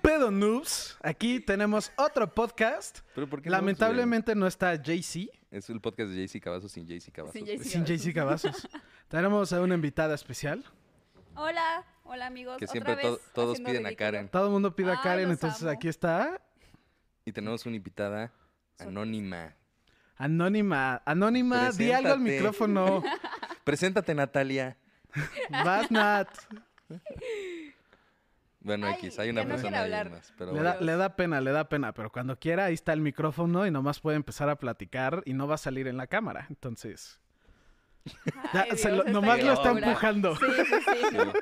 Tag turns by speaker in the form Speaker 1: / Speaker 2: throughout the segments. Speaker 1: pedo, noobs? Aquí tenemos otro podcast.
Speaker 2: ¿Pero por qué noobs,
Speaker 1: Lamentablemente no está Jay-Z,
Speaker 2: Es el podcast de JC Cavazos sin JC Cavazos.
Speaker 3: Sin JC.
Speaker 1: sin Jay-Z Cavazos. Tenemos a una invitada especial.
Speaker 3: Hola, hola amigos.
Speaker 2: Que
Speaker 3: otra
Speaker 2: siempre
Speaker 3: vez
Speaker 2: to- todos
Speaker 3: haciendo
Speaker 2: piden a
Speaker 3: ridículo.
Speaker 2: Karen.
Speaker 1: Todo el mundo pide a
Speaker 3: Ay,
Speaker 1: Karen,
Speaker 3: los
Speaker 1: entonces
Speaker 3: amo.
Speaker 1: aquí está.
Speaker 2: Y tenemos una invitada anónima.
Speaker 1: Anónima, anónima, di algo al
Speaker 2: Preséntate.
Speaker 1: micrófono.
Speaker 3: Ah.
Speaker 2: Preséntate, Natalia.
Speaker 1: Vas, Nat.
Speaker 2: Bueno,
Speaker 3: Ay,
Speaker 2: X, hay una
Speaker 3: ya no
Speaker 2: persona
Speaker 3: quiero
Speaker 2: ahí
Speaker 3: hablar.
Speaker 2: más. Pero
Speaker 1: Le
Speaker 2: bueno.
Speaker 1: da, le da pena, le da pena, pero cuando quiera ahí está el micrófono y nomás puede empezar a platicar y no va a salir en la cámara. Entonces, Ya,
Speaker 3: Ay,
Speaker 1: se
Speaker 3: Dios,
Speaker 1: lo-
Speaker 3: esta
Speaker 1: nomás
Speaker 2: lo está
Speaker 3: criatura.
Speaker 1: empujando.
Speaker 3: Sí, sí, sí. ¿no?
Speaker 2: Sí.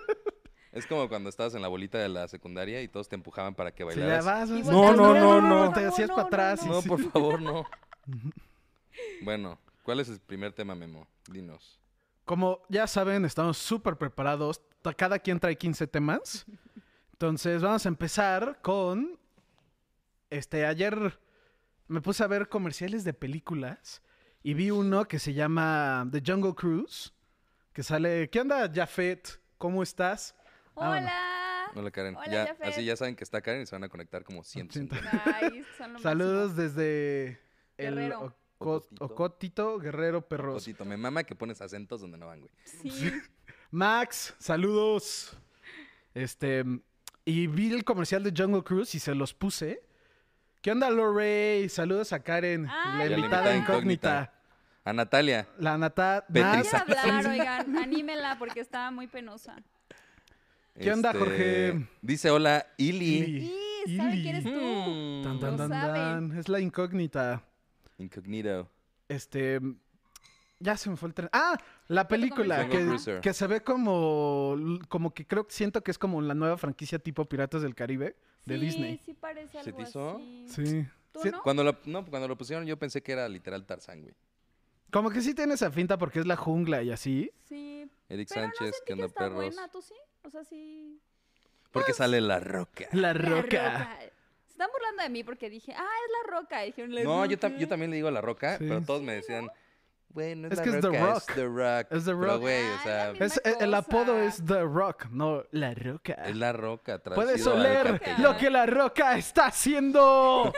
Speaker 2: Es como cuando estabas en la bolita de la secundaria y todos te empujaban para que
Speaker 1: si ya
Speaker 2: bailaras.
Speaker 1: vas,
Speaker 3: Y
Speaker 1: vas-
Speaker 3: No,
Speaker 4: no, no, no.
Speaker 1: Te hacías
Speaker 3: No,
Speaker 1: para
Speaker 3: no,
Speaker 1: atrás. y
Speaker 2: no,
Speaker 1: sí.
Speaker 2: por favor, no. bueno, ¿cuál es el primer tema, Memo? Dinos.
Speaker 1: Como ya saben, estamos súper preparados. Ta- Cada quien trae 15 temas. Entonces, vamos a empezar con. Este, ayer me puse a ver comerciales de películas y vi uno que se llama The Jungle Cruise. Que sale. ¿Qué onda, Jafet? ¿Cómo estás?
Speaker 3: Hola.
Speaker 2: Hola, Karen.
Speaker 3: Hola,
Speaker 2: ya,
Speaker 3: Jafet.
Speaker 2: así ya saben que está Karen y se van a conectar como 150.
Speaker 3: Ay, son lo
Speaker 1: Saludos
Speaker 3: máximo.
Speaker 1: desde el
Speaker 3: Guerrero.
Speaker 1: Oco-
Speaker 2: Ocotito.
Speaker 1: Ocotito Guerrero Perros.
Speaker 2: Cosito, me mama que pones acentos donde no van, güey.
Speaker 3: Sí.
Speaker 1: Max, saludos. Este, y vi el comercial de Jungle Cruise y se los puse. ¿Qué onda, Lorey? Saludos a Karen,
Speaker 3: Ay,
Speaker 1: la
Speaker 3: La
Speaker 1: invitada
Speaker 3: invitada
Speaker 1: incógnita.
Speaker 2: A Natalia.
Speaker 1: La Nata.
Speaker 2: Petris.
Speaker 3: Quiero
Speaker 2: Exacto.
Speaker 3: hablar, oigan, anímela porque está muy penosa.
Speaker 1: ¿Qué onda, Jorge?
Speaker 2: Este, Dice hola, Ili.
Speaker 1: Ili.
Speaker 3: Y saben quién eres
Speaker 1: Ili.
Speaker 3: tú.
Speaker 2: Mm.
Speaker 1: Tan, tan,
Speaker 3: Lo
Speaker 1: tan, tan. Es la incógnita.
Speaker 2: Incognito.
Speaker 1: Este. Ya se me fue el tren. Ah, la película
Speaker 2: Jungle
Speaker 1: que,
Speaker 2: Cruiser.
Speaker 1: que se ve como. Como que creo siento que es como la nueva franquicia tipo Piratas del Caribe de
Speaker 3: sí,
Speaker 1: Disney.
Speaker 3: Sí, parece
Speaker 2: ¿Se
Speaker 3: algo
Speaker 2: te hizo?
Speaker 3: así.
Speaker 1: Sí.
Speaker 3: ¿Tú
Speaker 1: Sí,
Speaker 3: no?
Speaker 2: Cuando lo, no, cuando lo pusieron yo pensé que era literal Tarzán, güey.
Speaker 1: Como que sí tiene esa finta porque es la jungla y así.
Speaker 3: Sí.
Speaker 2: Eric
Speaker 3: Pero
Speaker 2: Sánchez,
Speaker 3: no
Speaker 2: ¿qué
Speaker 3: sentí que
Speaker 2: onda,
Speaker 3: está
Speaker 2: perros?
Speaker 3: buena, ¿tú sí? O sea, sí.
Speaker 2: Porque sale la roca.
Speaker 1: La
Speaker 3: La
Speaker 1: roca.
Speaker 3: Se están burlando de mí porque dije, ah, es la roca. Y dijeron, "La
Speaker 2: No, yo, tam-
Speaker 3: roca".
Speaker 2: yo también le digo la roca,
Speaker 1: Sí.
Speaker 2: pero todos me decían, bueno, es,
Speaker 1: Es
Speaker 2: la
Speaker 1: que es The
Speaker 2: roca,
Speaker 1: Rock.
Speaker 2: es The Rock.
Speaker 1: Es The
Speaker 2: Pero,
Speaker 1: Rock.
Speaker 2: güey, o
Speaker 3: Ah,
Speaker 2: sea,
Speaker 3: es la
Speaker 1: Es, eh,
Speaker 3: misma
Speaker 1: el, el apodo
Speaker 3: cosa.
Speaker 1: es The Rock, no La Roca.
Speaker 2: es la roca.
Speaker 1: Puedes
Speaker 2: traducido al
Speaker 1: oler
Speaker 2: castellano.
Speaker 1: lo que La Roca está haciendo.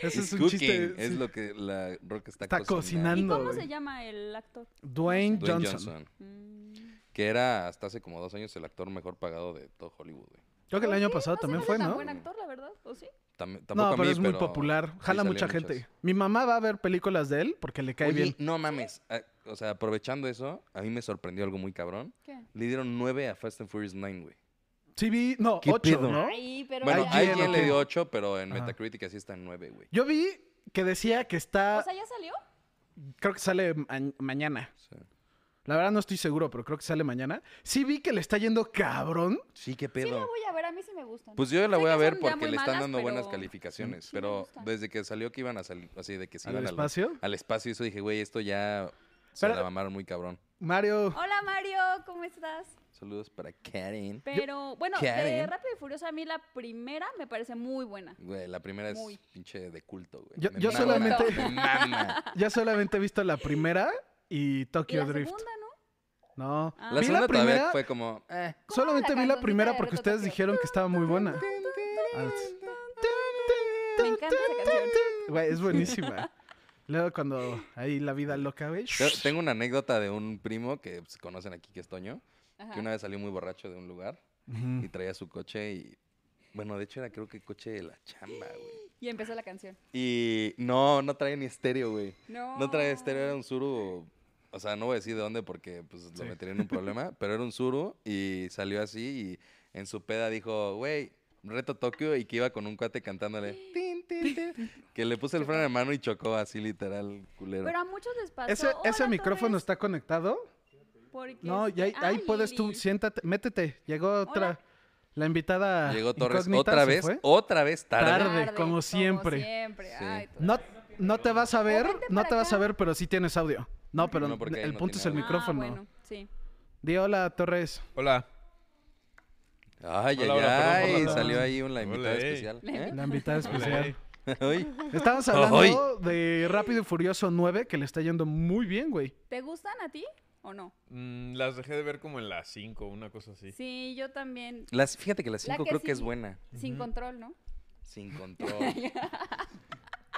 Speaker 1: Ese
Speaker 2: It's
Speaker 1: es un
Speaker 2: cooking,
Speaker 1: chiste.
Speaker 2: Es
Speaker 1: sí.
Speaker 2: lo que la roca está,
Speaker 1: Está
Speaker 3: ¿Y
Speaker 1: cocinando.
Speaker 3: cómo
Speaker 1: güey.
Speaker 3: se llama el actor?
Speaker 1: Dwayne,
Speaker 2: Dwayne
Speaker 1: Johnson.
Speaker 2: Johnson,
Speaker 3: Mm.
Speaker 2: Que era hasta hace como dos años el actor mejor pagado de todo Hollywood, güey.
Speaker 1: Creo que el
Speaker 3: Pues
Speaker 1: año
Speaker 3: sí,
Speaker 1: pasado
Speaker 3: no se
Speaker 1: también
Speaker 3: me
Speaker 1: fue,
Speaker 3: hace tan
Speaker 1: ¿no?
Speaker 3: buen actor, la verdad, ¿o sí?
Speaker 2: Tam- tampoco
Speaker 1: No,
Speaker 2: a
Speaker 1: pero
Speaker 2: mí,
Speaker 1: es muy
Speaker 2: pero
Speaker 1: popular.
Speaker 2: sí
Speaker 1: Jala
Speaker 2: salían
Speaker 1: mucha gente.
Speaker 2: muchas.
Speaker 1: Mi mamá va a ver películas de él porque le cae
Speaker 2: Oye,
Speaker 1: bien.
Speaker 2: no mames. ah, O sea, aprovechando eso, a mí me sorprendió algo muy cabrón.
Speaker 3: ¿Qué?
Speaker 2: Le dieron nueve a Fast and Furious 9, güey.
Speaker 1: Sí vi, no,
Speaker 2: ¿Qué
Speaker 1: ocho,
Speaker 2: pedo?
Speaker 1: ¿no?
Speaker 3: Ay, pero
Speaker 2: Bueno,
Speaker 3: ya-
Speaker 2: hay
Speaker 1: IGN,
Speaker 2: quien
Speaker 1: ok.
Speaker 2: le dio 8, pero en
Speaker 1: Ajá.
Speaker 2: Metacritic así está en 9, güey.
Speaker 1: Yo vi que decía que está,
Speaker 3: O sea, ¿ya salió?
Speaker 1: creo que sale ma- mañana.
Speaker 2: O sea,
Speaker 1: La verdad no estoy seguro, pero creo que sale mañana. Sí vi que le está yendo cabrón.
Speaker 2: Sí, qué
Speaker 3: Sí la
Speaker 2: pedo.
Speaker 3: voy a ver, a mí sí me gustan.
Speaker 2: Pues yo la
Speaker 3: Sé
Speaker 2: voy a
Speaker 3: que
Speaker 2: ver
Speaker 3: son ya
Speaker 2: porque
Speaker 3: muy
Speaker 2: le están
Speaker 3: malas,
Speaker 2: dando buenas
Speaker 3: pero-
Speaker 2: calificaciones,
Speaker 3: Sí, me
Speaker 2: pero
Speaker 3: gustan.
Speaker 2: desde que salió que iban a salir, así de que se
Speaker 1: ¿Al
Speaker 2: iban al
Speaker 1: espacio?
Speaker 2: Al espacio, eso dije, güey, esto ya se
Speaker 1: Pero-
Speaker 2: la mamaron muy cabrón.
Speaker 1: Mario,
Speaker 3: Hola Mario, ¿cómo estás?
Speaker 2: Saludos para Karen.
Speaker 3: Pero bueno, de
Speaker 2: Karen.
Speaker 3: Rápido y Furioso a mí la primera me parece muy buena.
Speaker 2: Güey, la primera es
Speaker 3: Muy.
Speaker 2: pinche de culto, güey.
Speaker 1: Yo-
Speaker 2: Me
Speaker 1: yo
Speaker 2: mama,
Speaker 1: solamente-
Speaker 2: Me mama.
Speaker 1: ya solamente he visto la primera y
Speaker 3: Ah. Y
Speaker 1: Tokyo
Speaker 3: la
Speaker 1: Drift.
Speaker 3: segunda, ¿no?
Speaker 1: No,
Speaker 3: Ah.
Speaker 2: La
Speaker 1: vi
Speaker 2: segunda
Speaker 1: la primera,
Speaker 2: todavía fue como, eh,
Speaker 1: solamente
Speaker 3: la
Speaker 1: vi la
Speaker 3: cancioncita
Speaker 1: primera
Speaker 3: de
Speaker 1: porque
Speaker 3: Reto
Speaker 1: ustedes
Speaker 3: Tokio?
Speaker 1: dijeron que estaba muy buena. Ah,
Speaker 3: Me encanta esa canción.
Speaker 1: Güey, es buenísima. Luego cuando ahí la vida loca, güey.
Speaker 2: Te- Tengo una anécdota de un primo que pues, conocen aquí, que es Toño,
Speaker 3: Ajá.
Speaker 2: que una vez salió muy borracho de un lugar
Speaker 1: Ujú.
Speaker 2: y traía su coche y... Bueno, de hecho era creo que coche de la chamba, güey.
Speaker 3: Y empezó la canción.
Speaker 2: Y no, no traía ni estéreo, güey.
Speaker 3: No.
Speaker 2: No traía estéreo, era un suru... O sea, no voy a decir de dónde porque pues, lo metería en un problema, pero era un suru y salió así y en su peda dijo, güey, reto Tokio y que iba con un cuate cantándole. "Tin, tin, tin", que le puse el freno de mano y chocó así literal, culero.
Speaker 3: Pero a muchos les pasó.
Speaker 1: ¿Ese, ese
Speaker 3: "Hola,
Speaker 1: micrófono
Speaker 3: Torres",
Speaker 1: está conectado?
Speaker 3: porque
Speaker 1: No,
Speaker 3: es-
Speaker 1: y ahí,
Speaker 3: Ah,
Speaker 1: ahí puedes tú,
Speaker 3: Lili.
Speaker 1: siéntate, métete. Llegó otra,
Speaker 3: Hola.
Speaker 1: la invitada.
Speaker 2: Llegó Torres
Speaker 1: Ah, incógnita,
Speaker 2: otra
Speaker 1: ¿se
Speaker 2: vez,
Speaker 1: fue?
Speaker 2: otra vez tarde.
Speaker 1: Tarde. como siempre.
Speaker 3: siempre.
Speaker 2: Sí.
Speaker 3: Ay, pues, tú-
Speaker 1: No, no te vas a ver,
Speaker 3: vente
Speaker 1: no
Speaker 3: para
Speaker 1: te vas a
Speaker 3: acá.
Speaker 1: ver, pero sí tienes audio. No, pero
Speaker 2: No, porque ahí
Speaker 1: el
Speaker 2: no
Speaker 1: punto
Speaker 2: tiene
Speaker 1: es el
Speaker 2: audio.
Speaker 3: Ah,
Speaker 1: micrófono.
Speaker 3: bueno, sí.
Speaker 1: Di hola, Torres.
Speaker 4: Hola.
Speaker 2: Ay, ay,
Speaker 4: Hola, hola,
Speaker 2: ay,
Speaker 4: perdón, perdón,
Speaker 2: salió
Speaker 1: perdón.
Speaker 2: ahí una invitada
Speaker 4: Ole.
Speaker 2: especial. ¿eh?
Speaker 1: La invitada especial.
Speaker 2: Ay,
Speaker 1: Estamos hablando de Rápido y Furioso 9, que le está yendo muy bien, güey.
Speaker 3: ¿Te gustan a ti? ¿O no?
Speaker 4: Mm, las dejé de ver como en las 5, una cosa así.
Speaker 3: Sí, yo también.
Speaker 2: Las, fíjate que la
Speaker 3: La
Speaker 2: 5
Speaker 3: que
Speaker 2: creo que es
Speaker 3: sí.
Speaker 2: buena.
Speaker 3: Sin
Speaker 4: Ujú.
Speaker 3: control, ¿no?
Speaker 2: Sin control.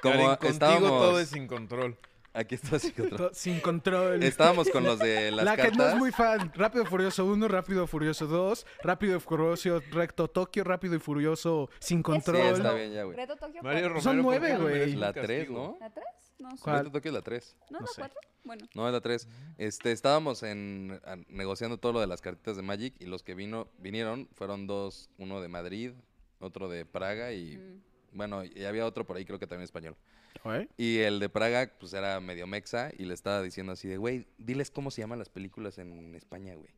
Speaker 4: Karen,
Speaker 2: Como
Speaker 4: contigo
Speaker 2: estábamos.
Speaker 4: todo es sin control.
Speaker 2: Aquí está sin control.
Speaker 1: To- Sin control.
Speaker 2: Estábamos con los de las
Speaker 1: la
Speaker 2: cartas.
Speaker 1: que no es muy fan. Rápido y Furioso 1, Rápido y Furioso 2, Rápido y Furioso Recto Tokio, Rápido y Furioso Sin
Speaker 2: Sí,
Speaker 1: Control.
Speaker 2: está bien ya, güey.
Speaker 3: Reto Tokio.
Speaker 4: Mario
Speaker 3: ¿cuál
Speaker 4: Romero.
Speaker 3: es?
Speaker 1: Son
Speaker 4: ¿por qué
Speaker 1: nueve,
Speaker 4: no
Speaker 1: güey.
Speaker 4: merece un
Speaker 2: La 3,
Speaker 4: castigo?
Speaker 2: ¿no?
Speaker 3: ¿La 3? No sé.
Speaker 1: ¿Cuál?
Speaker 2: Reto Tokio es la 3.
Speaker 3: ¿No es
Speaker 1: No
Speaker 3: la
Speaker 1: sé.
Speaker 3: 4? Bueno.
Speaker 2: No, es la 3. Este, estábamos en, a- negociando todo lo de las cartitas de Magic y los que vino, vinieron fueron dos, uno de Madrid, otro de Praga y
Speaker 3: Mm.
Speaker 2: bueno, y había otro por ahí creo que también español.
Speaker 1: Güey.
Speaker 2: Y el de Praga pues era medio mexa y le estaba diciendo así de, güey, diles cómo se llaman las películas en España, güey.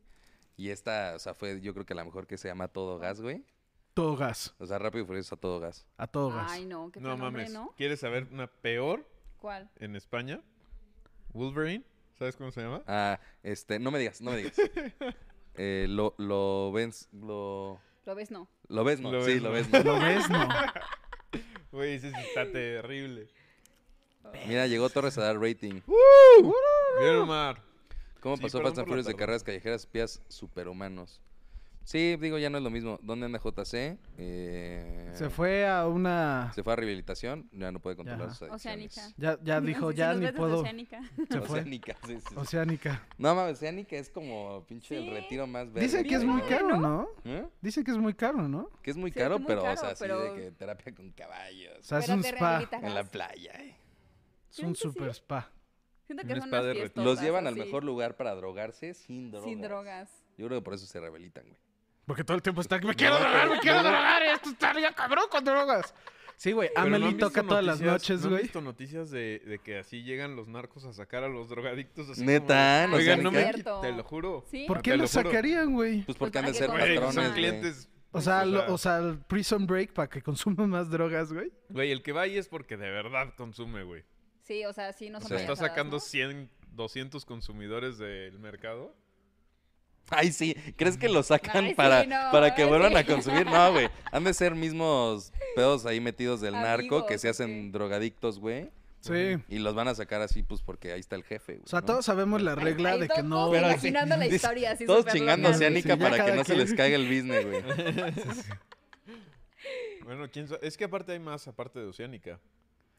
Speaker 2: Y esta, o sea, fue yo creo que la mejor que se llama a Todo Gas, güey.
Speaker 1: Todo gas.
Speaker 2: O sea, Rápido y Furioso a Todo Gas.
Speaker 1: A todo gas.
Speaker 3: Ay, no, qué
Speaker 4: No
Speaker 3: tal hombre,
Speaker 4: mames.
Speaker 3: ¿no?
Speaker 4: ¿Quieres saber una peor
Speaker 3: ¿Cuál?
Speaker 4: en España? Wolverine. ¿Sabes cómo se llama?
Speaker 2: Ah, este, no me digas, no me digas. Eh, lo, lo ves, lo...
Speaker 3: ¿Lo ves? No.
Speaker 2: Lo ves, ¿no?
Speaker 4: Lo
Speaker 2: sí,
Speaker 4: ves,
Speaker 2: lo
Speaker 4: ¿no?
Speaker 2: ves, ¿no?
Speaker 1: ¿Lo ves? No.
Speaker 4: Güey, ese sí está terrible.
Speaker 2: Mira, llegó Torres a dar rating.
Speaker 4: Mira, Omar.
Speaker 2: ¿Cómo
Speaker 4: Uh, Sí,
Speaker 2: pasó Fast
Speaker 4: perdón
Speaker 2: and
Speaker 4: por la
Speaker 2: Furious de
Speaker 4: tardanza.
Speaker 2: carreras callejeras, espías superhumanos? Sí, digo, ya no es lo mismo. ¿Dónde anda JC? Eh,
Speaker 1: Se fue a una.
Speaker 2: Se fue a rehabilitación, ya no puede controlar
Speaker 1: Ajá.
Speaker 2: sus adicciones.
Speaker 3: Oceánica.
Speaker 1: Ya, ya dijo,
Speaker 3: Sí,
Speaker 1: ya
Speaker 3: los
Speaker 1: ni
Speaker 3: besos de
Speaker 1: puedo.
Speaker 3: Oceánica.
Speaker 1: Se fue.
Speaker 2: Oceánica, sí, sí, sí.
Speaker 1: Oceánica.
Speaker 2: No mames, Oceánica es como pinche el
Speaker 3: Sí.
Speaker 2: retiro más verde.
Speaker 1: Dicen que es
Speaker 2: hay,
Speaker 1: muy
Speaker 2: güey.
Speaker 1: caro, ¿no?
Speaker 2: ¿Eh?
Speaker 1: Dicen que es muy caro, ¿no?
Speaker 2: Que es muy
Speaker 3: Sí,
Speaker 2: caro,
Speaker 3: está muy
Speaker 2: pero, o
Speaker 3: caro,
Speaker 2: sea, así
Speaker 3: pero-
Speaker 2: de que terapia con caballos.
Speaker 1: O sea, es
Speaker 3: Pero
Speaker 1: un
Speaker 3: te
Speaker 1: spa.
Speaker 3: rehabilitarás.
Speaker 2: en la playa, eh.
Speaker 1: Es un
Speaker 3: Creo que sí.
Speaker 1: super spa.
Speaker 3: Siento
Speaker 4: Un
Speaker 3: que son
Speaker 4: spa
Speaker 3: unas
Speaker 4: de re-
Speaker 3: fiestas.
Speaker 2: Los llevan al mejor lugar para drogarse sin drogas.
Speaker 3: Sin drogas.
Speaker 2: Yo creo que por eso se rehabilitan, güey.
Speaker 1: Porque todo el tiempo está. ¡Me quiero drogar! ¡Me quiero drogar! ¡Esto está ya cabrón con drogas! Sí, güey.
Speaker 4: Pero ¿no han
Speaker 1: Amelie
Speaker 4: visto
Speaker 1: Ah, toca todas las noches,
Speaker 4: noticias- ¿no han
Speaker 1: güey.
Speaker 4: visto noticias de, de que así llegan los narcos a sacar a los drogadictos? Así
Speaker 2: Neta,
Speaker 4: como-
Speaker 2: no
Speaker 4: Oigan,
Speaker 2: sé
Speaker 4: no
Speaker 2: ni
Speaker 4: me...
Speaker 2: qué.
Speaker 3: Cierto.
Speaker 4: Te lo juro.
Speaker 3: ¿Sí?
Speaker 1: ¿Por
Speaker 4: Te
Speaker 1: qué
Speaker 4: lo
Speaker 1: lo
Speaker 4: juro.
Speaker 1: sacarían, güey?
Speaker 2: Pues
Speaker 3: Pues
Speaker 2: porque han de
Speaker 3: para que
Speaker 2: ser
Speaker 3: conozcan.
Speaker 4: Güey,
Speaker 2: patrones,
Speaker 3: patrones,
Speaker 4: son
Speaker 2: güey.
Speaker 4: clientes.
Speaker 1: O sea, lo- o sea, el Prison Break para que consuma más drogas, güey.
Speaker 4: Güey, el que va ahí es porque de verdad consume, güey.
Speaker 3: Sí, o sea, sí, no
Speaker 2: O
Speaker 3: son
Speaker 2: sea,
Speaker 4: Está
Speaker 3: payasadas,
Speaker 4: sacando
Speaker 3: ¿no?
Speaker 4: 100, 200 consumidores del mercado.
Speaker 2: Ay, sí. ¿Crees que lo sacan
Speaker 3: Ay, sí,
Speaker 2: para,
Speaker 3: no,
Speaker 2: para que
Speaker 3: ahora
Speaker 2: vuelvan a
Speaker 3: sí.
Speaker 2: consumir? No, güey. Han de ser mismos pedos ahí metidos del narco que
Speaker 3: Amigos,
Speaker 2: se hacen
Speaker 3: ok.
Speaker 2: drogadictos, güey.
Speaker 1: Sí.
Speaker 2: Y los van a sacar así, pues porque ahí está el jefe, güey.
Speaker 1: O sea,
Speaker 2: ¿no?
Speaker 1: todos sabemos la
Speaker 3: Ay,
Speaker 1: regla
Speaker 3: ahí
Speaker 1: de
Speaker 3: to-
Speaker 1: que no.
Speaker 3: Todos
Speaker 2: Pero sí,
Speaker 3: imaginando la
Speaker 2: dice-
Speaker 3: historia así
Speaker 2: Todos
Speaker 3: súper
Speaker 2: chingando
Speaker 3: loca.
Speaker 2: a Anika
Speaker 1: Sí, ya
Speaker 2: para que
Speaker 1: cada
Speaker 2: no se
Speaker 1: quien.
Speaker 2: les caiga el business, güey.
Speaker 4: Bueno, quién sabe. Es que aparte hay más, aparte de Oceánica.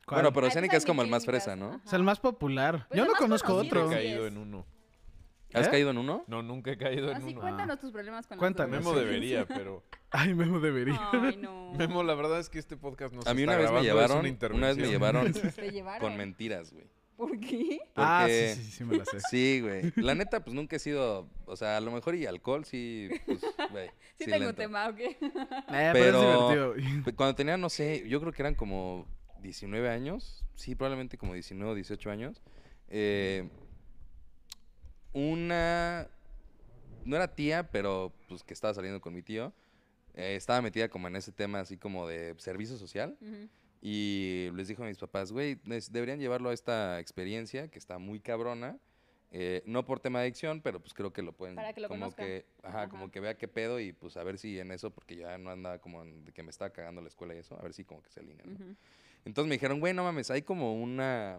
Speaker 1: ¿Cuál?
Speaker 2: Bueno, pero
Speaker 3: Hay
Speaker 2: Oceánica es como el más
Speaker 3: también
Speaker 2: fresa,
Speaker 3: clínicas,
Speaker 2: ¿no?
Speaker 1: Es el más popular.
Speaker 3: Pues
Speaker 1: Yo
Speaker 3: el
Speaker 1: no
Speaker 3: más
Speaker 1: conozco
Speaker 3: conocido,
Speaker 1: otro.
Speaker 4: Nunca he
Speaker 3: sí
Speaker 4: caído
Speaker 3: es. Ah,
Speaker 4: en uno.
Speaker 2: ¿Has
Speaker 1: ¿Eh?
Speaker 2: caído en uno?
Speaker 4: No, nunca he caído en
Speaker 3: Así
Speaker 4: uno. Ah,
Speaker 3: cuéntanos tus problemas con las
Speaker 1: Cuéntame.
Speaker 3: drogas.
Speaker 4: Memo
Speaker 1: Sí.
Speaker 4: debería, pero...
Speaker 1: Ay, Memo debería.
Speaker 3: Ay, no.
Speaker 4: Memo, la verdad es que este podcast no se
Speaker 2: A mí
Speaker 4: está
Speaker 2: una vez me
Speaker 4: grabando, es
Speaker 2: llevaron,
Speaker 4: una,
Speaker 2: una vez me
Speaker 4: intervención.
Speaker 2: llevaron
Speaker 3: Te llevaron.
Speaker 2: con mentiras, güey.
Speaker 3: ¿Por qué?
Speaker 1: Ah, sí,
Speaker 2: Porque-
Speaker 1: sí, sí, sí, me la sé.
Speaker 2: Sí, güey. La neta, pues nunca he sido, o sea, a lo mejor y alcohol, sí, pues, güey.
Speaker 3: Sí,
Speaker 2: sí le
Speaker 3: tengo
Speaker 2: entro.
Speaker 3: tema, ¿o qué?
Speaker 1: Eh, pero...
Speaker 2: Pero-
Speaker 1: es divertido.
Speaker 2: Pe- Cuando tenía, no sé, yo creo que eran como 19 años, sí, probablemente como 19 o 18 años. eh, una, no era tía, pero pues que estaba saliendo con mi tío, eh, estaba metida como en ese tema así como de servicio social
Speaker 3: Ujú.
Speaker 2: y les dijo a mis papás, güey, les- deberían llevarlo a esta experiencia que está muy cabrona. eh, no por tema de adicción, pero pues creo que lo pueden
Speaker 3: Para que lo
Speaker 2: como
Speaker 3: conozcan.
Speaker 2: que, ajá,
Speaker 3: Ajá.
Speaker 2: como que vea qué pedo y pues a ver si en eso, porque ya no andaba como en- de que me estaba cagando la escuela y eso, a ver si como que se alinea. ¿no?
Speaker 3: Ujú.
Speaker 2: Entonces me dijeron, güey, no mames, hay como una,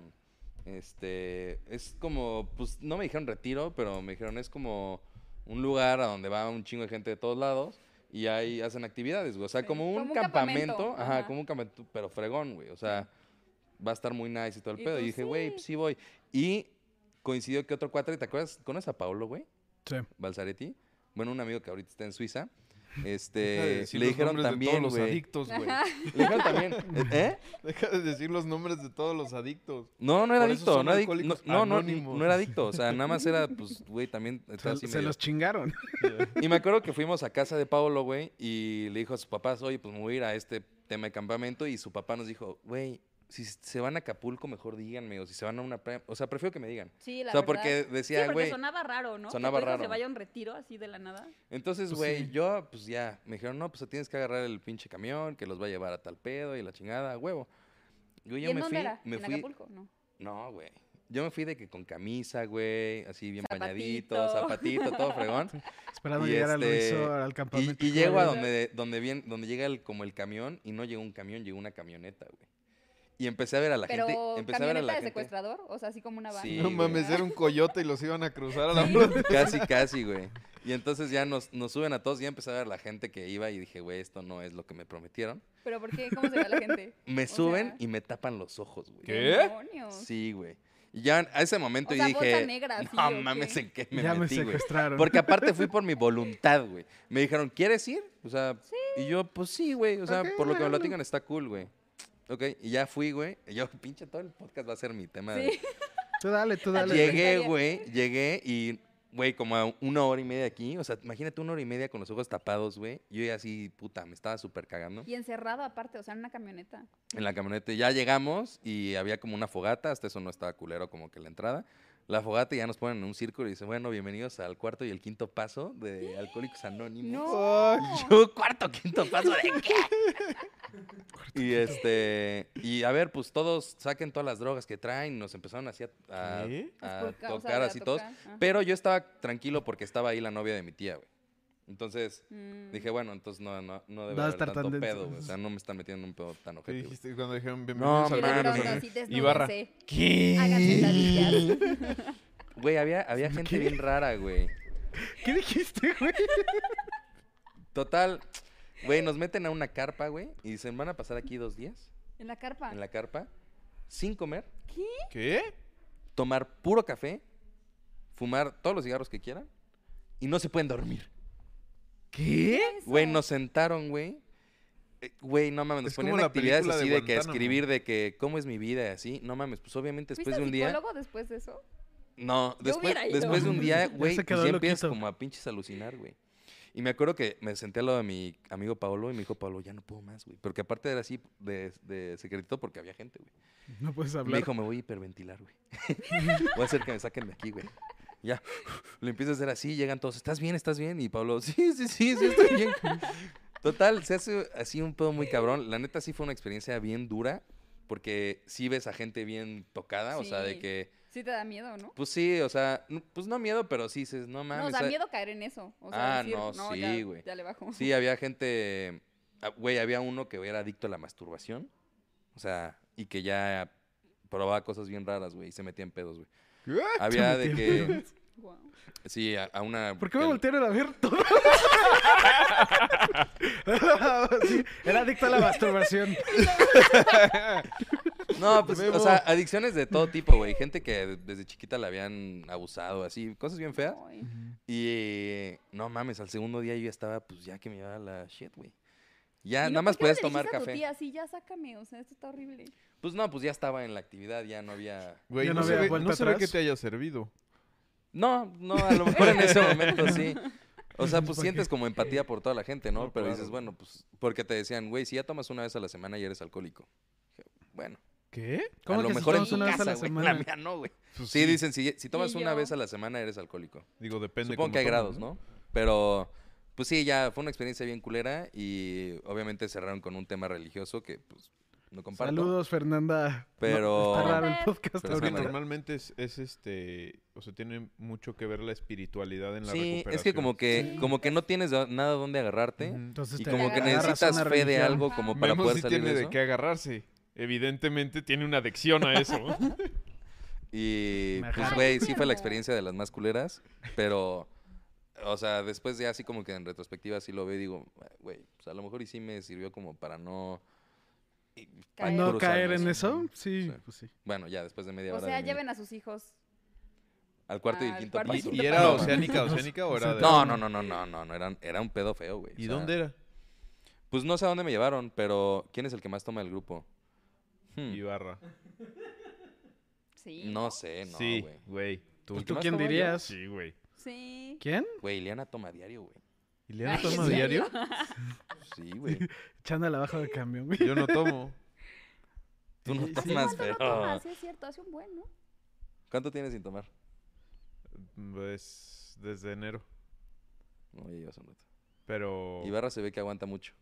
Speaker 2: este, es como, pues no me dijeron retiro, pero me dijeron es como un lugar a donde va un chingo de gente de todos lados y ahí hacen actividades, güey. O sea,
Speaker 3: Sí,
Speaker 2: como un,
Speaker 3: como un
Speaker 2: campamento,
Speaker 3: campamento,
Speaker 2: ajá,
Speaker 3: ajá.
Speaker 2: como un campamento, pero fregón, güey. O sea, va a estar muy nice y todo el
Speaker 3: Y
Speaker 2: pedo.
Speaker 3: tú,
Speaker 2: Y dije, güey, pues
Speaker 3: sí.
Speaker 2: sí voy. Y coincidió que otro cuatro, ¿te acuerdas? ¿Conoces a Paolo, güey?
Speaker 1: Sí.
Speaker 2: Balzaretti. Bueno, un amigo que ahorita está en Suiza.
Speaker 4: Deja de
Speaker 2: Este,
Speaker 4: decir
Speaker 2: le
Speaker 4: los
Speaker 2: dijeron
Speaker 4: nombres de
Speaker 2: también,
Speaker 4: todos los
Speaker 2: güey.
Speaker 4: adictos, güey.
Speaker 3: Ajá.
Speaker 2: Le dijeron también, ¿eh?
Speaker 4: Deja de decir los nombres de todos los adictos.
Speaker 2: No, no era
Speaker 4: Por eso
Speaker 2: adicto,
Speaker 4: son
Speaker 2: no, era adic-
Speaker 4: alcohólicos
Speaker 2: no, no, no,
Speaker 4: anónimos.
Speaker 2: no era adicto, o sea, nada más era, pues, güey, también estaba
Speaker 1: Se,
Speaker 2: así
Speaker 1: se
Speaker 2: medio-
Speaker 1: los chingaron.
Speaker 2: Y me acuerdo que fuimos a casa de Paolo, güey, y le dijo a sus papás, oye, pues me voy a ir a este tema de campamento, y su papá nos dijo, güey, si s- se van a Acapulco, mejor díganme, o si se van a una playa, o sea, prefiero que me digan.
Speaker 3: Sí,
Speaker 2: o
Speaker 3: la
Speaker 2: sea,
Speaker 3: verdad.
Speaker 2: porque
Speaker 3: Sí,
Speaker 2: decía,
Speaker 3: porque
Speaker 2: güey,
Speaker 3: sonaba raro, ¿no?
Speaker 2: sonaba
Speaker 3: que tu hijo
Speaker 2: raro.
Speaker 3: se vaya a un retiro así de la nada.
Speaker 2: entonces,
Speaker 1: Pues
Speaker 2: güey,
Speaker 1: sí.
Speaker 2: yo, pues ya, me dijeron, no, pues tienes que agarrar el pinche camión, que los va a llevar a tal pedo, y la chingada, a huevo. Yo,
Speaker 3: ¿Y
Speaker 2: yo
Speaker 3: en
Speaker 2: me
Speaker 3: dónde
Speaker 2: fui,
Speaker 3: era?
Speaker 2: me
Speaker 3: ¿En
Speaker 2: fui,
Speaker 3: Acapulco? No.
Speaker 2: No, güey. Yo me fui de que con camisa, güey, así bien pañadito,
Speaker 3: Zapatito.
Speaker 2: zapatito, todo fregón.
Speaker 1: Esperando
Speaker 2: Y
Speaker 1: llegar
Speaker 2: este-
Speaker 1: al resort, al
Speaker 2: y,
Speaker 1: campamento.
Speaker 2: y llego a
Speaker 3: Claro.
Speaker 2: donde, donde, bien, donde llega el, como el camión y no llegó un camión, llegó una camioneta, güey. Y empecé a ver a la
Speaker 3: Pero
Speaker 2: gente. Empecé a ver a
Speaker 3: camioneta
Speaker 2: la
Speaker 3: de
Speaker 2: gente.
Speaker 3: secuestrador, o sea, así como una van.
Speaker 2: Sí,
Speaker 4: No
Speaker 2: güey.
Speaker 4: mames, era un coyote y los iban a cruzar a la
Speaker 3: Sí.
Speaker 4: frontera.
Speaker 2: Casi, casi, güey. Y entonces ya nos, nos suben a todos y ya empecé a ver a la gente que iba y dije, güey, esto no es lo que me prometieron.
Speaker 3: Pero ¿por qué? ¿Cómo se ve a la gente?
Speaker 2: Me
Speaker 3: O
Speaker 2: suben
Speaker 3: sea,
Speaker 2: y me tapan los ojos, güey.
Speaker 4: ¿Qué?
Speaker 3: demonios.
Speaker 2: Sí, güey. Y ya a ese momento
Speaker 3: O
Speaker 2: yo
Speaker 3: sea, bolsa
Speaker 2: dije,
Speaker 3: negra, así,
Speaker 2: no
Speaker 3: ¿o qué?"
Speaker 2: mames, ¿en qué me
Speaker 1: ya me
Speaker 2: metí, güey?
Speaker 1: secuestraron.
Speaker 2: Porque aparte fui por mi voluntad, güey. Me dijeron, ¿quieres ir? O sea, y yo, pues sí, güey. O sea,
Speaker 1: Ok,
Speaker 2: por lo que me
Speaker 1: bueno.
Speaker 2: platican está cool, güey. Ok, y ya fui, güey. Y yo, pinche, todo el podcast va a ser mi tema. de-
Speaker 3: Sí.
Speaker 1: Tú dale, tú dale.
Speaker 3: Llega-
Speaker 2: Llegué,
Speaker 3: Está
Speaker 2: güey, llegué y, güey, como a una hora y media aquí. O sea, imagínate una hora y media con los ojos tapados, güey. Yo ya así, puta, me estaba súper cagando.
Speaker 3: Y encerrado aparte, o sea, en una camioneta.
Speaker 2: En la camioneta ya llegamos y había como una fogata, hasta eso no estaba culero como que la entrada. La fogata y ya nos ponen en un círculo y dicen, bueno, bienvenidos al cuarto y el quinto paso de Alcohólicos Anónimos.
Speaker 3: No.
Speaker 2: Yo, cuarto, quinto paso de qué. y este, y a ver, pues todos saquen todas las drogas que traen, nos empezaron así a, a-
Speaker 4: ¿Qué?
Speaker 1: Pues
Speaker 2: a
Speaker 3: Expulca- o sea,
Speaker 2: Ah, tocar
Speaker 3: Pues de
Speaker 2: así todos.
Speaker 3: tocar, ajá.
Speaker 2: Pero yo estaba tranquilo porque estaba ahí la novia de mi tía, güey. Entonces
Speaker 3: Mm.
Speaker 2: dije, bueno, entonces no, no, no debe
Speaker 1: No va a
Speaker 2: haber
Speaker 1: estar tan
Speaker 2: tanto
Speaker 1: denso.
Speaker 2: pedo, güey. O sea, no me están metiendo en un pedo tan
Speaker 4: ¿Qué
Speaker 2: objetivo.
Speaker 4: dijiste cuando dijeron bienvenidos
Speaker 2: No,
Speaker 3: Pero
Speaker 4: al
Speaker 2: mames.
Speaker 4: Barrio
Speaker 3: pronto,
Speaker 2: no,
Speaker 4: Norte"?
Speaker 3: sí, desnúdense.
Speaker 4: Ibarra.
Speaker 3: Hagan sentadillas.
Speaker 2: Güey, había, había gente bien rara, güey.
Speaker 1: ¿Qué dijiste, güey?
Speaker 2: Total, güey, nos meten a una carpa, güey, y dicen, van a pasar aquí dos días
Speaker 3: En la carpa.
Speaker 2: en la carpa, sin comer,
Speaker 4: ¿Qué?
Speaker 2: tomar puro café, fumar todos los cigarros que quieran y no se pueden dormir.
Speaker 1: ¿Qué?
Speaker 3: Eso.
Speaker 2: Güey, nos sentaron, güey. Eh, Güey, no mames, nos
Speaker 4: Es
Speaker 2: ponían
Speaker 4: como la
Speaker 2: actividades
Speaker 4: película de
Speaker 2: así de, que
Speaker 4: Guantánamo.
Speaker 2: escribir de que cómo es mi vida y así. No mames, pues obviamente
Speaker 3: ¿Fuiste
Speaker 2: después de
Speaker 3: al
Speaker 2: un día.
Speaker 3: psicólogo después de eso?
Speaker 2: No, después,
Speaker 3: hubiera ido.
Speaker 2: después de un día,
Speaker 1: Ya se
Speaker 2: güey, pues
Speaker 1: quedó
Speaker 2: ya empiezas
Speaker 1: loquito.
Speaker 2: como a pinches alucinar, güey. Y me acuerdo que me senté al lado de mi amigo Paolo y me dijo, Paolo, ya no puedo más, güey. Porque aparte era así de, de secretito porque había gente, güey.
Speaker 1: No puedes
Speaker 2: Me
Speaker 1: hablar.
Speaker 2: dijo, me voy a hiperventilar, güey. voy a hacer que me saquen de aquí, güey. Ya, le empiezo a hacer así, llegan todos, ¿estás bien? ¿Estás bien? Y Pablo, sí, sí, sí, sí, estoy bien. Total, se hace así un pedo muy cabrón. La neta sí fue una experiencia bien dura, porque sí ves a gente bien tocada, o sea, de
Speaker 3: Sí.
Speaker 2: que,
Speaker 3: Sí te da miedo, ¿no?
Speaker 2: pues sí, o sea, n- pues no miedo, pero sí dices, no mames.
Speaker 3: Nos da
Speaker 2: o sea,
Speaker 3: miedo caer en eso. O sea,
Speaker 2: Ah,
Speaker 3: decir,
Speaker 2: no, sí,
Speaker 3: ya-
Speaker 2: güey.
Speaker 3: Ya, le bajo.
Speaker 2: Sí, había gente, ah, güey, había uno que era adicto a la masturbación, o sea, y que ya probaba cosas bien raras, güey, y se metía en pedos, güey.
Speaker 4: ¿Qué?
Speaker 2: Había de
Speaker 1: metí en
Speaker 2: que.
Speaker 3: Guau.
Speaker 2: Sí, a, a una.
Speaker 1: ¿Por qué me
Speaker 2: que-
Speaker 1: voltearon a ver todo? Sí, era adicto a la masturbación.
Speaker 2: No, pues,
Speaker 4: Memo.
Speaker 2: o sea, adicciones de todo tipo, güey. Gente que de- desde chiquita la habían abusado, así, cosas bien feas.
Speaker 3: Ay.
Speaker 2: Y no mames, al segundo día yo ya estaba, pues ya que me iba a la shit, güey. Ya,
Speaker 3: Y no,
Speaker 2: Ah, nada más
Speaker 3: ¿por qué no
Speaker 2: puedes
Speaker 3: le
Speaker 2: tomar
Speaker 3: dijiste a tu
Speaker 2: café.
Speaker 3: tía, sí, ya sácame, o sea, esto está horrible.
Speaker 2: Pues no, pues ya estaba en la actividad, ya no había.
Speaker 4: Güey,
Speaker 1: Ya
Speaker 4: no,
Speaker 1: no
Speaker 4: se
Speaker 1: había
Speaker 4: ve,
Speaker 1: vuelta
Speaker 4: no se ve
Speaker 1: atrás.
Speaker 4: que te haya servido.
Speaker 2: No, no, a lo mejor en ese momento sí. O sea, pues
Speaker 1: ¿Para qué?
Speaker 2: sientes como empatía por toda la gente, ¿no?
Speaker 4: No,
Speaker 2: Pero
Speaker 4: claro.
Speaker 2: dices, bueno, pues, porque te decían, güey, si ya tomas una vez a la semana ya eres alcohólico. Dije, Bueno,
Speaker 4: ¿Qué?
Speaker 1: ¿Cómo
Speaker 2: a lo
Speaker 1: que si
Speaker 2: mejor en
Speaker 1: tomas
Speaker 2: tu
Speaker 1: una vez a
Speaker 2: casa,
Speaker 1: la
Speaker 2: güey,
Speaker 1: semana?
Speaker 2: la mía no, güey.
Speaker 4: Pues
Speaker 2: Sí, dicen, si, si tomas
Speaker 3: Y
Speaker 2: una
Speaker 3: yo.
Speaker 2: vez a la semana eres alcohólico.
Speaker 4: Digo, depende.
Speaker 2: Supongo
Speaker 4: cómo
Speaker 2: que hay
Speaker 4: tomes,
Speaker 2: grados, ¿no? Pero, pues sí, ya fue una experiencia bien culera y obviamente cerraron con un tema religioso que, pues, no comparto.
Speaker 1: Saludos, Fernanda.
Speaker 2: Pero-
Speaker 1: No, está raro el podcast
Speaker 2: Pero
Speaker 4: Es que
Speaker 2: Personalidad.
Speaker 1: ahorita.
Speaker 4: normalmente es, es este, o sea, tiene mucho que ver la espiritualidad en la
Speaker 2: Sí,
Speaker 4: recuperación.
Speaker 2: es que como que,
Speaker 3: Sí.
Speaker 2: como que no tienes do- nada donde agarrarte
Speaker 4: Ujú.
Speaker 1: Entonces
Speaker 2: y
Speaker 1: te
Speaker 2: como que
Speaker 1: agarras a
Speaker 2: necesitas
Speaker 1: una
Speaker 2: fe de
Speaker 1: religión.
Speaker 2: algo como para
Speaker 4: Memo
Speaker 2: poder
Speaker 4: sí
Speaker 2: salir
Speaker 4: tiene
Speaker 2: de
Speaker 4: de,
Speaker 2: eso.
Speaker 4: qué agarrarse. Evidentemente tiene una adicción a eso.
Speaker 2: Y
Speaker 1: Me
Speaker 2: pues,
Speaker 1: jalo.
Speaker 2: güey, sí fue la
Speaker 3: Memo.
Speaker 2: experiencia de las más culeras, pero, o sea, después ya así como que en retrospectiva sí lo veo y digo, güey, pues a lo mejor y sí me sirvió como para no... y- para
Speaker 3: Caer.
Speaker 1: No
Speaker 2: cruzarme
Speaker 1: caer en
Speaker 2: ¿no?
Speaker 1: eso, sí,
Speaker 2: Sí.
Speaker 1: pues sí.
Speaker 2: Bueno, ya después de media
Speaker 3: O
Speaker 2: hora.
Speaker 3: sea,
Speaker 2: de mi-
Speaker 3: lleven a sus hijos.
Speaker 2: Al cuarto y el
Speaker 3: al
Speaker 2: quinto
Speaker 3: cuarto y
Speaker 2: paso.
Speaker 3: quinto
Speaker 4: ¿Y era oceánica, oceánica o era de-
Speaker 2: No, no, no, no, no, no, no, eran, era un pedo feo, güey. o
Speaker 4: ¿Y
Speaker 2: sea,
Speaker 4: dónde era?
Speaker 2: Pues no sé a dónde me llevaron, pero ¿quién es el que más toma el grupo? Hmm,
Speaker 4: Ibarra.
Speaker 3: Sí.
Speaker 2: no sé, Eh, no,
Speaker 4: sí,
Speaker 2: güey.
Speaker 4: güey. Tú,
Speaker 1: Pues tú,
Speaker 2: ¿Tú más
Speaker 1: ¿quién
Speaker 2: como yo?
Speaker 1: dirías?
Speaker 4: sí, güey.
Speaker 3: Sí.
Speaker 1: ¿Quién?
Speaker 2: Güey, Ileana toma diario, güey.
Speaker 4: ¿Y le dan
Speaker 3: Ay,
Speaker 4: tomo
Speaker 3: ¿en
Speaker 4: diario?
Speaker 2: Sí, güey.
Speaker 1: Echándole abajo del camión, güey.
Speaker 4: Yo no tomo.
Speaker 2: Tú
Speaker 1: Sí,
Speaker 2: no
Speaker 1: sí.
Speaker 2: tomas,
Speaker 3: ¿Cuánto
Speaker 2: pero...
Speaker 3: no tomas? Sí, es cierto, hace un buen, ¿no?
Speaker 2: ¿Cuánto tienes sin tomar?
Speaker 4: Pues, desde enero.
Speaker 2: No, ya llevas un rato.
Speaker 4: Pero.
Speaker 2: Ibarra se ve que aguanta mucho.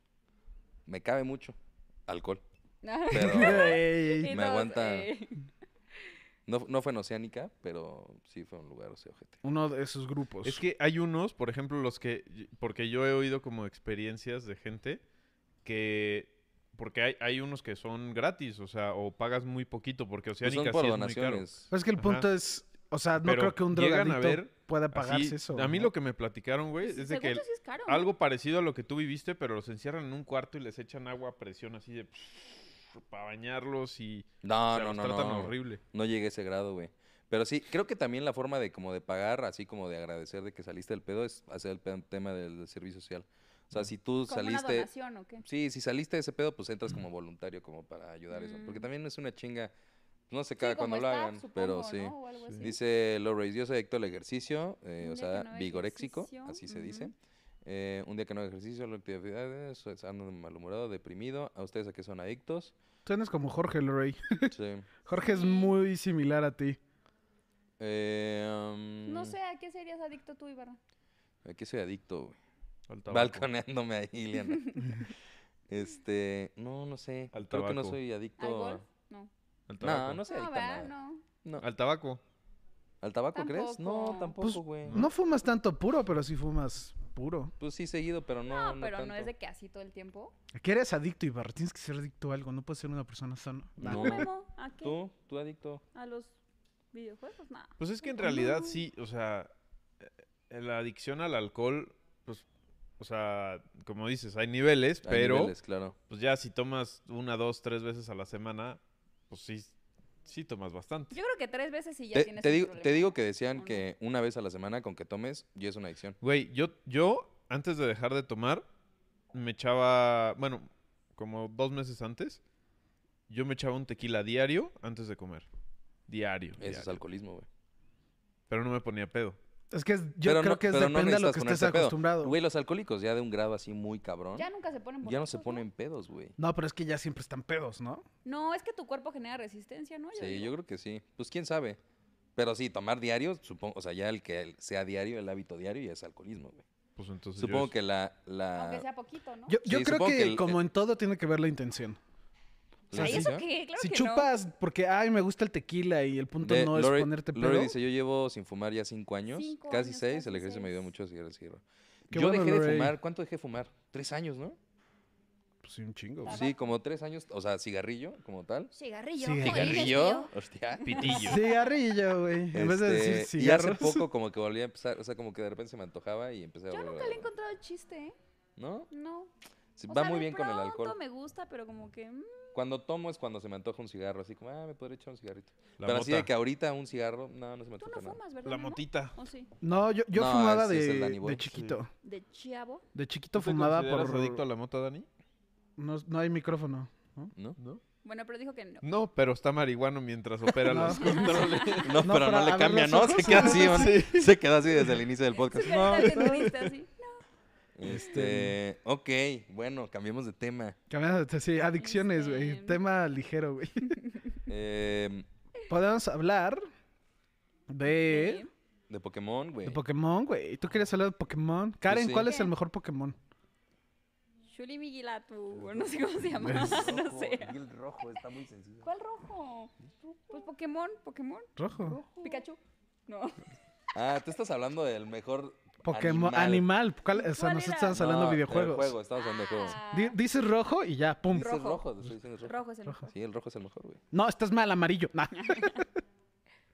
Speaker 2: Me cabe mucho. Alcohol. Pero
Speaker 1: Ey,
Speaker 3: Y
Speaker 1: ey.
Speaker 2: me
Speaker 3: todos,
Speaker 2: aguanta.
Speaker 3: eh,
Speaker 2: no, no fue en Oceánica, pero sí fue un lugar oceojete.
Speaker 1: Uno de esos grupos.
Speaker 4: Es que hay unos, por ejemplo, los que. Porque yo he oído como experiencias de gente que Porque hay, hay unos que son gratis, o sea, o pagas muy poquito, porque
Speaker 2: Pues
Speaker 4: Oceánica
Speaker 2: son por
Speaker 4: sí es muy caro.
Speaker 2: donaciones.
Speaker 1: Pues es que el
Speaker 4: Ajá.
Speaker 1: punto es, o sea, no
Speaker 4: Pero
Speaker 1: creo que un
Speaker 4: llegan a
Speaker 1: drogadicto
Speaker 4: ver
Speaker 1: pueda
Speaker 4: Así,
Speaker 1: pagarse eso.
Speaker 4: a mí
Speaker 1: ¿no?
Speaker 4: lo que me platicaron, güey, es de
Speaker 3: Según
Speaker 4: que
Speaker 3: yo sí es caro.
Speaker 4: algo parecido a lo que tú viviste, pero los encierran en un cuarto y les echan agua a presión así de... para bañarlos y... o
Speaker 2: No,
Speaker 4: sea,
Speaker 2: no,
Speaker 4: los
Speaker 2: no,
Speaker 4: tratan
Speaker 2: no.
Speaker 4: horrible.
Speaker 2: No llegué a ese grado, güey. Pero sí, creo que también la forma de como de pagar, así como de agradecer de que saliste del pedo, es hacer el pe- tema del, del servicio social. O sea, si tú
Speaker 3: ¿Como una
Speaker 2: saliste...
Speaker 3: donación o qué?
Speaker 2: Sí, si saliste de ese pedo, pues entras como voluntario como para ayudar eso. Porque
Speaker 3: Mm.
Speaker 2: también es una chinga. No sé
Speaker 3: Sí,
Speaker 2: cada
Speaker 3: como
Speaker 2: cuando lo
Speaker 3: staff,
Speaker 2: hagan, pero
Speaker 3: supongo,
Speaker 2: sí.
Speaker 3: ¿no? O algo así.
Speaker 2: Dice Lorraine, yo soy adicto al ejercicio, eh, o
Speaker 3: Un día
Speaker 2: sea,
Speaker 3: que no haga
Speaker 2: vigoréxico,
Speaker 3: ejercicio,
Speaker 2: así se dice.
Speaker 3: ujú.
Speaker 2: Eh, un día que no hago ejercicio, la actividad, eh, so- ando malhumorado, deprimido. ¿A ustedes a qué son adictos?
Speaker 1: Suenas como Jorge Lorey.
Speaker 2: Sí.
Speaker 1: Jorge es
Speaker 3: Sí.
Speaker 1: muy similar a ti.
Speaker 2: Eh, um,
Speaker 3: No sé, ¿a qué serías adicto tú, Ibarra?
Speaker 2: ¿A qué soy adicto? güey?
Speaker 4: Al tabaco.
Speaker 2: Balconeándome ahí, Ileana. este, no, no sé.
Speaker 4: Al
Speaker 2: Creo que no
Speaker 4: tabaco.
Speaker 2: soy
Speaker 3: ¿Al
Speaker 2: adicto.
Speaker 3: golf?
Speaker 2: a-
Speaker 3: No.
Speaker 4: Al tabaco.
Speaker 2: No, no soy
Speaker 3: No,
Speaker 2: adicto a nada.
Speaker 3: ¿verdad? No.
Speaker 2: No.
Speaker 4: Al tabaco.
Speaker 2: ¿Al tabaco crees? No,
Speaker 3: Tampoco.
Speaker 1: Pues,
Speaker 2: tampoco, güey.
Speaker 1: No fumas tanto puro, pero sí fumas puro.
Speaker 2: Pues sí, seguido, pero no.
Speaker 3: No, pero no
Speaker 2: tanto.
Speaker 3: es de que así todo el tiempo.
Speaker 1: ¿A qué eres adicto, Ibarra? Tienes que ser adicto a algo. No puedes ser una persona sana.
Speaker 2: No.
Speaker 3: ¿Tú, Memo? ¿A qué?
Speaker 2: ¿Tú? ¿Tú adicto?
Speaker 3: ¿A los videojuegos? Nada.
Speaker 4: Pues es que en
Speaker 3: No.
Speaker 4: realidad sí, o sea, eh, la adicción al alcohol, pues, o sea, como dices, hay niveles,
Speaker 2: Hay
Speaker 4: pero
Speaker 2: niveles, claro.
Speaker 4: pues ya si tomas una, dos, tres veces a la semana, pues sí, sí tomas bastante.
Speaker 3: Yo creo que tres veces y ya
Speaker 2: Te,
Speaker 3: tienes
Speaker 2: te
Speaker 3: un
Speaker 2: digo,
Speaker 3: problema.
Speaker 2: te digo que decían
Speaker 3: ¿O no?
Speaker 2: que una vez a la semana con que tomes ya es una adicción.
Speaker 4: Güey, yo, yo antes de dejar de tomar, me echaba, bueno, como dos meses antes, yo me echaba un tequila diario antes de comer. Diario.
Speaker 2: Eso es
Speaker 4: diario.
Speaker 2: alcoholismo, güey.
Speaker 4: Pero no me ponía pedo.
Speaker 1: Es que es- yo
Speaker 2: Pero no-
Speaker 1: creo que es
Speaker 2: pero no
Speaker 1: depende a lo que
Speaker 2: necesitas
Speaker 1: estés
Speaker 2: ponerte pedo.
Speaker 1: acostumbrado.
Speaker 2: Güey, los alcohólicos ya de un grado así muy cabrón,
Speaker 3: Ya
Speaker 2: ya,
Speaker 3: nunca se ponen
Speaker 2: no se
Speaker 3: borrachos,
Speaker 2: ponen pedos, güey.
Speaker 1: No, pero es que ya siempre están pedos, ¿no?
Speaker 3: No, es que tu cuerpo genera resistencia, ¿no?
Speaker 2: Sí,
Speaker 3: digo.
Speaker 2: yo creo que sí. Pues quién sabe. Pero sí, tomar diario, supongo, o sea, ya el que el- sea diario, el hábito diario ya es alcoholismo, güey.
Speaker 4: Pues entonces yo
Speaker 2: Supongo
Speaker 4: eso.
Speaker 2: que la, la...
Speaker 3: Aunque sea poquito, ¿no?
Speaker 1: Yo, yo
Speaker 2: Sí,
Speaker 1: creo
Speaker 2: supongo
Speaker 1: que,
Speaker 2: que el-
Speaker 1: como en todo tiene que ver la intención.
Speaker 2: la
Speaker 1: Ay,
Speaker 3: ¿Y eso
Speaker 2: adicción.
Speaker 3: qué? Claro
Speaker 1: si
Speaker 3: que
Speaker 1: chupas porque, ay, me gusta el tequila y el punto
Speaker 2: De-
Speaker 1: no es
Speaker 2: Lore-
Speaker 1: ponerte
Speaker 2: Lore
Speaker 1: pedo.
Speaker 2: dice, yo llevo sin fumar ya cinco años,
Speaker 3: Cinco
Speaker 2: casi
Speaker 3: años,
Speaker 2: seis,
Speaker 3: casi
Speaker 2: el ejercicio me ayudó
Speaker 3: seis.
Speaker 2: mucho a seguir el cigarro.
Speaker 1: Qué
Speaker 2: yo
Speaker 1: bueno,
Speaker 2: dejé
Speaker 1: Lore.
Speaker 2: de fumar, ¿cuánto dejé de fumar? Tres años, ¿no?
Speaker 1: Pues sí, un chingo.
Speaker 3: Tabaco.
Speaker 2: Sí, como tres años, o sea, cigarrillo como tal.
Speaker 3: no. Cigarrillo.
Speaker 1: Cigarrillo.
Speaker 3: joder,
Speaker 2: Cigarrillo,
Speaker 3: tío.
Speaker 2: hostia.
Speaker 4: Pitillo.
Speaker 1: Cigarrillo, güey. En vez de decir
Speaker 2: Este, y hace
Speaker 1: cigarros.
Speaker 2: poco como que volví a empezar, o sea, como que de repente se me antojaba y empecé a
Speaker 3: Yo
Speaker 2: volver
Speaker 3: nunca
Speaker 2: a-
Speaker 3: le he encontrado el chiste, ¿eh?
Speaker 2: ¿No?
Speaker 3: No.
Speaker 2: Sí,
Speaker 3: O
Speaker 2: va
Speaker 3: sea,
Speaker 2: muy
Speaker 3: de
Speaker 2: bien con el
Speaker 3: pronto
Speaker 2: alcohol.
Speaker 3: me gusta, pero como que... mm,
Speaker 2: Cuando tomo es cuando se me antoja un cigarro, así como, ah, me podría echar un cigarrito.
Speaker 4: La
Speaker 2: Pero así de
Speaker 4: mota.
Speaker 2: que ahorita un cigarro, no, Pues no se me
Speaker 3: Tú
Speaker 2: antoja
Speaker 3: no
Speaker 2: nada.
Speaker 3: fumas, ¿verdad,
Speaker 4: La
Speaker 3: Memo?
Speaker 4: motita.
Speaker 3: ¿O sí?
Speaker 1: No, yo, yo
Speaker 2: No,
Speaker 1: fumaba
Speaker 2: ese es el
Speaker 1: de,
Speaker 2: Danny Boy.
Speaker 1: de chiquito.
Speaker 3: ¿De chiavo?
Speaker 1: De chiquito
Speaker 4: ¿Tú te
Speaker 1: fumaba
Speaker 4: consideras
Speaker 1: por...
Speaker 4: adicto a la mota, Dani?
Speaker 1: No, no hay micrófono.
Speaker 2: ¿No?
Speaker 4: ¿No?
Speaker 3: Bueno, pero dijo que no.
Speaker 4: No, pero está marihuano mientras opera
Speaker 1: No.
Speaker 4: los controles.
Speaker 2: No,
Speaker 1: No,
Speaker 2: pero
Speaker 1: para
Speaker 2: no le
Speaker 1: abrir
Speaker 2: cambia,
Speaker 1: los
Speaker 2: ¿no?
Speaker 1: ojos.
Speaker 2: Se queda así, ¿no? Se queda así desde el inicio del
Speaker 3: Su
Speaker 2: podcast. No.
Speaker 3: carita de turista, así.
Speaker 2: Este, ok, bueno, cambiemos de tema.
Speaker 1: Cambiando, sí, adicciones, güey.
Speaker 3: Este-
Speaker 1: Tema ligero, güey.
Speaker 2: Em,
Speaker 1: Podemos hablar de,
Speaker 3: Sí.
Speaker 2: de Pokémon, güey.
Speaker 1: de Pokémon, güey. ¿Tú quieres hablar de Pokémon? Karen,
Speaker 2: Pues sí.
Speaker 1: ¿cuál es
Speaker 3: ¿Qué?
Speaker 1: el mejor Pokémon?
Speaker 3: Shuli Migilatu, o no sé cómo se llama, no sé.
Speaker 2: El rojo está muy sencillo.
Speaker 3: ¿Cuál rojo? Pues Pokémon, Pokémon,
Speaker 1: Rojo.
Speaker 3: Pikachu. No.
Speaker 2: Ah, tú estás hablando del mejor
Speaker 1: Pokémon
Speaker 2: animal.
Speaker 1: animal. ¿Cuál- o sea,
Speaker 3: ¿Cuál
Speaker 1: nosotros
Speaker 3: era?
Speaker 1: estamos hablando
Speaker 2: No,
Speaker 1: de
Speaker 2: del
Speaker 1: videojuegos.
Speaker 2: Juego, estamos hablando de juegos.
Speaker 3: Ah,
Speaker 1: Di- dices rojo y ya, pum.
Speaker 2: Dices
Speaker 3: Rojo.
Speaker 2: rojo. rojo, te estoy diciendo rojo.
Speaker 3: rojo es el
Speaker 1: Rojo.
Speaker 3: rojo.
Speaker 2: Sí, el rojo es el mejor, güey.
Speaker 1: No, estás mal, amarillo. Nah.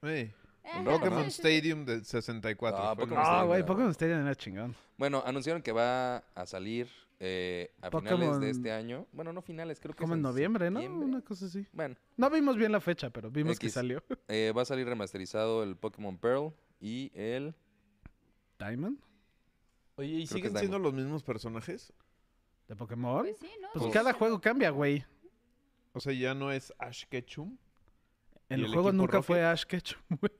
Speaker 4: Ey,
Speaker 3: Ajá,
Speaker 4: Pokémon
Speaker 3: Eh, sí, sí, sí.
Speaker 4: Stadium de 64.
Speaker 2: Ah,
Speaker 4: fue el
Speaker 2: Pokémon
Speaker 4: más-
Speaker 1: No,
Speaker 2: Stadium.
Speaker 1: güey,
Speaker 2: no.
Speaker 1: Pokémon Stadium era chingón.
Speaker 2: Bueno, anunciaron que va a salir eh, a finales
Speaker 1: Pokémon.
Speaker 2: de este año. Bueno, no finales, creo que
Speaker 1: Como
Speaker 2: es
Speaker 1: en noviembre, ¿no?
Speaker 2: septiembre.
Speaker 1: Una cosa así.
Speaker 2: Bueno,
Speaker 1: No vimos bien la fecha, pero vimos que
Speaker 2: X.
Speaker 1: salió.
Speaker 2: eh, va a salir remasterizado el Pokémon Pearl y el...
Speaker 1: Diamond,
Speaker 4: Oye, ¿y
Speaker 2: Creo que
Speaker 4: siguen
Speaker 2: es
Speaker 4: siendo los mismos personajes?
Speaker 1: de Pokémon.
Speaker 3: Pues sí, ¿no?
Speaker 1: Pues
Speaker 3: Sí,
Speaker 1: cada
Speaker 3: sí.
Speaker 1: juego cambia, güey.
Speaker 4: O sea, ya no es Ash Ketchum.
Speaker 1: El,
Speaker 4: ¿Y el
Speaker 1: juego
Speaker 4: equipo
Speaker 1: nunca fue
Speaker 4: Rocket?
Speaker 1: Ash Ketchum, güey.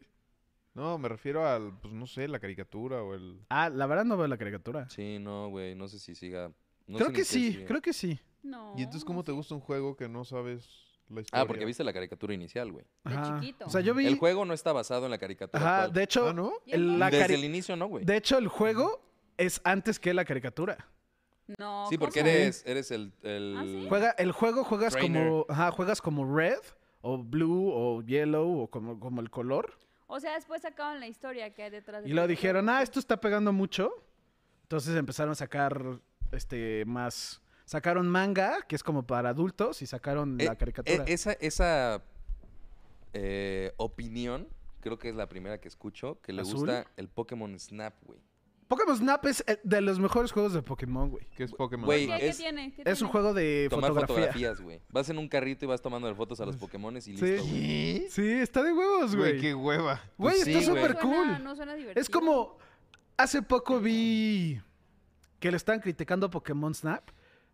Speaker 4: No, me refiero al, pues no sé, la caricatura o el.
Speaker 1: Ah, la verdad no veo la caricatura.
Speaker 2: Sí, no, güey, no sé si siga... no
Speaker 1: creo
Speaker 2: sé ni
Speaker 1: que
Speaker 2: si
Speaker 1: sí,
Speaker 2: sigue.
Speaker 1: creo que sí.
Speaker 3: No.
Speaker 4: ¿Y entonces
Speaker 1: Ah,
Speaker 4: cómo te gusta un juego que no sabes la historia?
Speaker 2: Ah, porque viste la caricatura inicial, güey.
Speaker 3: De
Speaker 1: Ajá.
Speaker 3: chiquito.
Speaker 1: O sea, yo vi.
Speaker 2: El juego no está basado en la caricatura
Speaker 1: Ajá,
Speaker 2: actual.
Speaker 1: de hecho,
Speaker 4: Ah, ¿no?
Speaker 3: ¿Y el
Speaker 1: la
Speaker 3: juego?
Speaker 2: Desde
Speaker 1: cari-
Speaker 2: el inicio no, güey.
Speaker 1: de hecho, el juego es antes que la caricatura.
Speaker 3: No.
Speaker 2: Sí, porque
Speaker 3: ¿cómo?
Speaker 2: eres, eres el... el...
Speaker 3: ¿Ah, sí?
Speaker 1: Juega, el juego juegas
Speaker 2: Trainer.
Speaker 1: como. Ajá, juegas como red, o blue, o yellow, o como, como el color.
Speaker 3: O sea, después sacaban la historia que hay detrás de
Speaker 1: Y lo
Speaker 3: cada
Speaker 1: dijeron,
Speaker 3: juego.
Speaker 1: ah, esto está pegando mucho. Entonces empezaron a sacar este más. Sacaron manga, que es como para adultos, y sacaron
Speaker 2: Eh,
Speaker 1: la
Speaker 2: eh,
Speaker 1: caricatura.
Speaker 2: esa esa eh, opinión creo que es la primera que escucho que le
Speaker 1: ¿Azul?
Speaker 2: gusta el Pokémon Snap, güey.
Speaker 1: Pokémon Snap es eh, de los mejores juegos de Pokémon, güey.
Speaker 4: ¿Qué es Pokémon?
Speaker 2: Güey,
Speaker 3: ¿Qué, qué
Speaker 2: es-
Speaker 3: tiene? ¿Qué
Speaker 1: Es un
Speaker 3: tiene?
Speaker 1: juego de
Speaker 2: Tomar
Speaker 1: fotografía.
Speaker 2: fotografías, güey. Vas en un carrito y vas tomando fotos a los Pokémon y listo, güey.
Speaker 1: Sí. sí, está de huevos,
Speaker 4: Güey,
Speaker 1: güey.
Speaker 4: qué hueva.
Speaker 1: Güey,
Speaker 2: Pues sí,
Speaker 1: está
Speaker 2: güey.
Speaker 1: súper
Speaker 3: No
Speaker 1: cool.
Speaker 3: suena- no suena divertido.
Speaker 1: Es como. Hace poco vi que le están criticando a Pokémon Snap.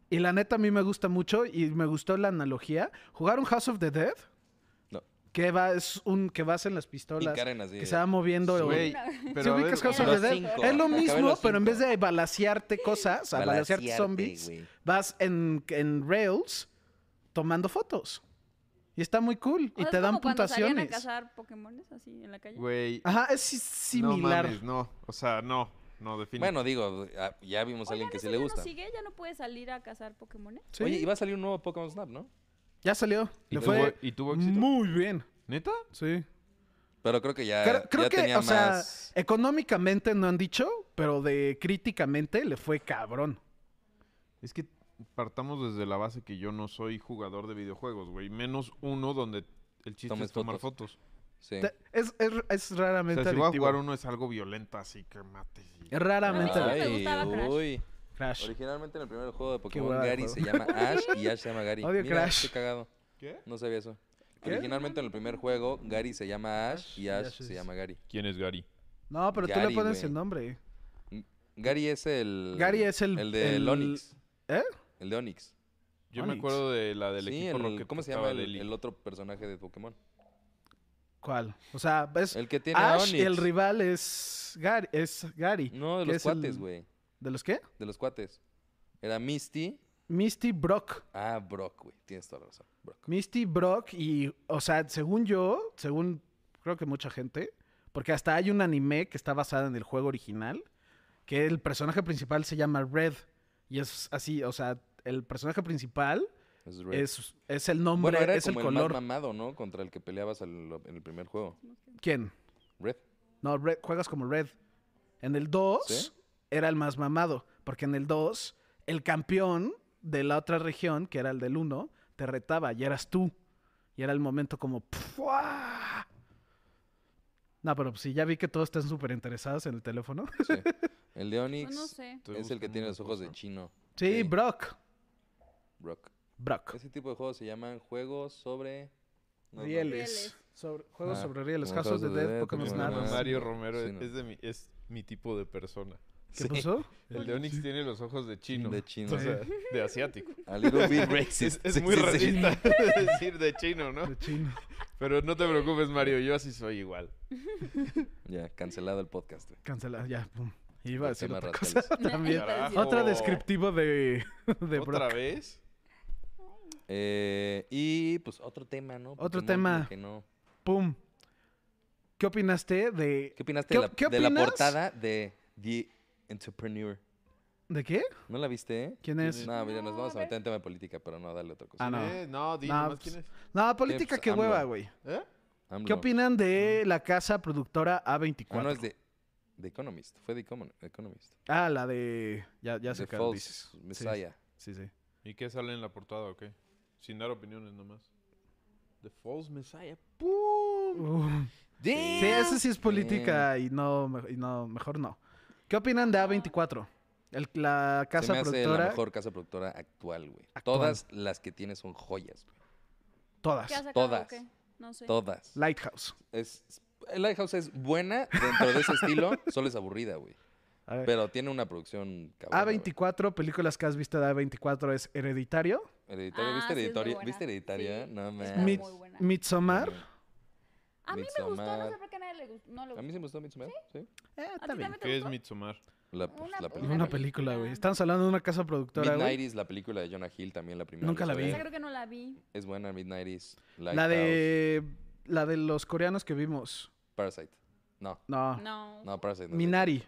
Speaker 1: Y la neta a mí me gusta mucho y me gustó la analogía. Jugaron House of the Dead,
Speaker 2: No.
Speaker 1: que vas, un, que vas en las pistolas,
Speaker 2: Hincar en así.
Speaker 1: que se va moviendo.
Speaker 4: Güey, pero
Speaker 1: si
Speaker 4: a
Speaker 1: ubicas
Speaker 4: ver,
Speaker 1: House of
Speaker 2: los
Speaker 1: the Dead,
Speaker 2: cinco.
Speaker 1: es lo
Speaker 2: Acabé
Speaker 1: mismo,
Speaker 2: los
Speaker 1: pero en
Speaker 2: cinco.
Speaker 1: vez de balasearte cosas, a balasearte
Speaker 2: Balacearte,
Speaker 1: zombies,
Speaker 2: güey.
Speaker 1: vas en, en Rails tomando fotos. Y está muy cool.
Speaker 3: O sea,
Speaker 1: y
Speaker 3: es
Speaker 1: te dan
Speaker 3: como cuando salían a
Speaker 1: puntuaciones.
Speaker 3: cazar Pokémones así en la calle.
Speaker 4: güey.
Speaker 1: Ajá, es si- similar.
Speaker 4: No, mames, no. O sea, no. No, definitivamente.
Speaker 2: Bueno, digo, ah, ya vimos a alguien
Speaker 3: Oigan,
Speaker 2: que sí
Speaker 3: ¿eso
Speaker 2: le
Speaker 3: ya no
Speaker 2: gusta.
Speaker 3: sigue? ¿Ya no puede salir a cazar Pokémones?
Speaker 1: Sí,
Speaker 2: Oye, iba a salir un nuevo Pokémon Snap, ¿no?
Speaker 1: ya salió.
Speaker 4: ¿Y,
Speaker 1: Le
Speaker 4: tuvo-
Speaker 1: fue
Speaker 4: ¿Y tuvo éxito?
Speaker 1: muy bien.
Speaker 4: ¿Neta?
Speaker 1: Sí.
Speaker 2: Pero creo que Eh, ya,
Speaker 1: Creo, creo
Speaker 2: ya
Speaker 1: que,
Speaker 2: tenía
Speaker 1: o sea,
Speaker 2: más.
Speaker 1: económicamente no han dicho, pero de críticamente le fue cabrón.
Speaker 4: Es que partamos desde la base que yo no soy jugador de videojuegos, güey. Menos uno donde el chiste
Speaker 2: Tomes
Speaker 4: es tomar fotos.
Speaker 2: Sí.
Speaker 1: Te- Es, es, es
Speaker 4: O
Speaker 1: raramente
Speaker 4: sea, si voy a
Speaker 1: adictivo.
Speaker 4: jugar uno es algo violento, así que mate. y-
Speaker 2: Er
Speaker 1: Es raramente
Speaker 3: A mí sí me
Speaker 1: adictivo.
Speaker 2: Ay,
Speaker 3: gustaba Crash.
Speaker 2: uy.
Speaker 1: Crash.
Speaker 2: Originalmente en el primer juego de Pokémon
Speaker 1: hueva de
Speaker 2: Gary se
Speaker 1: juego.
Speaker 2: llama Ash y Ash se llama Gary.
Speaker 1: Odio
Speaker 2: Mira,
Speaker 1: Crash.
Speaker 2: Qué cagado.
Speaker 4: ¿Qué?
Speaker 2: No sabía eso.
Speaker 1: ¿Qué?
Speaker 2: Originalmente en el primer juego Gary se llama Ash y Ash se
Speaker 1: es-
Speaker 2: llama Gary.
Speaker 4: ¿Quién es Gary?
Speaker 1: No, pero tú
Speaker 2: Gary,
Speaker 1: le pones
Speaker 2: güey.
Speaker 1: el nombre.
Speaker 2: Gary es el.
Speaker 1: Gary es el-
Speaker 2: El de
Speaker 1: el-
Speaker 2: Onix.
Speaker 1: ¿Eh?
Speaker 2: El de Onix.
Speaker 4: Yo me
Speaker 1: Onix.
Speaker 4: acuerdo de la del
Speaker 2: Sí,
Speaker 4: equipo
Speaker 2: el-
Speaker 4: Rocket.
Speaker 2: ¿Cómo
Speaker 4: que
Speaker 2: se llama
Speaker 4: estaba
Speaker 2: el,
Speaker 4: Lely.
Speaker 2: el otro personaje de Pokémon?
Speaker 1: ¿Cuál? O sea, es
Speaker 2: El que tiene a
Speaker 1: Ash y
Speaker 2: Onix.
Speaker 1: el rival es Gary. Es Gary
Speaker 2: No, de
Speaker 1: que
Speaker 2: los
Speaker 1: es el-
Speaker 2: cuates, güey.
Speaker 1: ¿De los qué?
Speaker 2: De los cuates. Era Misty.
Speaker 1: Misty Brock.
Speaker 2: Ah, Brock, güey. Tienes toda la razón. Brock.
Speaker 1: Misty Brock y, o sea, según yo, según creo que mucha gente, porque hasta hay un anime que está basado en el juego original, que el personaje principal se llama Red. Y es así, o sea, el personaje principal
Speaker 2: Es Red.
Speaker 1: Es, es el nombre,
Speaker 2: bueno, era
Speaker 1: es el
Speaker 2: como el,
Speaker 1: color.
Speaker 2: más mamado, ¿no? Contra el que peleabas al- en el primer juego.
Speaker 1: ¿Quién?
Speaker 2: Red.
Speaker 1: No, Red, juegas como Red. En el 2
Speaker 2: ¿Sí?
Speaker 1: era el más mamado, porque en el 2 el campeón de la otra región, que era el del 1, te retaba y eras tú. Y era el momento como... ¡pfua! No, pero si ya vi que todos están súper interesados en el teléfono.
Speaker 2: Sí. El de
Speaker 3: No,
Speaker 2: Onix
Speaker 3: no sé.
Speaker 4: Estoy
Speaker 2: es el que
Speaker 4: buscando
Speaker 2: tiene
Speaker 4: una
Speaker 2: los ojos de
Speaker 4: cosa.
Speaker 2: chino.
Speaker 1: Sí,
Speaker 2: Ok,
Speaker 1: Brock.
Speaker 2: Brock.
Speaker 1: Brock.
Speaker 2: Ese tipo de juegos se llaman juegos sobre... no, no.
Speaker 1: Rieles. Sobre- juegos
Speaker 2: Ah,
Speaker 1: sobre rieles.
Speaker 2: como
Speaker 1: House of the
Speaker 2: House of the
Speaker 1: Dead,
Speaker 2: Dead,
Speaker 1: Pokémon
Speaker 2: Pokémon
Speaker 1: Snap.
Speaker 2: Snap.
Speaker 4: Mario
Speaker 2: Sí,
Speaker 4: Romero
Speaker 2: sí,
Speaker 4: es-
Speaker 2: no.
Speaker 4: es, de mi, es mi tipo de persona.
Speaker 1: ¿Qué
Speaker 2: Sí.
Speaker 1: pasó?
Speaker 4: El de Onix tiene los ojos de chino.
Speaker 2: De chino.
Speaker 4: O sea, de asiático.
Speaker 2: A little bit
Speaker 4: Es,
Speaker 2: racist.
Speaker 4: es
Speaker 2: Sí,
Speaker 4: muy
Speaker 2: sí, sí.
Speaker 4: racista decir de chino, ¿no?
Speaker 1: De chino.
Speaker 4: Pero no te preocupes, Mario, yo así soy igual.
Speaker 2: Ya, cancelado el podcast, güey.
Speaker 1: Cancelar, ya, pum. Iba a
Speaker 2: Por
Speaker 1: decir
Speaker 2: temas
Speaker 1: otra cosa
Speaker 2: raciales.
Speaker 1: también.
Speaker 4: Carajo.
Speaker 1: Otra descriptivo de, de
Speaker 4: ¿Otra
Speaker 1: Brock.
Speaker 4: vez?
Speaker 2: Eh, y pues otro tema, ¿no?
Speaker 1: Otro
Speaker 2: Pokémon,
Speaker 1: tema.
Speaker 2: como que no.
Speaker 1: Pum. ¿Qué opinaste de...
Speaker 2: ¿Qué opinaste
Speaker 1: ¿Qué-
Speaker 2: de, la,
Speaker 1: qué
Speaker 2: de la
Speaker 1: opinas?
Speaker 2: portada de The Entrepreneur?
Speaker 1: ¿De qué?
Speaker 2: ¿No la viste, eh?
Speaker 1: ¿Quién es?
Speaker 2: No, mira, nos
Speaker 3: No,
Speaker 2: vamos a
Speaker 3: a ver.
Speaker 2: meter en tema de política, pero no, dale otra cosa.
Speaker 1: Ah, no.
Speaker 4: Eh, no, di
Speaker 1: No,
Speaker 4: nomás
Speaker 1: pues-
Speaker 4: quién es.
Speaker 1: No, política
Speaker 2: pues,
Speaker 1: que
Speaker 2: AMLO.
Speaker 1: hueva, güey.
Speaker 4: ¿Eh?
Speaker 2: AMLO.
Speaker 1: ¿Qué opinan de la casa productora A24?
Speaker 2: Ah, no, es de The Economist. Fue The Econo- Economist.
Speaker 1: Ah, la de... Ya, ya sé
Speaker 2: The
Speaker 1: qué
Speaker 2: False
Speaker 1: dices.
Speaker 2: Messiah.
Speaker 1: Sí, sí.
Speaker 4: ¿Y qué sale en la portada o qué? Sin dar opiniones nomás. The False Messiah. ¡Pum!
Speaker 1: Uh, Sí, esa sí es política y no, me- y no, mejor no. ¿Qué opinan de A24? El- la
Speaker 2: Se
Speaker 1: casa
Speaker 2: me hace la
Speaker 1: productora...
Speaker 2: mejor casa productora actual, güey.
Speaker 1: Actual.
Speaker 2: Todas las que tiene son joyas, güey.
Speaker 1: Todas.
Speaker 3: ¿Qué ha sacado o
Speaker 2: Todas.
Speaker 3: qué? No sé.
Speaker 2: Todas.
Speaker 1: Lighthouse.
Speaker 2: Es, el Lighthouse es buena dentro de ese estilo, solo es aburrida, güey.
Speaker 1: A ver. Ah,
Speaker 2: Pero tiene una producción cabrona, güey.
Speaker 1: A24, películas que has visto de A24 es Hereditario,
Speaker 2: Hereditario,
Speaker 3: Ah,
Speaker 2: ¿viste
Speaker 3: sí, es muy
Speaker 2: Hereditario?
Speaker 3: buena.
Speaker 2: ¿Viste Hereditario?
Speaker 3: Sí,
Speaker 2: No,
Speaker 3: es
Speaker 2: mames.
Speaker 3: muy
Speaker 1: Mit-
Speaker 3: buena.
Speaker 1: Midsommar.
Speaker 3: A mí me gustó, no
Speaker 2: Midsommar.
Speaker 3: sé por qué a nadie le gustó. No le
Speaker 2: A mí sí me gustó Midsommar, ¿sí?
Speaker 1: Eh,
Speaker 3: ¿A ti
Speaker 1: está bien.
Speaker 3: también te
Speaker 4: ¿Qué es
Speaker 3: gustó?
Speaker 4: Midsommar?
Speaker 2: La, pues,
Speaker 3: Una
Speaker 2: la
Speaker 3: película.
Speaker 2: película.
Speaker 1: Una película, güey. Estamos hablando de una casa productora, güey.
Speaker 2: Midnight is la película de Jonah Hill también, la primera.
Speaker 1: Nunca
Speaker 2: que
Speaker 1: la
Speaker 2: se
Speaker 1: vi.
Speaker 2: ve.
Speaker 3: Esa creo que no la vi.
Speaker 2: Es buena, Midnight is.
Speaker 1: La de la de los coreanos que vimos.
Speaker 2: Parasite. No,
Speaker 1: No.
Speaker 3: No.
Speaker 2: no, Parasite. no es de-
Speaker 1: Minari,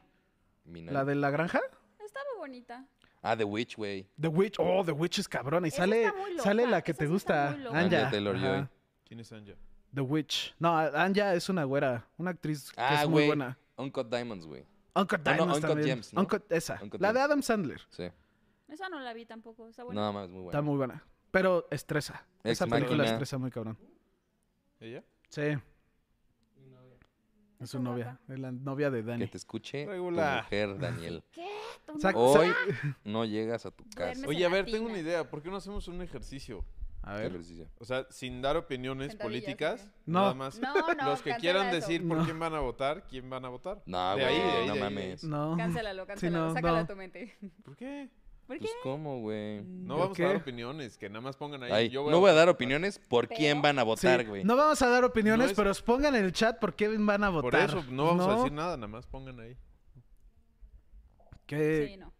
Speaker 2: Minari.
Speaker 1: la de la granja.
Speaker 3: Estaba bonita.
Speaker 2: Ah, The Witch, güey.
Speaker 1: The Witch, oh, The Witch es cabrona y
Speaker 3: Esa
Speaker 1: sale
Speaker 3: está muy loca,
Speaker 1: sale la que
Speaker 3: esa
Speaker 1: te
Speaker 3: sí está
Speaker 1: gusta,
Speaker 3: muy loca.
Speaker 1: Anja.
Speaker 2: Anya Taylor-Joy.
Speaker 1: Ah, Ajá.
Speaker 4: ¿Quién es Anja?
Speaker 1: The Witch. No, Anja es una güera, una actriz que
Speaker 2: Ah,
Speaker 1: es muy
Speaker 2: güey.
Speaker 1: buena.
Speaker 2: Uncut Diamonds, güey.
Speaker 1: Uncut
Speaker 2: Ah, no,
Speaker 1: Diamonds
Speaker 2: Uncut
Speaker 1: también.
Speaker 2: Gems, ¿no?
Speaker 1: Uncut- esa.
Speaker 2: Uncut
Speaker 1: la de
Speaker 2: Gems.
Speaker 1: Adam Sandler.
Speaker 2: Sí.
Speaker 3: Esa no la vi tampoco. Está buena.
Speaker 2: Nada más, muy
Speaker 1: Está
Speaker 2: bueno.
Speaker 1: muy buena. Pero estresa. Esa
Speaker 2: Ex
Speaker 1: película
Speaker 2: Machina.
Speaker 1: estresa muy cabrón.
Speaker 4: ¿Ella?
Speaker 1: Sí. Es su
Speaker 3: Esa
Speaker 1: novia. Es la novia de Dani.
Speaker 2: Que te escuche tu
Speaker 4: Regular.
Speaker 2: mujer, Daniel.
Speaker 3: Toma.
Speaker 1: Sac-
Speaker 2: Hoy no llegas a tu
Speaker 3: Duermes
Speaker 2: casa.
Speaker 3: en
Speaker 4: Oye, a
Speaker 3: la
Speaker 4: ver, tengo
Speaker 3: tina.
Speaker 4: una idea. ¿Por qué no hacemos un ejercicio?
Speaker 1: A
Speaker 2: Qué
Speaker 1: ver.
Speaker 2: ejercicio.
Speaker 4: O sea, sin dar opiniones
Speaker 3: Sentadillas,
Speaker 4: políticas.
Speaker 1: ok.
Speaker 4: Nada
Speaker 1: No.
Speaker 4: más.
Speaker 3: No, no.
Speaker 4: Los que
Speaker 3: cancela
Speaker 4: quieran
Speaker 3: eso.
Speaker 4: decir por
Speaker 1: No.
Speaker 4: quién van a votar, quién van a votar.
Speaker 2: No,
Speaker 4: De
Speaker 2: güey,
Speaker 4: ahí, de ahí,
Speaker 2: no
Speaker 4: de ahí.
Speaker 2: mames.
Speaker 1: No.
Speaker 3: Cancélalo, cancélalo.
Speaker 1: no,
Speaker 3: Sácalo
Speaker 1: no.
Speaker 3: de tu mente.
Speaker 4: ¿Por qué?
Speaker 3: ¿Por qué?
Speaker 2: Pues, ¿cómo, güey?
Speaker 4: No
Speaker 1: ¿Por
Speaker 4: vamos
Speaker 1: qué?
Speaker 4: a dar opiniones, que nada más pongan ahí.
Speaker 2: Ay,
Speaker 4: yo
Speaker 2: no voy a dar
Speaker 4: votar.
Speaker 2: opiniones por
Speaker 3: Pero-
Speaker 2: quién van a
Speaker 1: Sí,
Speaker 2: votar, güey.
Speaker 1: No vamos a dar opiniones,
Speaker 4: No es-
Speaker 1: pero pongan en el chat por qué van a
Speaker 4: Por
Speaker 1: votar.
Speaker 4: eso, no vamos a decir nada, nada más pongan ahí.
Speaker 1: Que...
Speaker 3: Sí, no.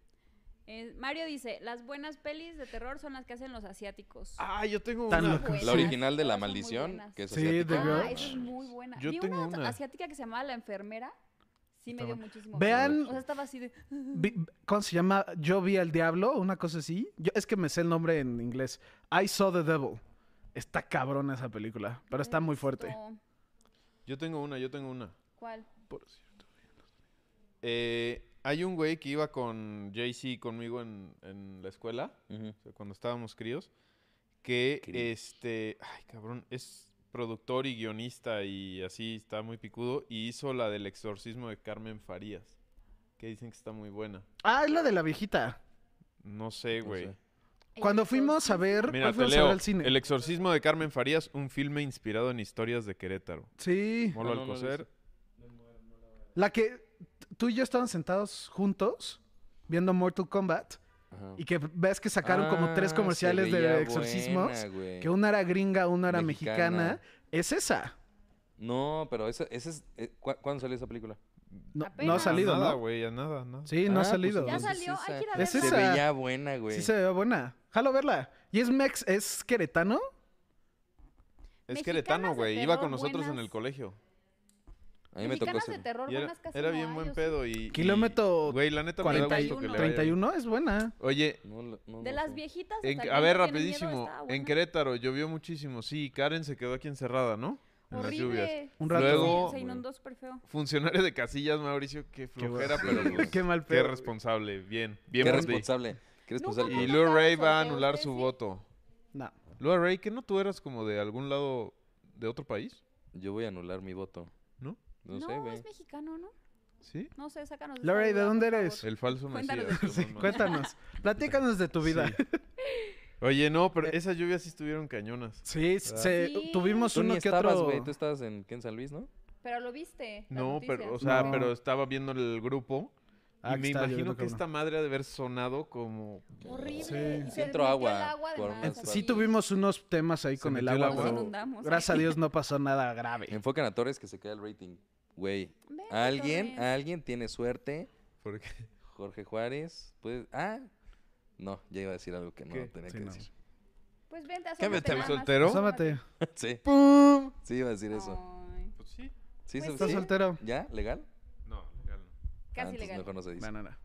Speaker 3: Eh, Mario dice, las buenas pelis de terror son las que hacen los asiáticos.
Speaker 4: Ah, yo tengo
Speaker 1: Tan
Speaker 4: una.
Speaker 1: loco.
Speaker 2: La
Speaker 1: Sí.
Speaker 2: original de La
Speaker 3: Todas son muy
Speaker 2: Maldición,
Speaker 3: buenas.
Speaker 2: que es
Speaker 1: Sí, The
Speaker 2: asiática.
Speaker 1: Girl.
Speaker 3: Ah, esa es muy buena.
Speaker 4: Yo
Speaker 3: Vi
Speaker 4: tengo
Speaker 3: una,
Speaker 4: una.
Speaker 3: asiática que se llamaba La Enfermera. Sí me
Speaker 1: Está
Speaker 3: dio
Speaker 1: buena.
Speaker 3: muchísimo
Speaker 1: Vean-
Speaker 3: miedo. O sea, estaba así de...
Speaker 1: Vi- ¿Cómo se llama? Yo vi al diablo, una cosa así. Yo, es que me sé el nombre en inglés. I saw the devil. Está cabrona esa película, pero está muy fuerte.
Speaker 3: Esto,
Speaker 4: Yo tengo una, yo tengo una.
Speaker 3: ¿Cuál?
Speaker 4: Por cierto. Eh, hay un güey que iba con JC conmigo en, en la escuela,
Speaker 2: Ujú.
Speaker 4: o sea, cuando estábamos críos, que
Speaker 2: Críos.
Speaker 4: este, ay cabrón, es productor y guionista y así está muy picudo y hizo la del exorcismo de Carmen Farías, que dicen que está muy buena.
Speaker 1: Ah, es la de la viejita.
Speaker 4: No sé,
Speaker 2: No
Speaker 4: güey.
Speaker 2: sé.
Speaker 3: El
Speaker 1: Cuando fuimos a
Speaker 3: exorcismo.
Speaker 1: ver,
Speaker 4: Mira,
Speaker 1: ¿cuál
Speaker 4: te
Speaker 1: fuimos a
Speaker 4: leo.
Speaker 1: ver al cine?
Speaker 4: El exorcismo de Carmen Farías, un filme inspirado en historias de Querétaro.
Speaker 1: Sí.
Speaker 4: Molo
Speaker 2: No, no, no lo
Speaker 4: Alcocer.
Speaker 1: La que t- tú y yo estaban sentados juntos viendo Mortal Kombat
Speaker 2: Ajá.
Speaker 1: y que ves que sacaron como tres
Speaker 2: Ah, se
Speaker 1: comerciales
Speaker 2: veía
Speaker 1: de exorcismos.
Speaker 2: buena, güey.
Speaker 1: Que una era gringa, una era mexicana.
Speaker 2: Mexicana.
Speaker 1: Es esa.
Speaker 2: No, pero esa, esa es... eh, ¿cu- ¿Cuándo salió esa película?
Speaker 1: No, no ha
Speaker 3: Apenas.
Speaker 4: A
Speaker 1: salido,
Speaker 4: nada,
Speaker 1: ¿no?
Speaker 4: güey, a nada, a nada.
Speaker 1: Sí, no ha
Speaker 2: Ah, pues
Speaker 1: salido.
Speaker 3: Ya
Speaker 2: entonces
Speaker 3: salió, hay que ir a
Speaker 1: Es
Speaker 2: Se
Speaker 1: esa.
Speaker 3: verla.
Speaker 2: veía buena, güey.
Speaker 1: Sí se ve buena. Jalo verla. Y es Mex, es queretano.
Speaker 4: Es
Speaker 3: Mexicanas
Speaker 4: queretano,
Speaker 3: de
Speaker 4: güey. Iba
Speaker 3: terror
Speaker 4: con nosotros en
Speaker 3: buenas.
Speaker 4: el colegio.
Speaker 2: A mí me tocó
Speaker 3: Mexicanas
Speaker 2: ese.
Speaker 3: de terror,
Speaker 4: Y era,
Speaker 3: buenas casi
Speaker 4: era
Speaker 3: no ¿eh?
Speaker 4: bien
Speaker 3: hay,
Speaker 4: buen
Speaker 3: o sea.
Speaker 4: pedo y... y-
Speaker 1: Kilómetro
Speaker 4: Güey, la neta me da
Speaker 1: 40
Speaker 3: y-
Speaker 4: gusto que le vaya bien.
Speaker 1: 31 es buena.
Speaker 4: Oye,
Speaker 2: No, lo- no
Speaker 3: De
Speaker 2: lo
Speaker 3: las
Speaker 2: sé.
Speaker 3: viejitas.
Speaker 4: en-
Speaker 3: hasta el
Speaker 4: a ver,
Speaker 3: que no tiene miedo,
Speaker 4: rapidísimo.
Speaker 3: estaba
Speaker 4: en
Speaker 3: buena.
Speaker 4: Querétaro llovió muchísimo. Sí, Karen se quedó aquí encerrada, ¿no? En las lluvias.
Speaker 3: Horrible.
Speaker 1: Un rato.
Speaker 4: Luego-
Speaker 3: Se- se inundó súper feo.
Speaker 4: Funcionario de casillas, Mauricio.
Speaker 1: Qué
Speaker 4: Qué flojera,
Speaker 2: bueno.
Speaker 4: pero pues,
Speaker 1: Qué mal
Speaker 4: qué
Speaker 1: pedo.
Speaker 4: responsable. Bien,
Speaker 2: Qué
Speaker 4: bien por ti.
Speaker 2: responsable. Qué responsable.
Speaker 3: Nunca
Speaker 4: Y
Speaker 2: por-
Speaker 4: Lou Ray
Speaker 3: Nunca
Speaker 4: va a
Speaker 3: sabe,
Speaker 4: anular
Speaker 3: ¿ustedes
Speaker 4: su
Speaker 3: sí?
Speaker 4: voto.
Speaker 1: No.
Speaker 4: Lou Ray, ¿que no tú eras como de algún lado de otro país?
Speaker 2: Yo voy a anular mi voto.
Speaker 4: ¿No?
Speaker 2: No, sé, güey.
Speaker 3: es mexicano, ¿no?
Speaker 4: ¿Sí?
Speaker 3: No sé, sácanos. esta
Speaker 1: Laura, ¿y de
Speaker 3: duda, por
Speaker 1: dónde
Speaker 3: favor.
Speaker 1: eres?
Speaker 4: El falso
Speaker 3: Cuéntanos
Speaker 4: Mesías.
Speaker 3: de
Speaker 4: tu
Speaker 1: Sí,
Speaker 4: mamá.
Speaker 1: cuéntanos. Platícanos de tu vida.
Speaker 4: Oye, no, pero esas lluvias sí estuvieron cañonas.
Speaker 1: Sí, se-
Speaker 3: Sí.
Speaker 1: tuvimos
Speaker 2: Tú ni
Speaker 1: uno que
Speaker 2: estabas,
Speaker 1: otro.
Speaker 2: güey. Tú estabas en, ¿qué, en San Luis, ¿no?
Speaker 3: Pero lo viste. las
Speaker 4: No, pero, o
Speaker 3: noticias.
Speaker 4: sea,
Speaker 1: No.
Speaker 4: pero estaba viendo el grupo
Speaker 1: Ah,
Speaker 4: y
Speaker 1: que
Speaker 4: me
Speaker 1: estaba
Speaker 4: imagino
Speaker 1: lloviendo,
Speaker 4: que
Speaker 1: cabrón.
Speaker 4: esta madre ha de haber sonado como...
Speaker 3: Horrible.
Speaker 1: Sí.
Speaker 3: y se
Speaker 2: Sí entró
Speaker 3: metió el
Speaker 2: agua por
Speaker 3: además,
Speaker 2: unas
Speaker 3: así.
Speaker 1: Sí tuvimos unos temas ahí
Speaker 4: Se
Speaker 1: con el
Speaker 4: metió el
Speaker 1: agua,
Speaker 4: agua.
Speaker 1: pero
Speaker 3: Nos inundamos.
Speaker 1: gracias a Dios no pasó nada grave.
Speaker 2: Enfocan a Torres que se cae el rating. Güey.
Speaker 3: Ven,
Speaker 2: Alguien,
Speaker 3: Eh,
Speaker 2: Ah.
Speaker 3: Torres.
Speaker 2: alguien tiene suerte.
Speaker 4: ¿Por qué?
Speaker 2: Jorge Juárez, pues. Ah. No, ya iba a decir algo que no
Speaker 4: ¿Qué?
Speaker 2: tenía
Speaker 1: Sí,
Speaker 2: que
Speaker 1: no. Pues
Speaker 2: decir.
Speaker 3: Pues vente, asómate
Speaker 4: Cámbiate,
Speaker 3: nada más.
Speaker 4: soltero.
Speaker 1: Asómate.
Speaker 2: Sí.
Speaker 4: ¡Pum!
Speaker 2: Sí, iba a decir eso. Ah,
Speaker 3: Ay,
Speaker 4: Pues sí.
Speaker 2: Sí,
Speaker 3: Pues
Speaker 2: se-
Speaker 1: ¿Estás
Speaker 2: sí?
Speaker 1: soltero?
Speaker 2: ¿Ya? ¿Legal?
Speaker 4: No, legal no.
Speaker 2: Ah,
Speaker 3: Casi
Speaker 2: entonces
Speaker 3: legal.
Speaker 2: Mejor no se dice.
Speaker 1: Bueno, no.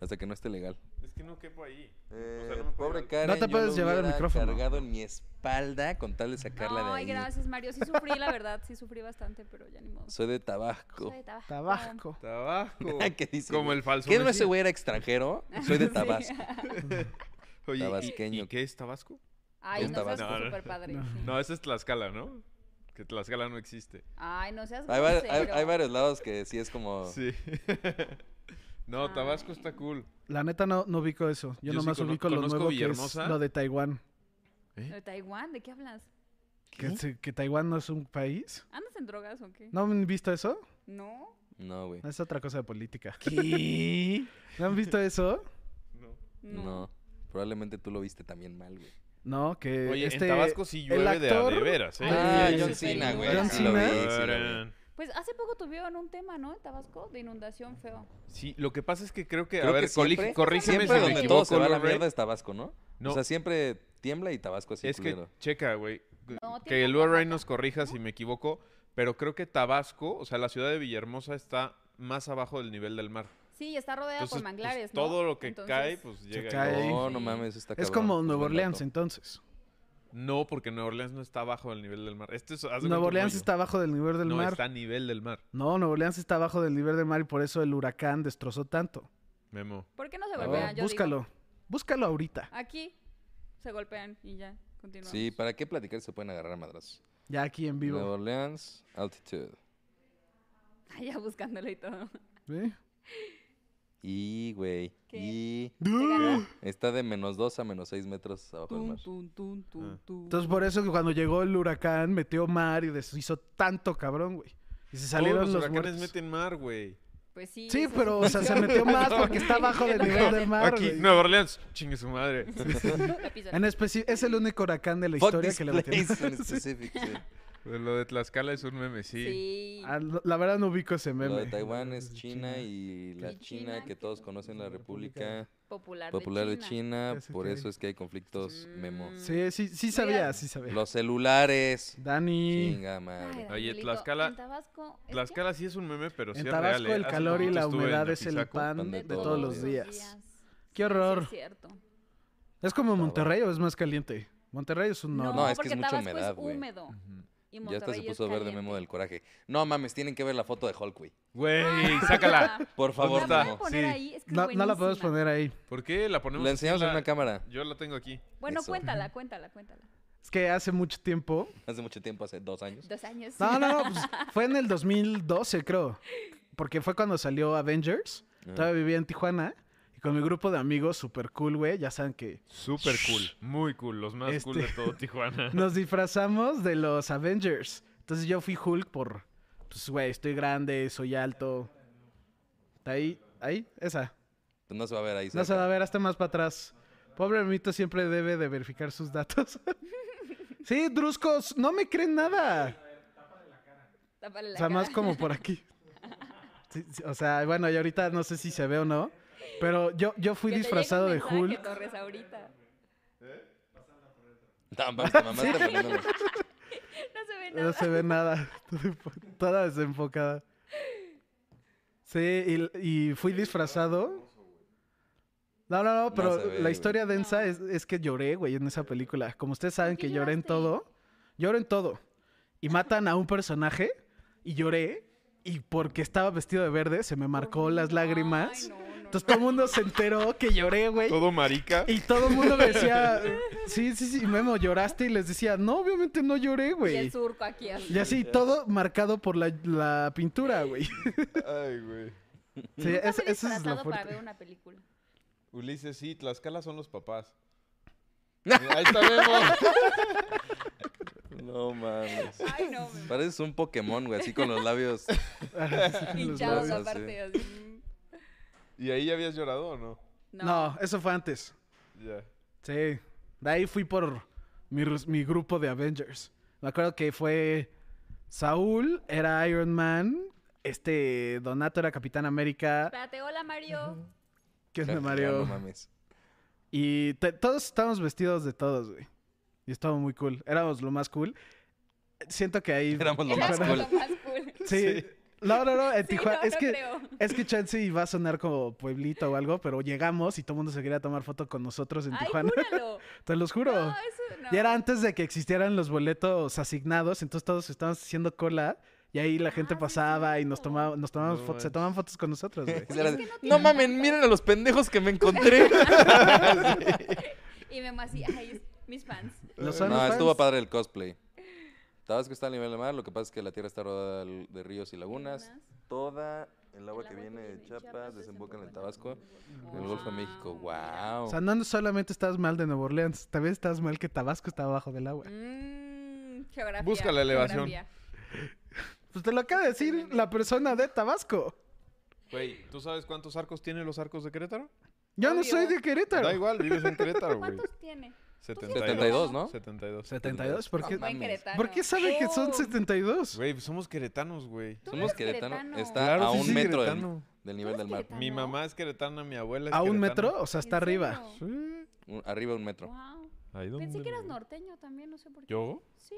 Speaker 2: Hasta que no esté legal.
Speaker 4: Es que no quepo ahí.
Speaker 2: Eh,
Speaker 4: sea, no me puedo
Speaker 2: pobre
Speaker 4: llevar-
Speaker 2: Karen,
Speaker 1: No te
Speaker 2: yo
Speaker 1: puedes
Speaker 2: lo
Speaker 1: llevar el
Speaker 2: hubiera
Speaker 1: micrófono.
Speaker 2: cargado en mi espalda con tal de sacarla de
Speaker 3: Ay,
Speaker 2: ahí.
Speaker 3: gracias, Mario. Sí sufrí, la verdad. Sí sufrí bastante, pero ya ni modo.
Speaker 2: Soy de Tabasco.
Speaker 3: Soy de Tabasco.
Speaker 1: Tabasco.
Speaker 4: Tabasco.
Speaker 2: ¿Qué dice?
Speaker 4: como
Speaker 2: güey?
Speaker 4: el falso
Speaker 2: ¿Qué no ese
Speaker 4: Mesías.
Speaker 2: güey era extranjero? Soy de
Speaker 3: Sí.
Speaker 2: Tabasco.
Speaker 4: Oye, ¿y-
Speaker 2: Tabasqueño.
Speaker 4: ¿y, qué es Tabasco?
Speaker 3: Ay,
Speaker 2: Es
Speaker 3: no seas
Speaker 4: Tabasco.
Speaker 3: súper padre.
Speaker 1: No.
Speaker 3: sí.
Speaker 4: No, esa es Tlaxcala, ¿no? Que Tlaxcala no existe.
Speaker 3: Ay, no seas
Speaker 2: Hay, var- hay-
Speaker 3: grosero.
Speaker 2: hay varios lados que sí es como...
Speaker 4: Sí. no, Tabasco está
Speaker 3: Ay.
Speaker 4: cool.
Speaker 1: La neta no, no ubico eso. Yo,
Speaker 4: Yo sí
Speaker 1: nomás
Speaker 4: cono-
Speaker 1: ubico lo
Speaker 4: conozco
Speaker 1: nuevo que es
Speaker 4: Villahermosa.
Speaker 1: lo de Taiwán.
Speaker 3: ¿De Taiwán? ¿De qué hablas?
Speaker 1: Que, se- que Taiwán no es un país.
Speaker 3: ¿Andas en drogas o qué?
Speaker 1: ¿No han visto eso?
Speaker 3: ¿No?
Speaker 2: No, güey.
Speaker 1: Es otra cosa de política. ¿Qué? ¿No han visto eso?
Speaker 4: No.
Speaker 2: No. Probablemente tú lo viste también mal, güey.
Speaker 1: No, que
Speaker 4: Oye,
Speaker 1: este...
Speaker 4: en Tabasco sí
Speaker 1: el
Speaker 4: llueve de a
Speaker 1: actor-
Speaker 4: de veras, ¿eh?
Speaker 2: Ah,
Speaker 1: Ay,
Speaker 2: John
Speaker 1: sí,
Speaker 2: Cena,
Speaker 3: sí,
Speaker 2: güey.
Speaker 1: John
Speaker 2: sí lo vi,
Speaker 1: Cena.
Speaker 2: sí lo vi.
Speaker 4: Tarán.
Speaker 3: Pues hace poco tuvieron un tema, ¿no? En Tabasco, de inundación feo.
Speaker 4: Sí, lo que pasa es que creo que,
Speaker 2: Creo
Speaker 4: a ver,
Speaker 2: que siempre-
Speaker 4: colí- corrígeme
Speaker 2: Siempre
Speaker 4: si me
Speaker 2: donde todo se va a la
Speaker 4: equivoco, Lorray.
Speaker 2: mierda es Tabasco, ¿no?
Speaker 4: No.
Speaker 2: O sea, siempre tiembla y Tabasco así,
Speaker 4: Es que,
Speaker 2: culero.
Speaker 4: checa, güey,
Speaker 3: No,
Speaker 4: que
Speaker 3: tiene
Speaker 4: el
Speaker 3: otra
Speaker 4: Ray
Speaker 3: cosa,
Speaker 4: nos corrija si me equivoco, pero creo que Tabasco, o sea, la ciudad de Villahermosa está más abajo del nivel del mar.
Speaker 3: Sí, está rodeada
Speaker 4: Entonces,
Speaker 3: por
Speaker 4: pues,
Speaker 3: manglares, ¿no?
Speaker 4: todo lo que
Speaker 3: Entonces,
Speaker 4: cae, pues llega. ahí.
Speaker 1: cae.
Speaker 2: No, no
Speaker 3: Sí.
Speaker 2: mames, eso está
Speaker 1: Es
Speaker 2: cabrón,
Speaker 1: como
Speaker 2: es
Speaker 1: Nueva
Speaker 2: buen
Speaker 1: Orleans,
Speaker 2: dato.
Speaker 1: entonces.
Speaker 4: No, porque Nueva Orleans no está abajo del nivel del mar. Este es, haz de cuenta,
Speaker 1: Nueva
Speaker 4: un
Speaker 1: Orleans
Speaker 4: hoyo.
Speaker 1: está abajo del nivel del
Speaker 4: no,
Speaker 1: mar.
Speaker 4: está a nivel del mar,
Speaker 1: No, Nueva Orleans está abajo del nivel del mar y por eso el huracán destrozó tanto. Ah,
Speaker 4: Memo.
Speaker 3: ¿Por qué no se
Speaker 2: A ver,
Speaker 3: volvieron?
Speaker 1: Búscalo. Búscalo ahorita.
Speaker 3: Aquí se golpean y ya, continuamos.
Speaker 2: Sí, ¿para qué platicar si se pueden agarrar a madrazos?
Speaker 1: Ya aquí en vivo.
Speaker 2: Nueva Orleans, Altitude.
Speaker 3: Ay, Ah, ya buscándolo y todo.
Speaker 1: ¿Sí?
Speaker 2: Y, güey.
Speaker 3: ¿Qué?
Speaker 2: Y
Speaker 3: Te gana.
Speaker 2: está de menos 2 a menos 6 metros abajo del
Speaker 3: Tun,
Speaker 2: mar.
Speaker 3: tun, tun, tun,
Speaker 4: Ah.
Speaker 3: tun.
Speaker 1: Entonces por eso que cuando llegó el huracán metió mar y deshizo tanto cabrón, güey. Y se salieron
Speaker 4: Todos los,
Speaker 1: los,
Speaker 4: huracanes
Speaker 1: muertos.
Speaker 4: meten mar, güey.
Speaker 3: Pues sí.
Speaker 1: Sí,
Speaker 3: esa es
Speaker 1: pero
Speaker 3: su
Speaker 1: o sea, se
Speaker 3: función.
Speaker 1: metió más porque está abajo del nivel del mar.
Speaker 4: Aquí,
Speaker 1: güey.
Speaker 4: Nueva Orleans, chingue su madre.
Speaker 3: Episodio.
Speaker 1: En especi- es el único huracán de la
Speaker 2: Fuck
Speaker 1: historia
Speaker 2: this
Speaker 1: que le
Speaker 2: place
Speaker 1: metieron.
Speaker 2: in specific, sí.
Speaker 4: Lo de Tlaxcala es un meme, sí.
Speaker 3: Sí.
Speaker 1: Ah, lo- La verdad no ubico ese meme.
Speaker 2: Lo de Taiwán es China y la
Speaker 3: Y
Speaker 2: China,
Speaker 3: China,
Speaker 2: que
Speaker 3: que
Speaker 2: todos conocen, la República
Speaker 3: Popular,
Speaker 2: Popular de China. Mm.
Speaker 1: Ese
Speaker 2: Por
Speaker 1: que-
Speaker 2: eso es que hay conflictos, Memo.
Speaker 1: Sí, sí, sí sabía, sí sabía.
Speaker 2: Los celulares.
Speaker 1: Dani.
Speaker 2: Chinga
Speaker 3: Ay,
Speaker 2: madre.
Speaker 4: Oye,
Speaker 3: Danielito,
Speaker 4: Tlaxcala-
Speaker 3: en Tabasco, ¿es qué?
Speaker 4: Tlaxcala sí es un meme, pero sí
Speaker 1: en
Speaker 4: es
Speaker 1: Tabasco
Speaker 4: real. ¿eh?
Speaker 1: el
Speaker 4: Hace
Speaker 1: calor y
Speaker 4: poquito
Speaker 1: la
Speaker 4: estuve en
Speaker 1: humedad es el
Speaker 4: Apizaco.
Speaker 1: pan de, todos los días.
Speaker 3: Sí,
Speaker 1: Qué
Speaker 3: Sí,
Speaker 1: horror.
Speaker 3: es cierto.
Speaker 1: Es como Monterrey o es más caliente. Monterrey es un
Speaker 3: No,
Speaker 1: norte.
Speaker 2: No, es que
Speaker 3: porque
Speaker 2: es mucha
Speaker 3: Tabasco
Speaker 2: humedad,
Speaker 3: es
Speaker 2: güey.
Speaker 3: húmedo. Y
Speaker 2: Ya hasta se
Speaker 3: Monterrey es
Speaker 2: puso verde Memo del
Speaker 3: caliente.
Speaker 2: coraje. No mames, tienen que ver la foto de Hulk, güey.
Speaker 4: Güey,
Speaker 3: Ah,
Speaker 4: sácala.
Speaker 2: Por favor,
Speaker 3: ¿La pueden
Speaker 2: Memo.
Speaker 3: poner
Speaker 4: Sí.
Speaker 3: ahí? Es que es
Speaker 1: No, no la podemos
Speaker 3: buenísima.
Speaker 1: poner ahí.
Speaker 4: ¿Por qué la ponemos?
Speaker 2: La
Speaker 4: aquí
Speaker 2: enseñamos en
Speaker 4: la-
Speaker 2: una cámara.
Speaker 4: Yo la tengo aquí.
Speaker 3: Bueno,
Speaker 2: Eso.
Speaker 3: cuéntala, cuéntala, cuéntala.
Speaker 1: Es que hace mucho tiempo.
Speaker 2: Hace mucho tiempo, hace dos años.
Speaker 3: Dos años.
Speaker 1: No, no, no. pues, fue en el 2012, creo. Porque fue cuando salió Avengers.
Speaker 2: Ah.
Speaker 1: Todavía vivía en Tijuana. Y con mi grupo de amigos, super cool, güey. Ya saben que
Speaker 4: Súper cool. Muy cool. Los más cool de
Speaker 1: Este-
Speaker 4: todo Tijuana.
Speaker 1: nos disfrazamos de los Avengers. Entonces yo fui Hulk por. Pues, güey, estoy grande, soy alto. Está ahí, ahí, esa.
Speaker 2: Pues no se va a ver ahí.
Speaker 1: No se va a
Speaker 2: cerca.
Speaker 1: ver hasta más para atrás. Pobre Mito siempre debe de verificar sus datos. sí, Druscos, no me creen nada.
Speaker 3: Tápale la
Speaker 1: O sea, más
Speaker 3: cara.
Speaker 1: como por aquí. Sí, sí, o sea, bueno, y ahorita no sé si se ve o no. Pero yo, yo fui
Speaker 3: Que te llegue un
Speaker 1: disfrazado de
Speaker 3: mensaje,
Speaker 1: Hulk.
Speaker 3: Torres, ahorita.
Speaker 2: No, mames, te mamaste poniéndolo.
Speaker 3: No se ve
Speaker 1: No
Speaker 3: nada.
Speaker 1: se ve nada. Toda desenfocada. Sí, y, y fui disfrazado. No, no, no, pero
Speaker 2: se ve,
Speaker 1: la
Speaker 2: güey.
Speaker 1: historia densa es, es que lloré, güey, en esa película. Como ustedes saben
Speaker 3: qué
Speaker 1: que lloré en
Speaker 3: lloraste?
Speaker 1: todo, lloro en todo. Y matan a un personaje y lloré. Y porque estaba vestido de verde, se me marcó las
Speaker 3: Ay,
Speaker 1: lágrimas.
Speaker 3: no, no,
Speaker 1: Entonces
Speaker 3: no.
Speaker 1: todo el mundo se enteró que lloré, güey.
Speaker 4: Todo marica.
Speaker 1: Y todo el mundo me decía, sí, sí, sí, Memo, lloraste. Y les decía, no, obviamente no lloré,
Speaker 3: Y
Speaker 1: güey.
Speaker 3: el surco aquí así.
Speaker 1: Y así, todo marcado por la, la pintura, güey.
Speaker 4: Ay, güey.
Speaker 1: Sí,
Speaker 3: Nunca
Speaker 1: es- esa
Speaker 3: fui
Speaker 1: es la
Speaker 3: disfrazado para
Speaker 1: fuerte.
Speaker 3: ver una película.
Speaker 4: Ulises, sí, Tlaxcala son los papás. Mira, Ahí está Memo.
Speaker 2: No mames.
Speaker 3: Ay, no, me
Speaker 2: Pareces un Pokémon, güey, así con los labios.
Speaker 1: Ajá, sí, los labios.
Speaker 3: hinchados
Speaker 2: labios,
Speaker 3: aparte. así. mm,
Speaker 4: ¿Y ahí ya habías llorado o no?
Speaker 3: No.
Speaker 1: No, eso fue antes.
Speaker 4: Ya.
Speaker 1: Sí. De ahí fui por mi, rus- mi grupo de Avengers. Me acuerdo que fue Saúl, era Iron Man. Este Donato era Capitán América,
Speaker 3: Espérate, hola Mario.
Speaker 1: que es me
Speaker 2: No
Speaker 1: mareó.
Speaker 2: mames.
Speaker 1: Y te- todos estábamos vestidos de todos, güey. Y estaba muy cool. Éramos lo más cool. Siento que ahí.
Speaker 2: Éramos lo
Speaker 3: Era
Speaker 2: más
Speaker 3: como
Speaker 2: cool.
Speaker 3: lo más cool.
Speaker 1: Sí. No, no, no. En
Speaker 3: Sí,
Speaker 1: Tijuana.
Speaker 3: no,
Speaker 1: es
Speaker 3: no
Speaker 1: que.
Speaker 3: creo.
Speaker 1: Es que Chance iba a sonar como pueblito o algo, pero llegamos y todo el mundo se quería tomar foto con nosotros en
Speaker 3: Ay,
Speaker 1: Tijuana.
Speaker 3: júralo.
Speaker 1: Te los juro.
Speaker 3: No, eso no.
Speaker 1: Y era antes de que existieran los boletos asignados, entonces todos estábamos haciendo cola y ahí la gente
Speaker 3: Ah, sí,
Speaker 1: pasaba y nos
Speaker 3: cierto.
Speaker 1: tomaba, nos tomábamos
Speaker 4: No
Speaker 1: fotos, se
Speaker 4: manches.
Speaker 1: tomaban fotos con nosotros, güey.
Speaker 2: Era
Speaker 3: es
Speaker 2: de,
Speaker 3: que
Speaker 2: no
Speaker 3: no tiene
Speaker 2: mames,
Speaker 3: tanto".
Speaker 2: miren a los pendejos que me encontré.
Speaker 3: Y me así, ay, es- mis fans.
Speaker 1: Los
Speaker 2: No,
Speaker 1: OnlyFans.
Speaker 2: estuvo padre el cosplay. Tabasco está a nivel de mar, lo que pasa es que la tierra está rodeada l- de ríos y lagunas.
Speaker 3: Lagunas.
Speaker 2: Toda el agua
Speaker 3: El
Speaker 2: que viene de Chiapas desemboca en el Tabasco,
Speaker 3: Tabasco.
Speaker 2: en el Golfo de México.
Speaker 3: mira.
Speaker 1: O
Speaker 2: ¡Wow!
Speaker 1: sea, no solamente estás mal de Nueva Orleans, también estás mal que Tabasco está abajo del agua.
Speaker 3: Mm, geografía.
Speaker 4: Busca la elevación.
Speaker 3: geografía.
Speaker 1: Pues te lo acaba de decir la persona de Tabasco.
Speaker 4: Güey, ¿tú sabes cuántos arcos tienen los arcos de Querétaro?
Speaker 1: Yo no
Speaker 3: Obvio.
Speaker 1: soy de Querétaro.
Speaker 4: Da igual, vives en Querétaro, güey.
Speaker 3: ¿Cuántos tiene?
Speaker 2: 72, ¿no?
Speaker 4: 72.
Speaker 1: 72, ¿por qué?
Speaker 2: No mames.
Speaker 3: Buen queretano.
Speaker 1: ¿Por qué sabe que son
Speaker 3: Oh,
Speaker 1: 72?
Speaker 4: Güey, pues somos queretanos, güey.
Speaker 3: Tú no
Speaker 2: Somos
Speaker 3: eres
Speaker 2: queretano.
Speaker 3: queretano.
Speaker 2: Está
Speaker 4: Claro,
Speaker 2: a
Speaker 4: sí
Speaker 2: un
Speaker 4: soy
Speaker 2: metro del-
Speaker 4: queretano.
Speaker 2: del nivel
Speaker 3: eres
Speaker 2: del mar.
Speaker 3: queretano.
Speaker 4: Mi
Speaker 3: ¿no?
Speaker 4: mamá es queretana, mi abuela es
Speaker 1: ¿A un
Speaker 4: queretana.
Speaker 1: metro? O sea,
Speaker 3: ¿En
Speaker 1: está arriba.
Speaker 3: serio?
Speaker 4: Sí.
Speaker 2: Un- Arriba un metro.
Speaker 3: Wow.
Speaker 4: Ahí
Speaker 3: Pensé
Speaker 4: donde
Speaker 3: que eras
Speaker 4: lo-
Speaker 3: norteño también, no sé por qué.
Speaker 4: ¿Yo?
Speaker 3: Sí.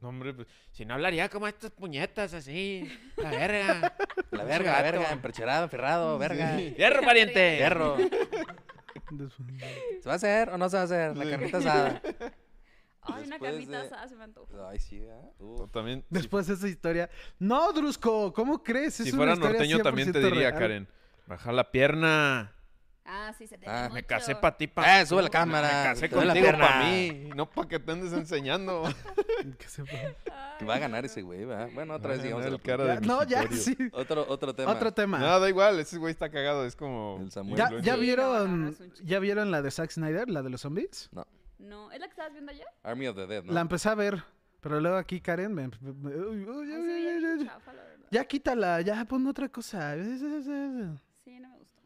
Speaker 4: No, hombre, pues...
Speaker 5: Si no hablaría como estas puñetas así. La verga.
Speaker 2: La verga, la verga, empercherado, ferrado, verga.
Speaker 5: ¡Hierro, pariente!
Speaker 2: Perro.
Speaker 1: Después-
Speaker 2: ¿Se va a hacer o no se va a hacer? La carnita asada.
Speaker 3: Ay, una
Speaker 2: Después
Speaker 3: carnita
Speaker 2: de-
Speaker 3: asada se me antoja.
Speaker 2: Ay, sí, ¿ah?
Speaker 4: o También, si-
Speaker 1: Después de esa historia. No, Drusco, ¿cómo crees?
Speaker 4: si,
Speaker 1: Es una
Speaker 4: fuera
Speaker 1: historia
Speaker 4: norteño también te
Speaker 1: 100%
Speaker 4: diría,
Speaker 1: real.
Speaker 4: Karen, baja la pierna.
Speaker 3: Ah, sí, se te
Speaker 2: Ah,
Speaker 3: ve
Speaker 4: Me
Speaker 3: mucho.
Speaker 4: casé para ti, pa.
Speaker 2: ¡Eh, sube la cámara!
Speaker 4: Me casé
Speaker 2: Te doy la
Speaker 4: contigo
Speaker 2: pierna.
Speaker 4: para mí. No para que te andes enseñando.
Speaker 1: Que se va.
Speaker 3: Ay,
Speaker 2: Va a
Speaker 3: no,
Speaker 2: ganar
Speaker 3: no.
Speaker 2: ese güey, ¿verdad? Bueno, otra vez digamos.
Speaker 4: el
Speaker 2: la-
Speaker 4: cara
Speaker 1: Ya,
Speaker 4: de
Speaker 1: no, ya,
Speaker 4: mijitorio.
Speaker 1: sí.
Speaker 2: Otro, otro tema.
Speaker 1: Otro tema.
Speaker 4: No, da igual. Ese güey está cagado. Es como...
Speaker 2: El Samuel.
Speaker 1: ¿Ya,
Speaker 4: influencer.
Speaker 1: ya
Speaker 3: Sí, no, no,
Speaker 1: vieron,
Speaker 3: es un chiste.
Speaker 1: ¿Ya vieron la de Zack Snyder, la de los zombies?
Speaker 3: No, ¿es la que estabas viendo ayer? Ah,
Speaker 2: Army of the Dead, ¿no?
Speaker 1: La empecé a ver, pero luego aquí Karen me... me- uy, uy, uy,
Speaker 3: Ay, se
Speaker 1: uy,
Speaker 3: veía
Speaker 1: uy,
Speaker 3: bien
Speaker 1: uy.
Speaker 3: chafa, la verdad.
Speaker 1: Ya quítala, ya pon otra cosa. Eh,
Speaker 3: Sí, no me gustó.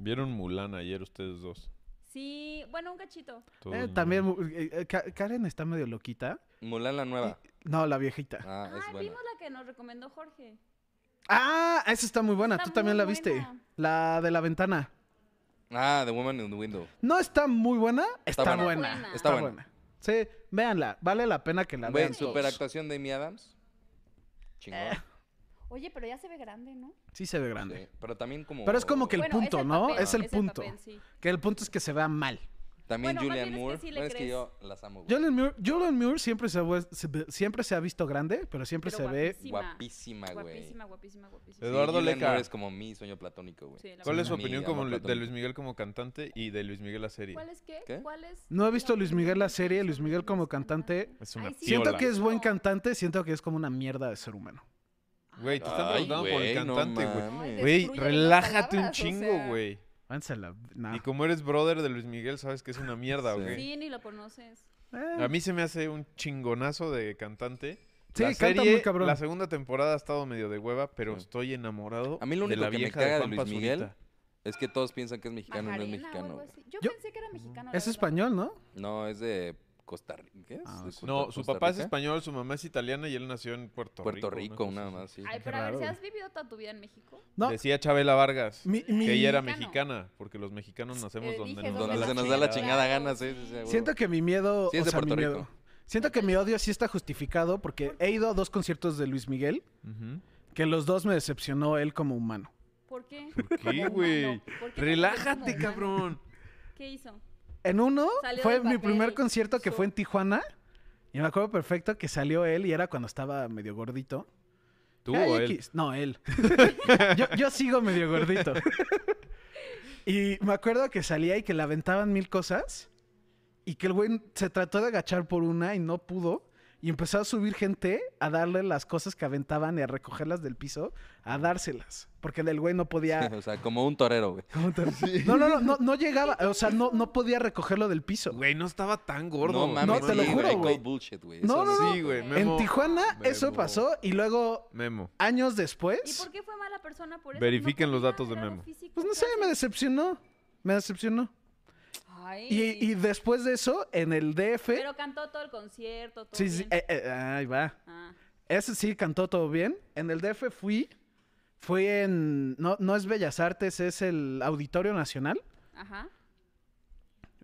Speaker 4: Vieron Mulan ayer ustedes dos.
Speaker 3: Sí, bueno, un cachito.
Speaker 4: Todos
Speaker 1: Eh,
Speaker 4: no.
Speaker 1: también eh, eh, Ka- Karen está medio loquita.
Speaker 2: Mulan la nueva.
Speaker 1: No, la viejita.
Speaker 2: Ah,
Speaker 3: Ah,
Speaker 2: es buena.
Speaker 3: vimos la que nos recomendó Jorge.
Speaker 1: Ah, esa está muy buena.
Speaker 3: Está
Speaker 1: Tú también la
Speaker 3: muy
Speaker 1: viste.
Speaker 3: buena.
Speaker 1: La de la ventana.
Speaker 2: Ah, The Woman in the Window.
Speaker 1: No está muy buena, está,
Speaker 2: buena.
Speaker 1: buena.
Speaker 3: Está
Speaker 2: Está buena.
Speaker 1: Sí, véanla. Vale la pena que la
Speaker 2: Güey,
Speaker 1: vean.
Speaker 2: super
Speaker 1: todos.
Speaker 2: actuación de Amy Adams.
Speaker 3: Eh.
Speaker 2: Chingón.
Speaker 3: Oye, pero ya se ve grande, ¿no?
Speaker 1: Sí se ve grande.
Speaker 2: Sí, Pero también como...
Speaker 1: Pero es como que el
Speaker 3: Bueno, es
Speaker 1: punto,
Speaker 3: el
Speaker 1: ¿no?
Speaker 3: papel,
Speaker 1: es el punto.
Speaker 3: papel, sí.
Speaker 1: Que el punto es que se vea mal.
Speaker 2: También
Speaker 3: Bueno, más
Speaker 2: Julian
Speaker 3: bien es que
Speaker 2: Moore.
Speaker 3: sí le
Speaker 2: Bueno, es que
Speaker 3: crees.
Speaker 2: yo las amo, güey.
Speaker 1: Julian Moore, Julian Moore siempre, se ha, vues- se ve- siempre se ha visto grande, pero siempre
Speaker 3: Pero
Speaker 1: se ve...
Speaker 2: Guapísima,
Speaker 3: guapísima.
Speaker 2: güey.
Speaker 3: Guapísima, guapísima,
Speaker 2: Sí,
Speaker 3: guapísima.
Speaker 4: Eduardo
Speaker 2: Julianne
Speaker 4: Leca.
Speaker 2: Moore es como mi sueño platónico, güey.
Speaker 3: Sí, la
Speaker 4: ¿Cuál
Speaker 3: verdad.
Speaker 4: es su
Speaker 2: Mi
Speaker 4: opinión como
Speaker 2: amor
Speaker 4: le- de
Speaker 2: platónico.
Speaker 4: Luis Miguel como cantante y de Luis Miguel la serie?
Speaker 3: ¿Cuál es qué?
Speaker 2: ¿Qué?
Speaker 3: ¿Cuál es?
Speaker 1: No he visto
Speaker 3: la
Speaker 1: Luis Miguel, la
Speaker 3: opinión
Speaker 1: serie,
Speaker 3: de
Speaker 1: Luis Miguel como cantante.
Speaker 4: Es una
Speaker 3: sí,
Speaker 1: Siento
Speaker 4: Viola.
Speaker 1: que es buen
Speaker 3: No.
Speaker 1: cantante, siento que es como una mierda de ser humano.
Speaker 4: Güey, te están
Speaker 2: Ay,
Speaker 4: preguntando por el
Speaker 2: güey, no
Speaker 4: cantante, güey.
Speaker 2: mames.
Speaker 3: Ay,
Speaker 2: Güey,
Speaker 4: Güey,
Speaker 3: destruye las
Speaker 4: relájate un
Speaker 3: palabras, o
Speaker 4: chingo,
Speaker 3: sea,
Speaker 4: güey.
Speaker 1: Vánsela. nah.
Speaker 4: Y como eres brother de Luis Miguel, sabes que es una mierda,
Speaker 2: Sí.
Speaker 4: güey.
Speaker 3: Sí, ni lo conoces.
Speaker 1: Eh,
Speaker 4: A mí se me hace un chingonazo de cantante.
Speaker 1: Sí,
Speaker 4: La
Speaker 1: canta
Speaker 4: serie,
Speaker 1: muy cabrón.
Speaker 4: La segunda temporada ha estado medio de hueva, pero
Speaker 2: Sí.
Speaker 4: estoy enamorado
Speaker 2: A mí lo
Speaker 4: de
Speaker 2: único
Speaker 4: la
Speaker 2: que me
Speaker 4: vieja
Speaker 2: caga de
Speaker 4: Juan
Speaker 2: Luis Miguel
Speaker 4: Pazurita.
Speaker 2: Es que todos piensan que es mexicano y no es
Speaker 3: Macarena o
Speaker 2: mexicano,
Speaker 3: algo
Speaker 2: güey.
Speaker 3: así. Yo,
Speaker 1: Yo-
Speaker 3: pensé que era mexicano. la
Speaker 1: Es
Speaker 3: verdad.
Speaker 1: español, ¿no?
Speaker 2: No, es de Costa Rica. ¿Qué es?
Speaker 1: Ah,
Speaker 2: ¿De
Speaker 1: sí.
Speaker 2: Costa-
Speaker 4: No, su
Speaker 2: Costa
Speaker 4: papá es
Speaker 2: Rica?
Speaker 4: español, su mamá es italiana y él nació en Puerto,
Speaker 2: Puerto
Speaker 4: Rico.
Speaker 2: Rico,
Speaker 4: una
Speaker 2: nada
Speaker 4: cosa
Speaker 2: más, sí.
Speaker 3: Ay,
Speaker 1: Qué
Speaker 3: pero a ver,
Speaker 1: raro,
Speaker 3: si
Speaker 1: güey.
Speaker 3: has vivido toda tu vida en México.
Speaker 1: No.
Speaker 4: así. Decía Chabela Vargas
Speaker 1: mi- mi-
Speaker 4: que ella era
Speaker 3: Mexicano.
Speaker 4: mexicana, porque los mexicanos nacemos
Speaker 3: Eh,
Speaker 4: donde
Speaker 3: dije,
Speaker 4: nos da
Speaker 2: Donde
Speaker 4: la
Speaker 2: se nos da la
Speaker 4: chingada.
Speaker 2: chingada gana, sí, sí, sí, a huevo.
Speaker 1: Siento que mi miedo.
Speaker 2: Sí, es
Speaker 1: o
Speaker 2: de
Speaker 1: sea, mi
Speaker 2: Puerto Rico.
Speaker 1: miedo. Siento que mi odio sí está justificado porque he ido a dos conciertos de Luis Miguel
Speaker 4: Ujú.
Speaker 1: que los dos me decepcionó él como humano.
Speaker 3: ¿Por qué?
Speaker 4: ¿Por
Speaker 3: Como
Speaker 4: qué,
Speaker 3: humano.
Speaker 4: güey?
Speaker 3: ¿Por qué te ves
Speaker 4: Relájate,
Speaker 3: como humano?
Speaker 4: cabrón.
Speaker 3: ¿Qué hizo?
Speaker 1: En uno
Speaker 3: Salió
Speaker 1: fue
Speaker 3: del
Speaker 1: mi
Speaker 3: papel,
Speaker 1: primer concierto que
Speaker 3: su-
Speaker 1: fue en Tijuana. Y me acuerdo perfecto que salió él y era cuando estaba medio gordito.
Speaker 4: ¿Tú
Speaker 1: Ay,
Speaker 4: o él?
Speaker 1: X. Ah, No, él. yo, yo sigo medio gordito. y me acuerdo que salía y que le aventaban mil cosas. Y que el güey se trató de agachar por una y no pudo. Y empezó a subir gente a darle las cosas que aventaban y a recogerlas del piso, a dárselas. Porque el güey no podía.
Speaker 2: O sea, como un torero, güey.
Speaker 1: ¿Cómo te- No, no, no, no, no llegaba. O sea, no, no podía recogerlo del piso.
Speaker 4: Güey, no estaba tan gordo.
Speaker 2: No mames,
Speaker 1: No, te lo
Speaker 2: sí,
Speaker 1: juro,
Speaker 2: I call
Speaker 1: güey.
Speaker 2: bullshit, güey.
Speaker 1: No,
Speaker 2: Eso
Speaker 1: no, no.
Speaker 4: Sí, güey,
Speaker 3: En
Speaker 4: Memo.
Speaker 1: En Tijuana eso
Speaker 4: Memo.
Speaker 1: pasó y luego,
Speaker 4: Memo.
Speaker 1: años
Speaker 3: ¿Y
Speaker 1: después,
Speaker 3: por qué fue mala persona por eso?
Speaker 4: Verifiquen los
Speaker 3: podía
Speaker 4: datos de
Speaker 3: hacer algo
Speaker 4: Memo.
Speaker 3: físico
Speaker 1: pues no
Speaker 3: que
Speaker 1: sé, me
Speaker 3: hace-
Speaker 1: decepcionó. Me decepcionó.
Speaker 3: Ay,
Speaker 1: Y, y después de eso, en el DF.
Speaker 3: Pero cantó todo el concierto, todo
Speaker 1: sí, sí,
Speaker 3: bien.
Speaker 1: eh, eh, ahí va.
Speaker 3: Ah,
Speaker 1: Ese sí cantó todo bien. En el DF fui. Fui en. No, no es Bellas Artes, es el Auditorio Nacional.
Speaker 3: ajá.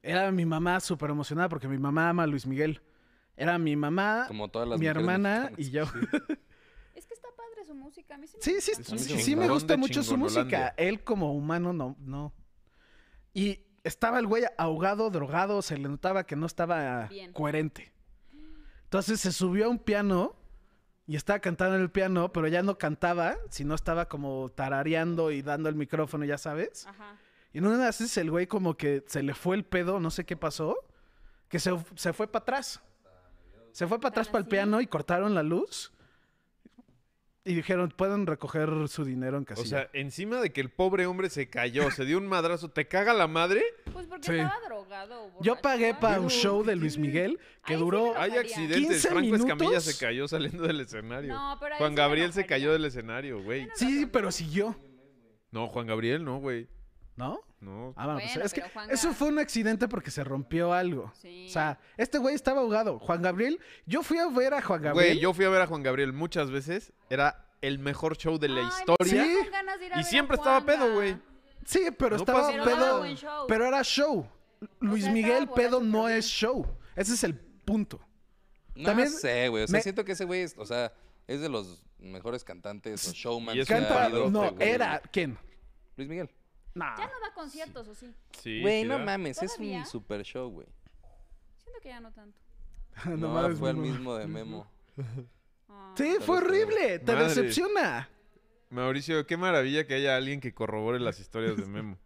Speaker 1: Era mi mamá súper emocionada porque mi mamá ama a Luis Miguel. Era mi mamá,
Speaker 2: Como todas las
Speaker 1: mi
Speaker 2: mujeres
Speaker 1: hermana
Speaker 2: mexicanas.
Speaker 1: y yo.
Speaker 3: Es que está padre su música. A mí sí me
Speaker 1: Sí, sí,
Speaker 3: encanta.
Speaker 4: un
Speaker 1: sí, sí me
Speaker 4: chingón
Speaker 1: gusta
Speaker 4: de
Speaker 1: mucho su música.
Speaker 4: Chingonolandia.
Speaker 1: Él como humano no, no. Y estaba el güey ahogado, drogado, se le notaba que no estaba
Speaker 3: Bien.
Speaker 1: coherente. Entonces se subió a un piano y estaba cantando en el piano, pero ya no cantaba, sino estaba como tarareando y dando el micrófono, ya sabes.
Speaker 3: Ajá.
Speaker 1: Y en una de esas el güey como que se le fue el pedo, no sé qué pasó, que se, se fue para atrás. Se fue para atrás
Speaker 3: Tan
Speaker 1: para el
Speaker 3: así.
Speaker 1: piano y cortaron la luz. Y dijeron, pueden recoger su dinero en
Speaker 4: O
Speaker 1: casilla.
Speaker 4: sea, encima de que el pobre hombre se cayó, se dio un madrazo, ¿te caga la madre?
Speaker 3: Pues porque
Speaker 1: Sí.
Speaker 3: estaba drogado.
Speaker 1: Yo
Speaker 3: borracho,
Speaker 1: pagué
Speaker 3: ¿no?
Speaker 1: para un
Speaker 4: Digo,
Speaker 1: show de
Speaker 4: ¿qué
Speaker 1: Luis
Speaker 4: tiene?
Speaker 1: Miguel que
Speaker 3: Ahí sí me
Speaker 1: duró...
Speaker 3: lo-
Speaker 4: Hay
Speaker 3: María.
Speaker 4: accidentes.
Speaker 1: 15
Speaker 4: Franco Escamilla
Speaker 1: minutos.
Speaker 4: se cayó saliendo del escenario.
Speaker 3: No, pero ahí
Speaker 4: Juan
Speaker 3: sí me
Speaker 4: Gabriel se
Speaker 3: enojaría.
Speaker 4: cayó del escenario, güey.
Speaker 1: Sí, pero siguió.
Speaker 4: No, Juan Gabriel no, güey.
Speaker 1: ¿No?
Speaker 4: No.
Speaker 1: Ah, bueno, pues,
Speaker 3: Bueno,
Speaker 1: es que
Speaker 3: pero Juanga-
Speaker 1: eso fue un accidente porque se rompió algo.
Speaker 3: Sí.
Speaker 1: O sea, este güey estaba ahogado. Juan Gabriel, yo fui a ver a Juan Gabriel.
Speaker 4: Güey, yo fui a ver a Juan Gabriel muchas veces. Era el mejor show de la
Speaker 3: Ay,
Speaker 4: historia.
Speaker 3: me dan ganas de ir a
Speaker 4: Y
Speaker 3: ver a
Speaker 4: siempre estaba pedo,
Speaker 3: Juanga.
Speaker 4: güey.
Speaker 1: Sí, pero
Speaker 4: No
Speaker 1: estaba
Speaker 4: pasa
Speaker 3: Pero
Speaker 1: pedo.
Speaker 3: daba Ah, buen show.
Speaker 1: Pero era show. Luis
Speaker 3: sea,
Speaker 1: Miguel
Speaker 3: estaba
Speaker 1: pedo
Speaker 3: borracho,
Speaker 1: no
Speaker 3: pero bien.
Speaker 1: es show. Ese es el punto.
Speaker 2: No
Speaker 1: También
Speaker 2: sé, güey. O sea,
Speaker 1: me-
Speaker 2: siento que ese güey es, o sea, es de los mejores cantantes o showman.
Speaker 4: Y es
Speaker 2: que ha
Speaker 4: un
Speaker 1: Canta,
Speaker 2: habido,
Speaker 4: padrote,
Speaker 1: no,
Speaker 2: güey.
Speaker 1: era, ¿quién?
Speaker 2: Luis Miguel.
Speaker 1: Nah.
Speaker 3: Ya no da conciertos, ¿o sí?
Speaker 4: Sí,
Speaker 2: Güey,
Speaker 4: sí
Speaker 2: no
Speaker 4: da.
Speaker 2: mames, es
Speaker 3: ¿Todavía?
Speaker 2: un super show, güey.
Speaker 3: Siento que ya no tanto.
Speaker 1: No
Speaker 2: No,
Speaker 1: mames,
Speaker 2: fue el
Speaker 1: no.
Speaker 2: mismo de Memo.
Speaker 3: Ah.
Speaker 1: Sí, fue
Speaker 2: Pero es que-
Speaker 1: horrible. Te
Speaker 4: Madres.
Speaker 1: decepciona.
Speaker 4: Mauricio, qué maravilla que haya alguien que corrobore las historias de Memo.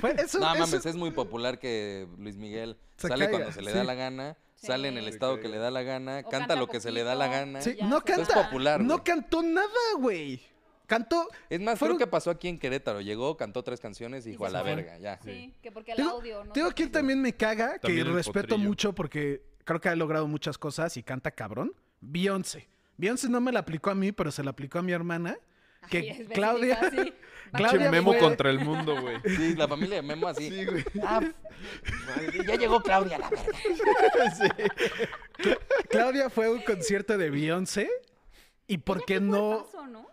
Speaker 1: Fue- eso-
Speaker 2: No
Speaker 1: eso-
Speaker 2: mames, es muy popular que Luis Miguel
Speaker 1: Se
Speaker 2: sale
Speaker 1: caiga,
Speaker 2: cuando se le
Speaker 1: sí.
Speaker 2: da la gana,
Speaker 3: Sí.
Speaker 2: sale en el
Speaker 3: Se
Speaker 2: estado que
Speaker 4: caiga.
Speaker 2: le da la gana,
Speaker 3: O
Speaker 2: canta, lo que se le da la
Speaker 3: poquito,
Speaker 2: gana.
Speaker 1: Sí,
Speaker 3: ya
Speaker 1: no
Speaker 2: Eso
Speaker 3: se
Speaker 2: es
Speaker 1: canta.
Speaker 3: va.
Speaker 2: popular,
Speaker 1: no
Speaker 2: güey.
Speaker 1: cantó nada, güey. Cantó.
Speaker 2: Es más,
Speaker 1: Fueron-
Speaker 2: creo que pasó aquí en Querétaro. Llegó, cantó tres canciones y dijo
Speaker 3: se
Speaker 2: a la
Speaker 3: fue.
Speaker 2: verga, ya.
Speaker 3: Sí, que porque el
Speaker 1: Tengo-
Speaker 3: audio no.
Speaker 1: Tengo
Speaker 3: sé
Speaker 1: que
Speaker 3: qué.
Speaker 1: también me caga, que
Speaker 4: También el
Speaker 1: respeto
Speaker 4: potrillo.
Speaker 1: mucho porque creo que ha logrado muchas cosas y canta cabrón. Beyoncé. Beyoncé no me la aplicó a mí, pero se la aplicó a mi hermana.
Speaker 3: Ay,
Speaker 1: Que
Speaker 3: es Belinda,
Speaker 1: Claudia.
Speaker 3: sí.
Speaker 1: Claudia
Speaker 4: Che, Memo
Speaker 1: fue-
Speaker 4: contra el mundo, güey.
Speaker 2: Sí, la familia de Memo así.
Speaker 4: Sí, güey.
Speaker 2: Ah, f- ya llegó Claudia, la verga.
Speaker 1: Claudia fue a un concierto de Beyoncé. ¿Y por qué no?
Speaker 3: Paso, ¿no?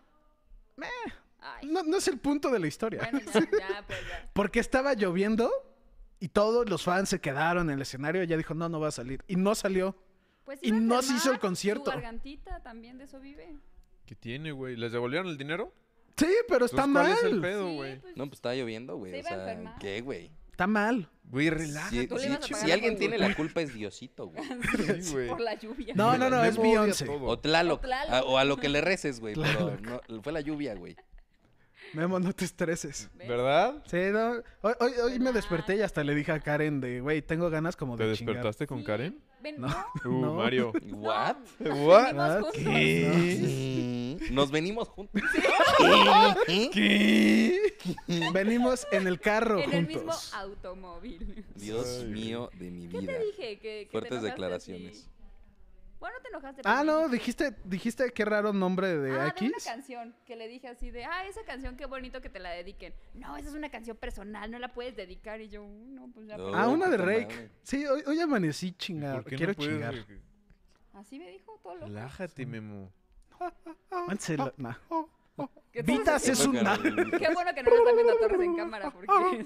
Speaker 3: Ay,
Speaker 1: No, no es el punto de la historia.
Speaker 3: bueno, ya, ya, pues ya.
Speaker 1: Porque estaba lloviendo y todos los fans se quedaron en el escenario. Ella dijo, no, no va a salir. Y no salió.
Speaker 3: Pues
Speaker 1: Y
Speaker 3: iba a
Speaker 1: no se hizo el
Speaker 3: enfermar,
Speaker 1: concierto.
Speaker 3: Tu gargantita también de eso vive.
Speaker 4: ¿Qué tiene, güey? ¿Les devolvieron el dinero?
Speaker 1: Sí, pero está
Speaker 4: Entonces, Pues, ¿cuál es el
Speaker 1: mal.
Speaker 4: pedo,
Speaker 3: Sí,
Speaker 4: güey?
Speaker 3: pues,
Speaker 2: No, pues estaba lloviendo,
Speaker 3: Se
Speaker 2: güey. O
Speaker 3: iba a
Speaker 2: sea,
Speaker 3: enfermar.
Speaker 2: ¿qué, güey?
Speaker 1: Está mal.
Speaker 4: Güey, relájate.
Speaker 2: Si,
Speaker 3: tú le
Speaker 2: si-
Speaker 3: ibas a
Speaker 2: si
Speaker 3: pagar
Speaker 2: alguien
Speaker 3: por
Speaker 2: tiene
Speaker 3: Google.
Speaker 2: la culpa es Diosito, güey.
Speaker 4: Sí, güey.
Speaker 3: Por la lluvia.
Speaker 1: No, no, no, es
Speaker 4: Memo odia
Speaker 1: Beyoncé.
Speaker 4: todo.
Speaker 2: O Tlaloc.
Speaker 3: O Tlaloc.
Speaker 2: a- o a lo que le reces, güey. Pero no, fue la lluvia, güey.
Speaker 1: Memo, no te estreses.
Speaker 3: ¿Ves?
Speaker 4: ¿Verdad?
Speaker 1: Sí, no. Hoy, hoy- hoy me
Speaker 3: Relax.
Speaker 1: desperté y hasta le dije a Karen de, güey, tengo ganas como
Speaker 4: ¿Te
Speaker 1: de chingar.
Speaker 4: despertaste con
Speaker 3: Sí.
Speaker 4: Karen?
Speaker 3: Ven,
Speaker 1: No.
Speaker 3: no.
Speaker 4: Uh,
Speaker 1: No.
Speaker 4: Mario.
Speaker 2: ¿What?
Speaker 3: Venimos
Speaker 4: What?
Speaker 1: Ah,
Speaker 3: juntos.
Speaker 1: ¿qué?
Speaker 4: Mm.
Speaker 2: Nos venimos juntos.
Speaker 1: ¿Qué? Venimos en el carro
Speaker 3: En el mismo
Speaker 1: juntos.
Speaker 3: automóvil.
Speaker 2: Dios
Speaker 4: Ay,
Speaker 2: mío de mi
Speaker 3: ¿Qué
Speaker 2: vida.
Speaker 3: te dije? Que, que te
Speaker 2: Fuertes
Speaker 3: enojaste
Speaker 2: declaraciones.
Speaker 3: así. Bueno, te enojaste.
Speaker 1: Ah,
Speaker 3: pero-
Speaker 1: no, dijiste, dijiste qué raro nombre de
Speaker 3: Ah, de una
Speaker 1: X.
Speaker 3: canción que le dije así de, ah, esa canción qué bonito que te la dediquen. No, esa es una canción personal, no la puedes dedicar. Y yo, "Uh, no, pues ya.
Speaker 2: No.
Speaker 3: pues".
Speaker 1: Ah,
Speaker 2: Uy,
Speaker 1: una de
Speaker 2: puta
Speaker 1: Rake.
Speaker 2: madre.
Speaker 1: Sí, hoy, hoy amanecí chingado.
Speaker 4: ¿Por qué
Speaker 1: Quiero
Speaker 4: no puedes,
Speaker 1: chingar.
Speaker 4: güey?
Speaker 3: Así me dijo todo lo
Speaker 4: Relájate, Memo.
Speaker 1: Manse la- nah.
Speaker 3: que todo
Speaker 1: Vitas
Speaker 3: se-
Speaker 1: es un... nah.
Speaker 3: Qué bueno que no lo están viendo a Torres en cámara porque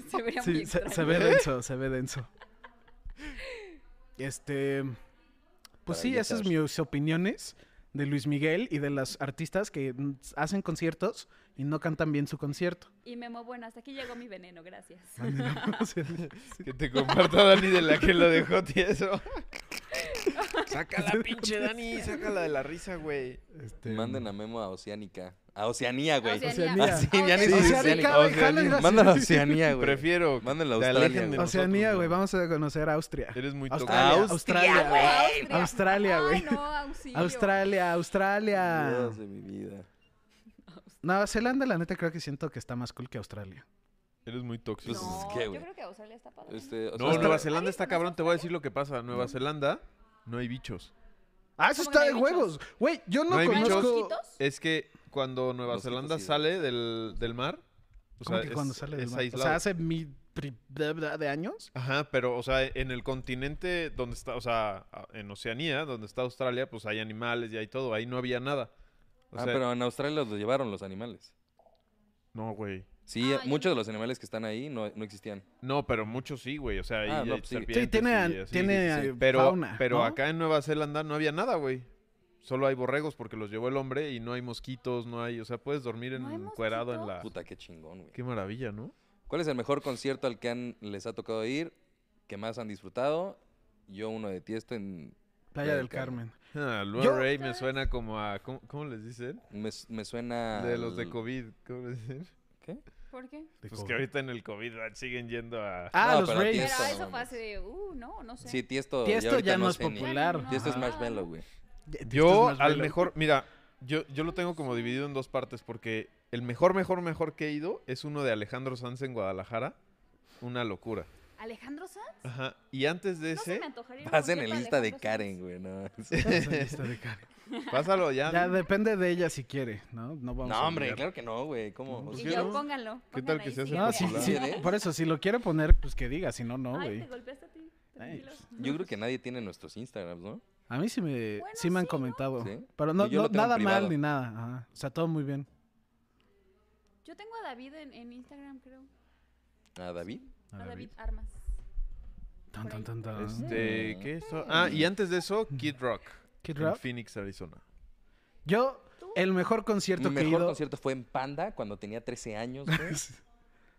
Speaker 3: se vería muy
Speaker 1: Sí, se,
Speaker 3: extraño.
Speaker 1: se ve denso, se ve denso. Este. Pues sí,
Speaker 2: Para
Speaker 1: esas
Speaker 2: guitar.
Speaker 1: mis opiniones de Luis Miguel y de las artistas que mm, hacen conciertos y no cantan bien su concierto.
Speaker 3: Y Memo, bueno, hasta aquí llegó mi veneno, gracias.
Speaker 4: Que te comparta Dani de la que lo dejó tieso.
Speaker 5: Sácala, pinche Dani, sácala de la risa, güey.
Speaker 1: Este,
Speaker 2: Manden a Memo a Oceánica. A Oceanía, güey.
Speaker 1: Oceanía.
Speaker 2: Ah, sí, ya ni
Speaker 1: Sí,
Speaker 2: se dice
Speaker 1: Oceánica,
Speaker 2: Oceánica.
Speaker 1: güey,
Speaker 4: Oceanía.
Speaker 1: jala, gracias.
Speaker 2: Mándalo a Oceanía, güey.
Speaker 4: Prefiero.
Speaker 2: Mándala a
Speaker 4: te
Speaker 2: Australia,
Speaker 4: alejen de
Speaker 2: güey.
Speaker 1: Oceanía,
Speaker 4: nosotros,
Speaker 1: güey, vamos a conocer a Austria.
Speaker 4: Eres muy
Speaker 1: Australia,
Speaker 4: tóxico.
Speaker 2: Ah,
Speaker 1: Australia, Australia, güey.
Speaker 3: Ay, Ah, no, auxilio.
Speaker 1: Australia, Australia.
Speaker 2: Dios de mi vida.
Speaker 1: Nueva Zelanda, la neta, creo que siento que está más cool que Australia.
Speaker 4: Eres muy tóxico.
Speaker 2: Pues,
Speaker 3: No,
Speaker 2: ¿qué,
Speaker 3: yo
Speaker 2: güey?
Speaker 3: creo que Australia está padre.
Speaker 2: Este, o sea,
Speaker 4: No,
Speaker 2: hasta-
Speaker 4: Nueva Zelanda
Speaker 3: ¿Alguien
Speaker 4: está
Speaker 3: conoce
Speaker 4: cabrón. Te voy a decir lo que pasa. Nueva Zelanda no hay bichos.
Speaker 1: Ah, eso
Speaker 3: ¿Cómo
Speaker 1: está
Speaker 3: no
Speaker 1: de
Speaker 3: hay
Speaker 1: huevos. Güey, yo no,
Speaker 4: No hay
Speaker 3: ¿No hay
Speaker 4: bichos.
Speaker 1: conozco.
Speaker 3: mosquitos?
Speaker 2: eh,
Speaker 4: Es que cuando Nueva
Speaker 2: Mosquitos
Speaker 4: Zelanda
Speaker 2: sí, güey.
Speaker 4: sale del, del mar. O
Speaker 1: Como
Speaker 4: sea,
Speaker 1: que
Speaker 4: es-
Speaker 1: cuando sale del
Speaker 4: es
Speaker 1: mar. O
Speaker 4: aislado.
Speaker 1: sea, hace mil pri- de- de de años.
Speaker 4: Ajá, pero, o sea, en el continente donde está, o sea, a- en Oceanía, donde está Australia, pues hay animales y hay todo. Ahí no había nada. O
Speaker 2: Ah,
Speaker 4: sea,
Speaker 2: pero en Australia los llevaron los animales.
Speaker 4: No, güey.
Speaker 2: Sí,
Speaker 3: Ah, yo
Speaker 2: muchos
Speaker 3: no-
Speaker 2: de los animales que están ahí no, no existían.
Speaker 4: No, pero muchos sí, güey. O sea, ahí
Speaker 2: Ah, no,
Speaker 4: hay
Speaker 2: pues sí. Sí,
Speaker 1: Sí,
Speaker 4: serpientes y
Speaker 1: tiene,
Speaker 4: así.
Speaker 1: tiene eh,
Speaker 4: Pero,
Speaker 1: fauna,
Speaker 4: pero
Speaker 1: ¿no?
Speaker 4: acá en Nueva Zelanda no había nada, güey. Solo hay borregos porque los llevó el hombre y no hay mosquitos, no hay... O sea, puedes dormir
Speaker 3: ¿No hay
Speaker 4: encuerado en la...
Speaker 2: Puta, qué chingón, güey.
Speaker 4: Qué maravilla, ¿no?
Speaker 2: ¿Cuál es el mejor concierto al que han, les ha tocado ir? ¿Que más han disfrutado? Yo uno de Tiesto en...
Speaker 1: Playa
Speaker 2: Playa
Speaker 1: del
Speaker 2: del
Speaker 1: Carmen.
Speaker 4: Ah, Luan
Speaker 1: Yo-
Speaker 4: Ray me suena como a... ¿Cómo, cómo les dicen?
Speaker 2: Me, s- me suena...
Speaker 4: De los de
Speaker 2: al-
Speaker 4: COVID. ¿Cómo les dicen?
Speaker 2: ¿Qué?
Speaker 3: ¿Por qué?
Speaker 4: Pues que ahorita en el COVID ah, siguen yendo a...
Speaker 1: Ah,
Speaker 2: No,
Speaker 1: los
Speaker 2: pero
Speaker 3: Pero
Speaker 1: Reyes.
Speaker 2: Tiesto,
Speaker 3: eso
Speaker 2: no
Speaker 3: fue
Speaker 2: mames.
Speaker 3: hace de, uh, no, no sé.
Speaker 2: Sí, Tiesto,
Speaker 1: Tiesto
Speaker 2: ahorita
Speaker 1: ya no es
Speaker 2: sé ni-
Speaker 1: popular. Ah.
Speaker 3: Ya
Speaker 2: Tiesto es
Speaker 3: Ajá.
Speaker 2: Marshmallow, güey.
Speaker 4: Yo, al mejor, mira, yo, yo lo tengo como dividido en dos partes porque el mejor, mejor, mejor que he ido es uno de Alejandro Sanz en Guadalajara. Una locura.
Speaker 3: ¿Alejandro Sanz?
Speaker 4: Ajá. Y antes de
Speaker 3: No se
Speaker 4: ese,
Speaker 3: me antojaría. ir a un
Speaker 2: Vas en el lista
Speaker 3: concierto
Speaker 2: de
Speaker 3: Alejandro Sanz.
Speaker 2: Karen, güey, no.
Speaker 4: pásalo ya.
Speaker 1: Ya
Speaker 4: ¿no?
Speaker 1: depende de ella si quiere, ¿no? No vamos a
Speaker 2: No, hombre,
Speaker 1: obligar.
Speaker 2: claro que no, güey. ¿Cómo?
Speaker 4: No,
Speaker 2: O
Speaker 4: pues
Speaker 3: Y
Speaker 2: sea,
Speaker 4: yo-
Speaker 3: yo, pónganlo.
Speaker 4: ¿Qué tal
Speaker 3: pónganlo
Speaker 4: que
Speaker 3: ahí,
Speaker 4: se hace
Speaker 3: sí,
Speaker 1: No,
Speaker 3: que
Speaker 1: Pues sí,
Speaker 3: vea.
Speaker 1: sí,
Speaker 2: ¿eh?
Speaker 1: por eso, si lo quiere poner, pues que diga, si no, no,
Speaker 3: Ay, te
Speaker 1: güey.
Speaker 3: golpeaste a ti. Tranquilo.
Speaker 2: yo creo que nadie tiene nuestros Instagrams, ¿no?
Speaker 1: A mí sí me,
Speaker 3: Bueno,
Speaker 1: sí me han
Speaker 3: sí, ¿no?
Speaker 1: comentado.
Speaker 2: Sí.
Speaker 1: Pero no,
Speaker 2: Yo lo
Speaker 1: no-
Speaker 2: tengo
Speaker 1: nada mal
Speaker 2: privado.
Speaker 1: ni nada. ajá. O sea, todo muy bien.
Speaker 3: Yo tengo a David en, en Instagram, creo.
Speaker 2: ¿A David?
Speaker 3: A
Speaker 1: A
Speaker 3: David,
Speaker 1: ver,
Speaker 3: Armas.
Speaker 1: Tan, tan, tan, tan.
Speaker 4: Este, ¿qué es eso? Ah, y antes de eso, Kid Rock.
Speaker 1: Kid
Speaker 4: en
Speaker 1: Rock.
Speaker 4: Phoenix, Arizona.
Speaker 1: Yo, el mejor
Speaker 2: Mi
Speaker 1: concierto que he
Speaker 2: mejor
Speaker 1: ido.
Speaker 2: concierto fue en Panda cuando tenía 13 años, güey.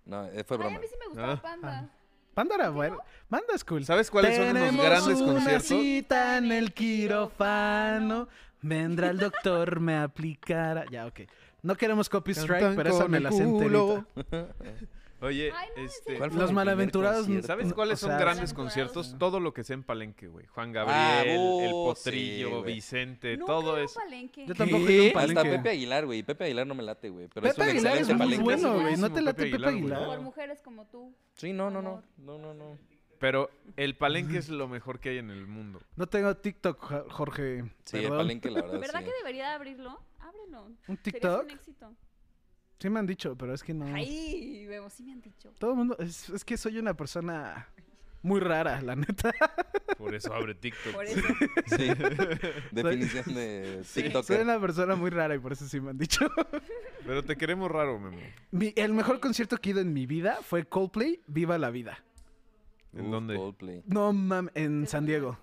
Speaker 2: No, eh, fue
Speaker 3: Ay, a
Speaker 2: broma.
Speaker 3: mí sí me gustaba
Speaker 4: Ah.
Speaker 3: Panda.
Speaker 1: Panda era bueno. Panda es cool.
Speaker 4: ¿Sabes cuáles son unos
Speaker 1: Tenemos
Speaker 4: grandes
Speaker 1: una
Speaker 4: conciertos?
Speaker 1: cita en el quirófano. Vendrá el doctor, me aplicará. Ya, ok. No queremos copy strike,
Speaker 4: Cantan
Speaker 1: pero esa
Speaker 4: con
Speaker 1: me
Speaker 4: el
Speaker 1: la sé enterita.
Speaker 4: culo.
Speaker 5: Oye,
Speaker 3: Ay, no,
Speaker 5: este.
Speaker 2: ¿Cuál fue
Speaker 1: Los
Speaker 2: el primer
Speaker 1: malaventurados no-
Speaker 2: concierto?
Speaker 5: ¿Sabes
Speaker 1: No,
Speaker 5: cuáles
Speaker 1: o
Speaker 5: son
Speaker 1: sea,
Speaker 5: grandes
Speaker 3: Malaventurados.
Speaker 5: conciertos? Todo lo que sea en Palenque, güey. Juan
Speaker 2: Ah,
Speaker 5: Gabriel, El
Speaker 2: oh, sí,
Speaker 5: Potrillo,
Speaker 2: güey.
Speaker 5: Vicente,
Speaker 3: Nunca
Speaker 5: todo
Speaker 3: he ido a
Speaker 5: eso.
Speaker 3: Palenque.
Speaker 1: Yo tampoco he ido a un
Speaker 2: Hasta
Speaker 1: palenque.
Speaker 2: Pepe Aguilar, güey. Pepe Aguilar no me late, güey. Pero
Speaker 1: Pepe
Speaker 2: es un
Speaker 1: Aguilar es
Speaker 2: excelente
Speaker 1: muy
Speaker 2: palenque.
Speaker 1: bueno,
Speaker 3: güey.
Speaker 1: güey. No te
Speaker 5: Buenísimo,
Speaker 1: late
Speaker 5: Pepe
Speaker 1: Pepe
Speaker 5: Aguilar, güey.
Speaker 1: Aguilar.
Speaker 3: Por mujeres como tú.
Speaker 2: Sí, no, no, no. No, no, no.
Speaker 5: Pero el Palenque es lo mejor que hay en el mundo.
Speaker 1: No tengo TikTok, Jo- Jorge.
Speaker 2: Sí, el
Speaker 1: Perdón.
Speaker 2: palenque, la verdad.
Speaker 3: ¿Verdad
Speaker 2: sí.
Speaker 3: que debería abrirlo? Ábrelo.
Speaker 1: ¿Un
Speaker 3: Sería un
Speaker 1: TikTok?
Speaker 3: éxito.
Speaker 1: Sí me han dicho, pero es que no.
Speaker 3: Ay, vemos, sí me han dicho.
Speaker 1: Todo el mundo. Es, es que soy una persona muy rara, la neta.
Speaker 5: Por eso abre TikTok.
Speaker 3: Por eso.
Speaker 2: Sí. Definición de TikTok.
Speaker 1: Soy una persona muy rara y por eso sí me han dicho.
Speaker 5: Pero te queremos raro, Memo.
Speaker 1: Mi- el mejor concierto que he ido en mi vida fue Coldplay, Viva la Vida.
Speaker 5: ¿En dónde?
Speaker 2: Coldplay.
Speaker 1: No mames, en San Diego.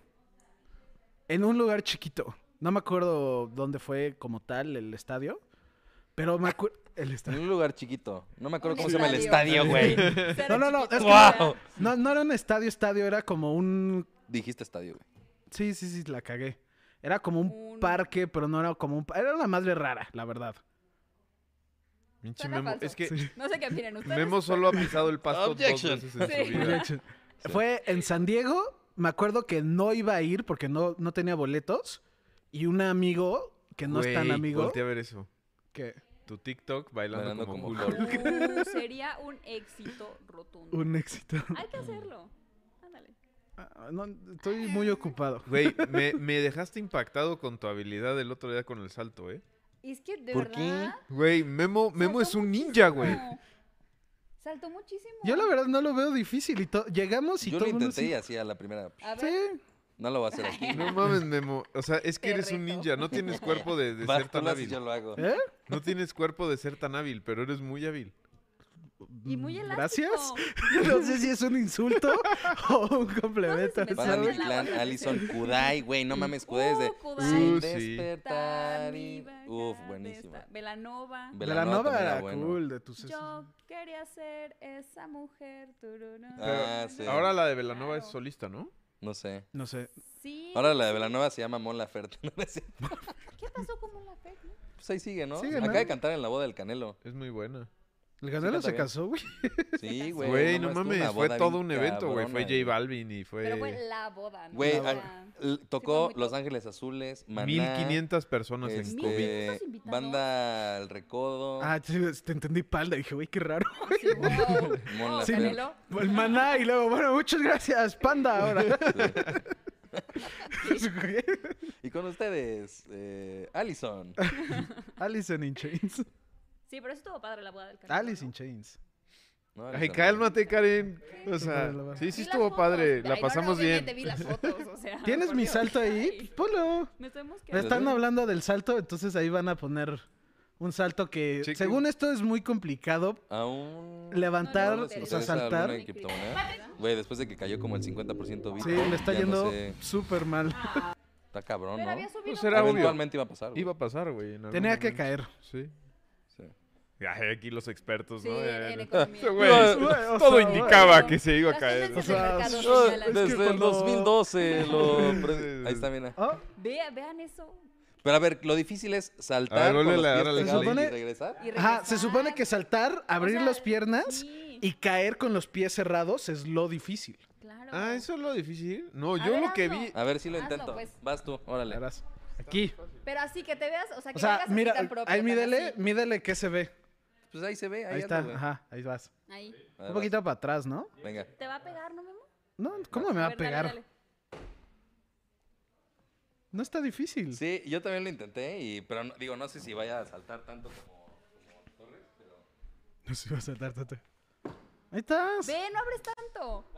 Speaker 1: En un lugar chiquito. No me acuerdo dónde fue como tal el estadio, pero me acuerdo... El
Speaker 2: En
Speaker 1: estadio.
Speaker 2: un lugar chiquito. No me acuerdo
Speaker 3: Un
Speaker 2: cómo se llama el
Speaker 3: estadio.
Speaker 2: estadio, güey.
Speaker 1: No, no, no, es que-
Speaker 2: ¡Wow!
Speaker 1: No, no era un estadio, estadio, era como un...
Speaker 2: Dijiste estadio, güey.
Speaker 1: Sí, sí, sí, la cagué. Era como un,
Speaker 3: Un-
Speaker 1: parque, pero no era como un... pa- Era una madre rara, la verdad.
Speaker 4: Pinche
Speaker 3: Suena
Speaker 4: Memo.
Speaker 3: falso.
Speaker 4: Es que
Speaker 3: No sé qué opinan ustedes.
Speaker 4: Memo solo ha pisado el pasto dos
Speaker 2: Objection.
Speaker 4: veces en
Speaker 3: Sí.
Speaker 4: su vida.
Speaker 1: Fue en San Diego, me acuerdo que no iba a ir porque no, no tenía boletos y un amigo, que no es tan
Speaker 4: Güey,
Speaker 1: amigo,
Speaker 4: voltea a ver eso.
Speaker 1: que...
Speaker 4: Tu TikTok bailando,
Speaker 2: Bailando
Speaker 4: como,
Speaker 2: como
Speaker 4: Hulk.
Speaker 2: Hulk.
Speaker 3: Uh, sería un éxito rotundo.
Speaker 1: Un éxito.
Speaker 3: Hay que hacerlo. Ándale.
Speaker 1: Ah, no, estoy muy ocupado.
Speaker 4: Güey, me, me dejaste impactado con tu habilidad el otro día con el salto, ¿eh?
Speaker 3: Y es que de
Speaker 2: ¿Por qué?
Speaker 3: verdad.
Speaker 4: Güey, Memo, Memo es un ninja, güey.
Speaker 3: muchísimo. Saltó muchísimo.
Speaker 1: Yo la verdad no lo veo difícil y to- llegamos y
Speaker 2: Yo
Speaker 1: todo
Speaker 2: lo
Speaker 1: el mundo
Speaker 2: intenté
Speaker 1: sí-
Speaker 2: y así a la primera. pues,
Speaker 3: A ver.
Speaker 1: Sí,
Speaker 2: No lo voy a hacer aquí.
Speaker 4: No mames, Memo. O sea, es que
Speaker 3: Te
Speaker 4: eres un
Speaker 3: reto.
Speaker 4: ninja. No tienes cuerpo de, de
Speaker 2: Vas
Speaker 4: ser
Speaker 2: tú
Speaker 4: tan
Speaker 2: lo haces y
Speaker 4: hábil.
Speaker 2: yo lo hago.
Speaker 1: ¿eh?
Speaker 4: No tienes cuerpo de ser tan hábil, pero eres muy hábil.
Speaker 3: Y muy
Speaker 1: Mm,
Speaker 3: elástico.
Speaker 1: Gracias. No sé si es un insulto o un complemento.
Speaker 3: No sé si me
Speaker 2: Van
Speaker 1: ¿sabes?
Speaker 2: mi
Speaker 3: Sale la
Speaker 2: clan,
Speaker 3: voz.
Speaker 2: Allison Kudai, güey, no mames, Kudai es de
Speaker 3: Uh, Kudai.
Speaker 2: Sin
Speaker 4: Uh, sí.
Speaker 2: despertar y... Uf, buenísima.
Speaker 3: Velanova.
Speaker 1: De la nova
Speaker 2: también
Speaker 1: era
Speaker 2: bueno.
Speaker 1: cool, de tus...
Speaker 3: Yo quería ser esa mujer. tururú.
Speaker 2: Ah, sí.
Speaker 4: Ahora la de Velanova es
Speaker 3: Claro.
Speaker 4: solista, ¿no?
Speaker 2: No sé.
Speaker 1: No sé.
Speaker 3: Sí.
Speaker 2: Ahora la de Velanova se llama Mon Laferte. ¿no? Es cierto.
Speaker 3: ¿Qué pasó con la fe? no?
Speaker 2: pues ahí sigue, ¿no?
Speaker 1: Sigue,
Speaker 2: Acaba
Speaker 1: ¿no?
Speaker 2: de cantar en la boda del Canelo.
Speaker 4: Es muy buena.
Speaker 1: El ganero
Speaker 2: canta
Speaker 1: se
Speaker 2: bien.
Speaker 1: casó, güey.
Speaker 2: Sí, güey.
Speaker 4: Güey,
Speaker 2: estuvo
Speaker 4: no
Speaker 2: una
Speaker 4: mames, fue
Speaker 2: boda
Speaker 4: todo
Speaker 2: bien
Speaker 4: un evento, güey. Fue
Speaker 2: cabrona,
Speaker 4: J Balvin y fue...
Speaker 3: Pero fue la boda, ¿no?
Speaker 2: Güey,
Speaker 3: O sea,
Speaker 2: ah, l- tocó
Speaker 3: muy top.
Speaker 2: Los Ángeles Azules, Maná.
Speaker 4: 1500 personas en
Speaker 2: este,
Speaker 4: COVID.
Speaker 3: ¿Quinientos invitados?
Speaker 2: Banda El Recodo.
Speaker 1: Ah, sí, te entendí palda. Dije, güey, qué raro.
Speaker 3: sí, wow.
Speaker 2: Mon
Speaker 3: Oh,
Speaker 2: Laferte.
Speaker 1: Sí.
Speaker 3: Canelo.
Speaker 1: El maná y luego, bueno, muchas gracias, panda, ahora.
Speaker 2: Y con ustedes, eh, Allison.
Speaker 1: Alison in Chains.
Speaker 3: Sí, pero eso estuvo padre la boda del Canelo.
Speaker 1: Alice
Speaker 3: ¿no?
Speaker 1: in Chains.
Speaker 3: Ah,
Speaker 2: No,
Speaker 4: Ay,
Speaker 2: Allison.
Speaker 4: cálmate, Karen. O
Speaker 1: Sí,
Speaker 4: sea,
Speaker 1: la verdad.
Speaker 4: sí, sí
Speaker 3: Vi las
Speaker 4: estuvo
Speaker 3: fotos.
Speaker 4: padre.
Speaker 3: Ay,
Speaker 4: La
Speaker 3: no,
Speaker 4: pasamos
Speaker 3: no, obviamente vi
Speaker 4: bien.
Speaker 3: las fotos, o sea,
Speaker 1: ¿Tienes
Speaker 3: por
Speaker 1: mi
Speaker 3: Dios.
Speaker 1: salto ahí? Pues
Speaker 3: Ay,
Speaker 1: Ponlo.
Speaker 3: Nos tenemos que...
Speaker 2: ¿Ves?
Speaker 1: Están
Speaker 2: ¿Verdad?
Speaker 1: hablando del salto, entonces ahí van a poner un salto que,
Speaker 4: Chico.
Speaker 1: según esto, es muy complicado
Speaker 2: Aún.
Speaker 1: levantar,
Speaker 3: No, no, no,
Speaker 1: o sea,
Speaker 3: no, no, no,
Speaker 1: saltar.
Speaker 2: no, no, criptomoneda? Güey, después de que cayó como el 50%
Speaker 1: Sí,
Speaker 2: Bitcoin,
Speaker 1: le está
Speaker 2: ya
Speaker 1: yendo
Speaker 2: No sé,
Speaker 1: súper mal.
Speaker 2: está cabrón,
Speaker 3: Pero
Speaker 2: ¿no?
Speaker 3: había subido...
Speaker 4: Pues era obvio.
Speaker 2: Eventualmente iba a pasar. güey.
Speaker 4: Iba a pasar, güey. en algún
Speaker 1: Tenía que
Speaker 4: momento.
Speaker 1: caer.
Speaker 4: Sí.
Speaker 2: Sí.
Speaker 4: Ay, aquí los expertos,
Speaker 3: Sí,
Speaker 4: ¿no? Eh,
Speaker 3: en
Speaker 4: eh,
Speaker 3: economía.
Speaker 4: ese güey,
Speaker 2: Güey,
Speaker 1: o
Speaker 4: todo
Speaker 1: sea,
Speaker 4: indicaba
Speaker 3: güey.
Speaker 4: que se iba a
Speaker 3: Las
Speaker 4: caer.
Speaker 3: tendencias del
Speaker 4: ¿no?
Speaker 1: sea,
Speaker 3: mercado
Speaker 2: Yo,
Speaker 3: señalan.
Speaker 2: desde
Speaker 1: que
Speaker 2: el
Speaker 1: cuando-
Speaker 2: 2012 lo...
Speaker 4: sí,
Speaker 2: pre-
Speaker 4: sí.
Speaker 2: Ahí está, mira.
Speaker 1: Oh,
Speaker 3: Ve- vean eso.
Speaker 2: Pero a ver, lo difícil es
Speaker 4: A
Speaker 2: saltar
Speaker 4: ver,
Speaker 2: con los
Speaker 4: vuélvele a
Speaker 2: pies
Speaker 4: dar a la
Speaker 2: pegados
Speaker 1: Slade.
Speaker 2: y regresar.
Speaker 3: Y
Speaker 1: Ajá, se
Speaker 3: regresar.
Speaker 1: supone que saltar, abrir
Speaker 3: sea,
Speaker 1: las piernas
Speaker 3: sí.
Speaker 1: y caer con los pies cerrados es lo difícil.
Speaker 3: Claro.
Speaker 4: Ah, ¿eso es lo difícil? No,
Speaker 3: A
Speaker 4: yo
Speaker 3: ver,
Speaker 4: lo que
Speaker 3: hazlo.
Speaker 4: vi...
Speaker 2: A ver si lo
Speaker 3: Hazlo,
Speaker 2: intento.
Speaker 3: pues.
Speaker 2: Vas tú, órale.
Speaker 1: Verás. Aquí.
Speaker 3: Pero así que te veas, o sea, que
Speaker 1: O sea,
Speaker 3: hagas así
Speaker 1: mira,
Speaker 3: tan propio,
Speaker 1: ahí
Speaker 3: tan
Speaker 1: mídele,
Speaker 3: así.
Speaker 1: mídele qué se ve.
Speaker 2: Pues ahí se ve, ahí,
Speaker 1: Ahí está,
Speaker 2: anda, güey.
Speaker 1: ajá, ahí vas.
Speaker 3: Ahí.
Speaker 2: A ver,
Speaker 1: Un poquito para atrás, ¿no?
Speaker 2: vas. Venga.
Speaker 3: ¿Te va a pegar, no, Memo?
Speaker 1: No, ¿cómo me va a
Speaker 3: ver, dale,
Speaker 1: pegar?
Speaker 3: dale.
Speaker 1: No está difícil.
Speaker 2: Sí, yo también lo intenté, y, pero no- digo, no sé si vaya a saltar tanto como...
Speaker 1: No se va a saltar tanto. Ahí estás.
Speaker 3: Ve, no abres tanto.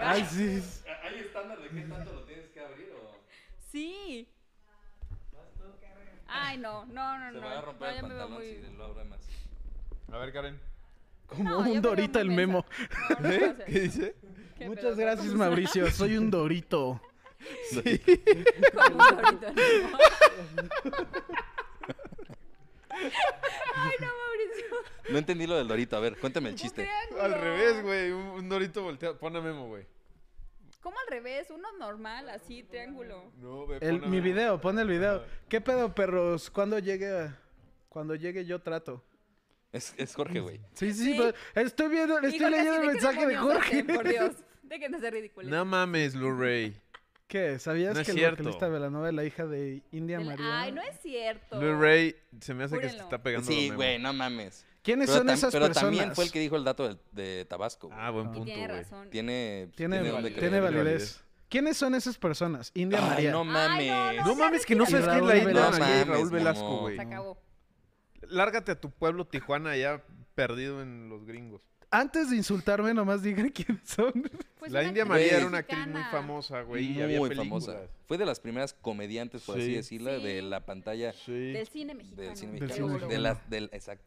Speaker 1: Ay, sí.
Speaker 2: ¿Hay estándar de qué tanto lo tienes que abrir o...?
Speaker 3: Sí. Ay, no, no, no,
Speaker 2: Se
Speaker 3: no.
Speaker 2: me va a romper
Speaker 3: no,
Speaker 2: el
Speaker 3: ya me veo
Speaker 2: pantalón
Speaker 3: muy...
Speaker 2: si lo abro de más.
Speaker 4: A ver, Karen.
Speaker 1: Como
Speaker 3: No, yo me
Speaker 1: un
Speaker 3: veo
Speaker 1: dorito
Speaker 3: muy
Speaker 1: el
Speaker 3: mensa.
Speaker 1: memo.
Speaker 3: No, no puedo hacer
Speaker 4: ¿Qué
Speaker 3: eso.
Speaker 4: dice?
Speaker 3: Qué
Speaker 1: Muchas
Speaker 3: pedo.
Speaker 1: gracias, Mauricio. Soy un dorito.
Speaker 3: Con un dorito en el memo. Ay, no, Mauricio.
Speaker 2: No entendí lo del dorito, a ver, cuéntame el
Speaker 3: Un
Speaker 2: chiste.
Speaker 3: triángulo.
Speaker 4: Al revés, güey. Un, un dorito volteado. Pon a Memo, güey.
Speaker 3: ¿Cómo al revés? Uno normal, así, triángulo.
Speaker 5: No, ve,
Speaker 1: El-
Speaker 5: pon
Speaker 1: mi
Speaker 5: a-
Speaker 1: video, pon el video. ¿Qué pedo, perros? Cuando llegue, cuando llegue yo trato.
Speaker 2: Es, es Jorge, güey.
Speaker 1: Sí, sí,
Speaker 3: Sí.
Speaker 1: pero estoy viendo,
Speaker 3: Y
Speaker 1: estoy
Speaker 3: Jorge así,
Speaker 1: leyendo el
Speaker 3: ¿de qué
Speaker 1: mensaje de
Speaker 3: demonios
Speaker 1: Jorge.
Speaker 3: hacen? Por Dios, dejen de ser ridículos.
Speaker 4: No mames, Luray.
Speaker 1: ¿Qué? ¿Sabías
Speaker 4: No es
Speaker 1: que la
Speaker 4: cierto.
Speaker 1: vocalista de la novela, la hija de India
Speaker 3: Del-
Speaker 1: María?
Speaker 3: Ay, no es cierto.
Speaker 4: Luray se me hace que se
Speaker 3: Júrenlo.
Speaker 4: está pegando.
Speaker 2: Sí,
Speaker 4: lo
Speaker 2: güey,
Speaker 4: mismo.
Speaker 2: no mames.
Speaker 1: ¿Quiénes
Speaker 2: Pero,
Speaker 1: son
Speaker 2: tam-
Speaker 1: esas
Speaker 2: pero
Speaker 1: personas?
Speaker 2: también fue el que dijo el dato del- de, Tabasco. güey.
Speaker 4: Ah, buen
Speaker 1: Ah.
Speaker 4: punto,
Speaker 3: Tiene
Speaker 4: güey.
Speaker 3: razón.
Speaker 2: Tiene,
Speaker 1: Tiene,
Speaker 2: dónde
Speaker 1: tiene,
Speaker 2: creer.
Speaker 1: validez.
Speaker 4: validez.
Speaker 1: ¿Quiénes son esas personas? India
Speaker 2: Ay,
Speaker 1: María.
Speaker 2: no
Speaker 3: Ay,
Speaker 2: mames.
Speaker 3: no, no,
Speaker 4: No
Speaker 3: ya
Speaker 4: mames, que no sabes quién es la
Speaker 1: Raúl
Speaker 4: India
Speaker 1: Velasco.
Speaker 4: María y
Speaker 2: No mames,
Speaker 4: Raúl Velasco,
Speaker 2: mamón.
Speaker 4: güey.
Speaker 3: Se acabó.
Speaker 4: Lárgate a tu pueblo Tijuana ya perdido en los gringos.
Speaker 1: Antes de insultarme, nomás digan quiénes son.
Speaker 3: Pues
Speaker 4: la
Speaker 3: una
Speaker 4: India
Speaker 3: actriz
Speaker 4: María era
Speaker 2: mexicana.
Speaker 4: una actriz muy famosa, güey. y había
Speaker 2: Muy famosa.
Speaker 4: películas.
Speaker 2: Fue de las primeras comediantes, por así
Speaker 4: Sí.
Speaker 2: decirlo, de
Speaker 3: Sí.
Speaker 2: la pantalla
Speaker 4: Sí.
Speaker 3: Del cine mexicano.
Speaker 2: del cine
Speaker 1: Del
Speaker 2: mexicano.
Speaker 1: cine
Speaker 2: güey.
Speaker 1: mexicano.
Speaker 2: De la, del, exacto.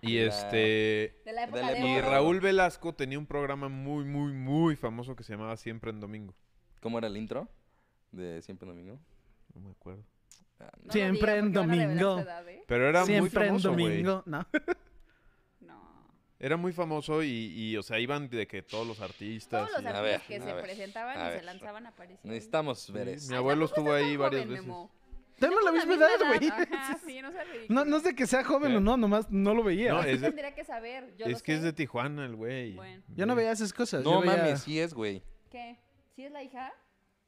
Speaker 4: Y
Speaker 2: La-
Speaker 4: este.
Speaker 3: De la época
Speaker 2: Dale,
Speaker 3: de
Speaker 2: mi
Speaker 4: Y
Speaker 3: oro.
Speaker 2: Raúl.
Speaker 4: Raúl Velasco tenía un programa muy, muy, muy famoso que se llamaba Siempre en Domingo.
Speaker 2: ¿Cómo era el intro? De Siempre Domingo.
Speaker 4: No me acuerdo.
Speaker 2: Ah, no.
Speaker 3: No lo
Speaker 1: Siempre
Speaker 3: digas
Speaker 1: en
Speaker 3: porque van a revelar
Speaker 1: domingo.
Speaker 3: su edad, ¿eh?
Speaker 4: Pero era
Speaker 1: Siempre
Speaker 4: muy famoso,
Speaker 1: en
Speaker 4: güey.
Speaker 1: domingo, ¿no?
Speaker 3: No.
Speaker 4: Era muy famoso y, y, o sea, iban de que todos los artistas.
Speaker 3: Todos los
Speaker 4: y-
Speaker 2: A
Speaker 3: artistas
Speaker 2: ver,
Speaker 3: que
Speaker 2: a
Speaker 3: se
Speaker 2: ver,
Speaker 3: presentaban
Speaker 2: a
Speaker 3: y
Speaker 2: ver.
Speaker 3: se lanzaban aparecían.
Speaker 2: Necesitamos ver
Speaker 4: Sí,
Speaker 2: eso.
Speaker 4: Mi abuelo
Speaker 3: Ay, tampoco
Speaker 4: estuvo
Speaker 3: estás
Speaker 4: ahí
Speaker 3: tan
Speaker 4: varias
Speaker 3: joven,
Speaker 4: veces.
Speaker 3: Memo.
Speaker 1: Tenemos la misma edad, güey.
Speaker 3: Ajá, sí, no seas ridículo.
Speaker 1: No, no es de que sea joven
Speaker 4: ¿Qué?
Speaker 1: o no, nomás no lo veía.
Speaker 4: No,
Speaker 3: Así
Speaker 4: es de-
Speaker 3: tendría que saber. Yo
Speaker 4: es
Speaker 3: lo
Speaker 4: que es
Speaker 3: sé.
Speaker 4: de Tijuana el güey.
Speaker 3: Bueno.
Speaker 1: Yo no veía esas cosas. yo
Speaker 2: No
Speaker 1: veía-
Speaker 2: mames, sí es, güey.
Speaker 3: ¿Qué? ¿Sí es la hija?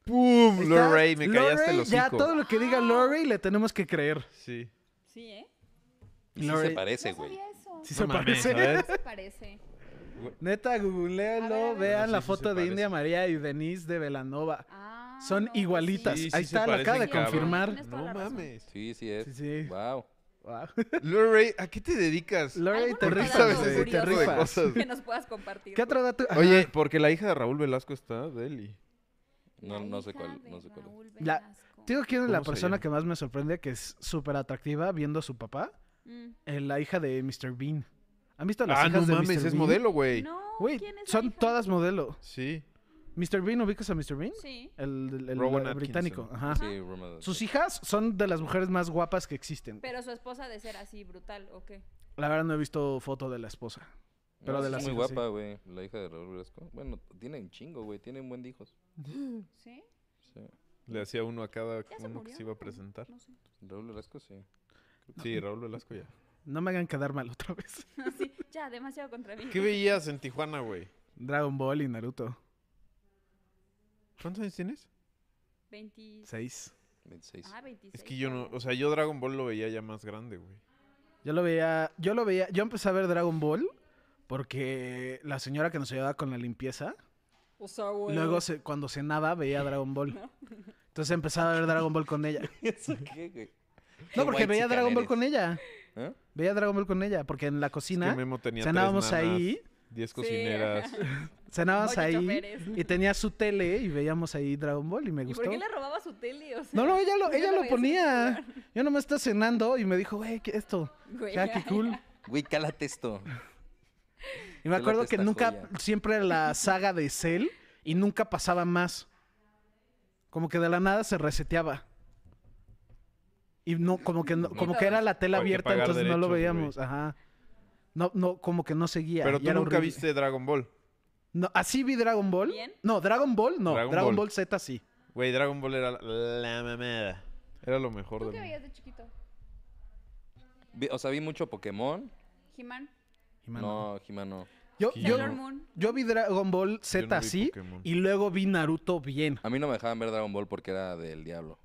Speaker 4: ¡Pum!
Speaker 1: Está-
Speaker 4: Lorray, me callaste
Speaker 1: Lorray,
Speaker 4: los
Speaker 1: Ya todo lo que diga Lorray le tenemos que creer.
Speaker 4: Sí.
Speaker 3: Sí, ¿eh?
Speaker 2: Sí
Speaker 1: Lorray.
Speaker 2: se parece,
Speaker 3: no
Speaker 2: güey.
Speaker 3: sabía eso.
Speaker 1: Sí
Speaker 4: No
Speaker 1: se
Speaker 4: mames,
Speaker 1: parece.
Speaker 4: ¿sabes?
Speaker 3: ¿Qué parece?
Speaker 1: Neta,
Speaker 3: A ver, a
Speaker 1: googleenlo,
Speaker 3: ver.
Speaker 1: vean
Speaker 4: Sí,
Speaker 1: la
Speaker 4: sí se
Speaker 1: foto de
Speaker 4: parece.
Speaker 1: India María y Denise de Velanova.
Speaker 3: Ah,
Speaker 1: Son
Speaker 3: no, pues
Speaker 1: igualitas.
Speaker 3: sí.
Speaker 4: Sí, sí
Speaker 1: Ahí
Speaker 4: se
Speaker 1: está, lo acaba
Speaker 4: parecen,
Speaker 1: de
Speaker 4: cabrón.
Speaker 1: confirmar.
Speaker 3: Tienes toda
Speaker 4: No
Speaker 3: la razón.
Speaker 4: mames.
Speaker 2: Sí, sí es.
Speaker 1: Sí, sí.
Speaker 2: Wow.
Speaker 1: Wow.
Speaker 4: Lorray, ¿a qué te dedicas?
Speaker 1: Lorray, te
Speaker 3: Algunos
Speaker 1: rifas,
Speaker 3: datos
Speaker 4: sabes ese
Speaker 1: güey, te
Speaker 4: tipo de
Speaker 1: rifas.
Speaker 4: cosas.
Speaker 3: Que nos puedas compartir.
Speaker 1: ¿Qué otro dato? Ajá.
Speaker 4: Oye, porque la hija de Raúl Velasco está Deli.
Speaker 2: No,
Speaker 3: La
Speaker 2: no sé
Speaker 3: hija
Speaker 2: cuál,
Speaker 3: de
Speaker 2: no sé cuál. es.
Speaker 3: Raúl
Speaker 1: La-
Speaker 3: Velasco.
Speaker 1: Digo, ¿quién es
Speaker 4: ¿Cómo
Speaker 1: la
Speaker 4: se
Speaker 1: persona
Speaker 4: llama?
Speaker 1: que más me sorprende que es súper atractiva viendo a su papá?
Speaker 3: Mm.
Speaker 1: Eh, La hija de Mr. Bean. ¿Han visto las
Speaker 4: Ah,
Speaker 1: hijas
Speaker 4: no
Speaker 1: de
Speaker 4: mames,
Speaker 1: Mr.
Speaker 4: es
Speaker 1: Bean?
Speaker 4: modelo, güey.
Speaker 3: No,
Speaker 1: Güey,
Speaker 3: ¿quién es la
Speaker 1: son
Speaker 3: hija?
Speaker 1: todas modelo.
Speaker 4: Sí.
Speaker 1: ¿Mr. Bean ubicas a Mr. Bean?
Speaker 3: Sí.
Speaker 1: El, el- el
Speaker 4: Rowan Atkinson.
Speaker 1: británico. Ajá.
Speaker 2: Sí, Roma-
Speaker 1: Sus hijas son de las mujeres más guapas que existen.
Speaker 3: Pero su esposa de ser así brutal, ¿o qué?
Speaker 1: La verdad no he visto foto de la esposa.
Speaker 2: No,
Speaker 1: pero de
Speaker 2: sí
Speaker 1: las
Speaker 2: es muy
Speaker 1: hijas, sí.
Speaker 2: guapa, güey. La hija de Raúl Velasco. Bueno, tienen chingo, güey. Tienen buen de hijos.
Speaker 3: ¿Sí?
Speaker 2: Sí.
Speaker 4: Le hacía uno a cada
Speaker 3: Ya se
Speaker 4: uno que
Speaker 3: murió,
Speaker 4: se iba a
Speaker 3: ¿no?
Speaker 4: presentar.
Speaker 3: No sé.
Speaker 2: Raúl Velasco, sí.
Speaker 4: Sí, Raúl Velasco ya.
Speaker 1: No me hagan quedar mal otra vez.
Speaker 3: Sí, ya, demasiado contra mí.
Speaker 4: ¿Qué veías en Tijuana, güey?
Speaker 1: Dragon Ball y Naruto.
Speaker 4: ¿Cuántos años tienes?
Speaker 3: 20...
Speaker 1: 6.
Speaker 2: 26.
Speaker 3: Ah, 26.
Speaker 4: Es que yo no,
Speaker 3: años.
Speaker 4: o sea, yo Dragon Ball lo veía ya más grande, güey.
Speaker 1: Yo lo veía, yo lo veía, yo empecé a ver Dragon Ball porque la señora que nos ayudaba con la limpieza,
Speaker 3: O sea, güey.
Speaker 1: luego se- cuando cenaba veía Dragon Ball. Entonces empezaba a ver Dragon Ball con ella.
Speaker 2: ¿Eso qué, güey?
Speaker 1: No, porque veía Dragon Ball con ella.
Speaker 2: ¿Eh?
Speaker 1: Veía Dragon Ball con ella, porque en la
Speaker 4: Es
Speaker 1: cocina
Speaker 4: que Memo tenía tres
Speaker 1: cenábamos
Speaker 4: nanas,
Speaker 1: ahí,
Speaker 4: diez
Speaker 3: Sí.
Speaker 4: cocineras.
Speaker 1: cenábamos
Speaker 3: Oye,
Speaker 1: ahí
Speaker 3: choferes.
Speaker 1: y tenía su tele y veíamos ahí Dragon Ball y me
Speaker 3: ¿Y
Speaker 1: gustó.
Speaker 3: por qué le robaba su tele? O sea,
Speaker 1: No, no, ella lo,
Speaker 3: ¿por qué
Speaker 1: ella
Speaker 3: no
Speaker 1: lo
Speaker 3: veías en
Speaker 1: ponía. Yo nomás estaba cenando y me dijo, güey, ¿qué es esto?
Speaker 3: el celular? Güey,
Speaker 1: Ah, qué cool.
Speaker 2: Güey, cálate esto.
Speaker 1: Y me
Speaker 2: Qué
Speaker 1: acuerdo
Speaker 2: lata
Speaker 1: que
Speaker 2: esta
Speaker 1: nunca,
Speaker 2: joya.
Speaker 1: siempre la saga de Cell y nunca pasaba más. Como que de la nada se reseteaba. Y no, como que no- como que era la tela
Speaker 4: Hay que
Speaker 1: abierta,
Speaker 4: pagar
Speaker 1: entonces no lo
Speaker 4: derechos,
Speaker 1: veíamos. Ajá. No, no, como que no seguía.
Speaker 4: Pero
Speaker 1: y
Speaker 4: tú
Speaker 1: era
Speaker 4: nunca
Speaker 1: horrible.
Speaker 4: viste Dragon Ball.
Speaker 1: No, así vi Dragon Ball.
Speaker 3: ¿Bien?
Speaker 1: No, Dragon Ball no.
Speaker 4: Dragon
Speaker 1: Dragon,
Speaker 4: Ball.
Speaker 1: Ball. Z sí.
Speaker 4: Güey, Dragon Ball era la, la mamada. Era lo mejor
Speaker 3: ¿Tú
Speaker 4: de
Speaker 3: qué
Speaker 4: mí.
Speaker 3: veías de chiquito?
Speaker 2: Vi- o sea, vi mucho Pokémon.
Speaker 3: He-Man,
Speaker 1: Y mano.
Speaker 2: No, Jimano.
Speaker 1: Yo,
Speaker 4: Sí,
Speaker 1: yo-
Speaker 3: Sailor Moon.
Speaker 1: yo vi Dragon Ball Z
Speaker 4: Yo no vi
Speaker 1: así
Speaker 4: Pokémon.
Speaker 1: y luego vi Naruto bien.
Speaker 2: A mí no me dejaban ver Dragon Ball porque era del diablo.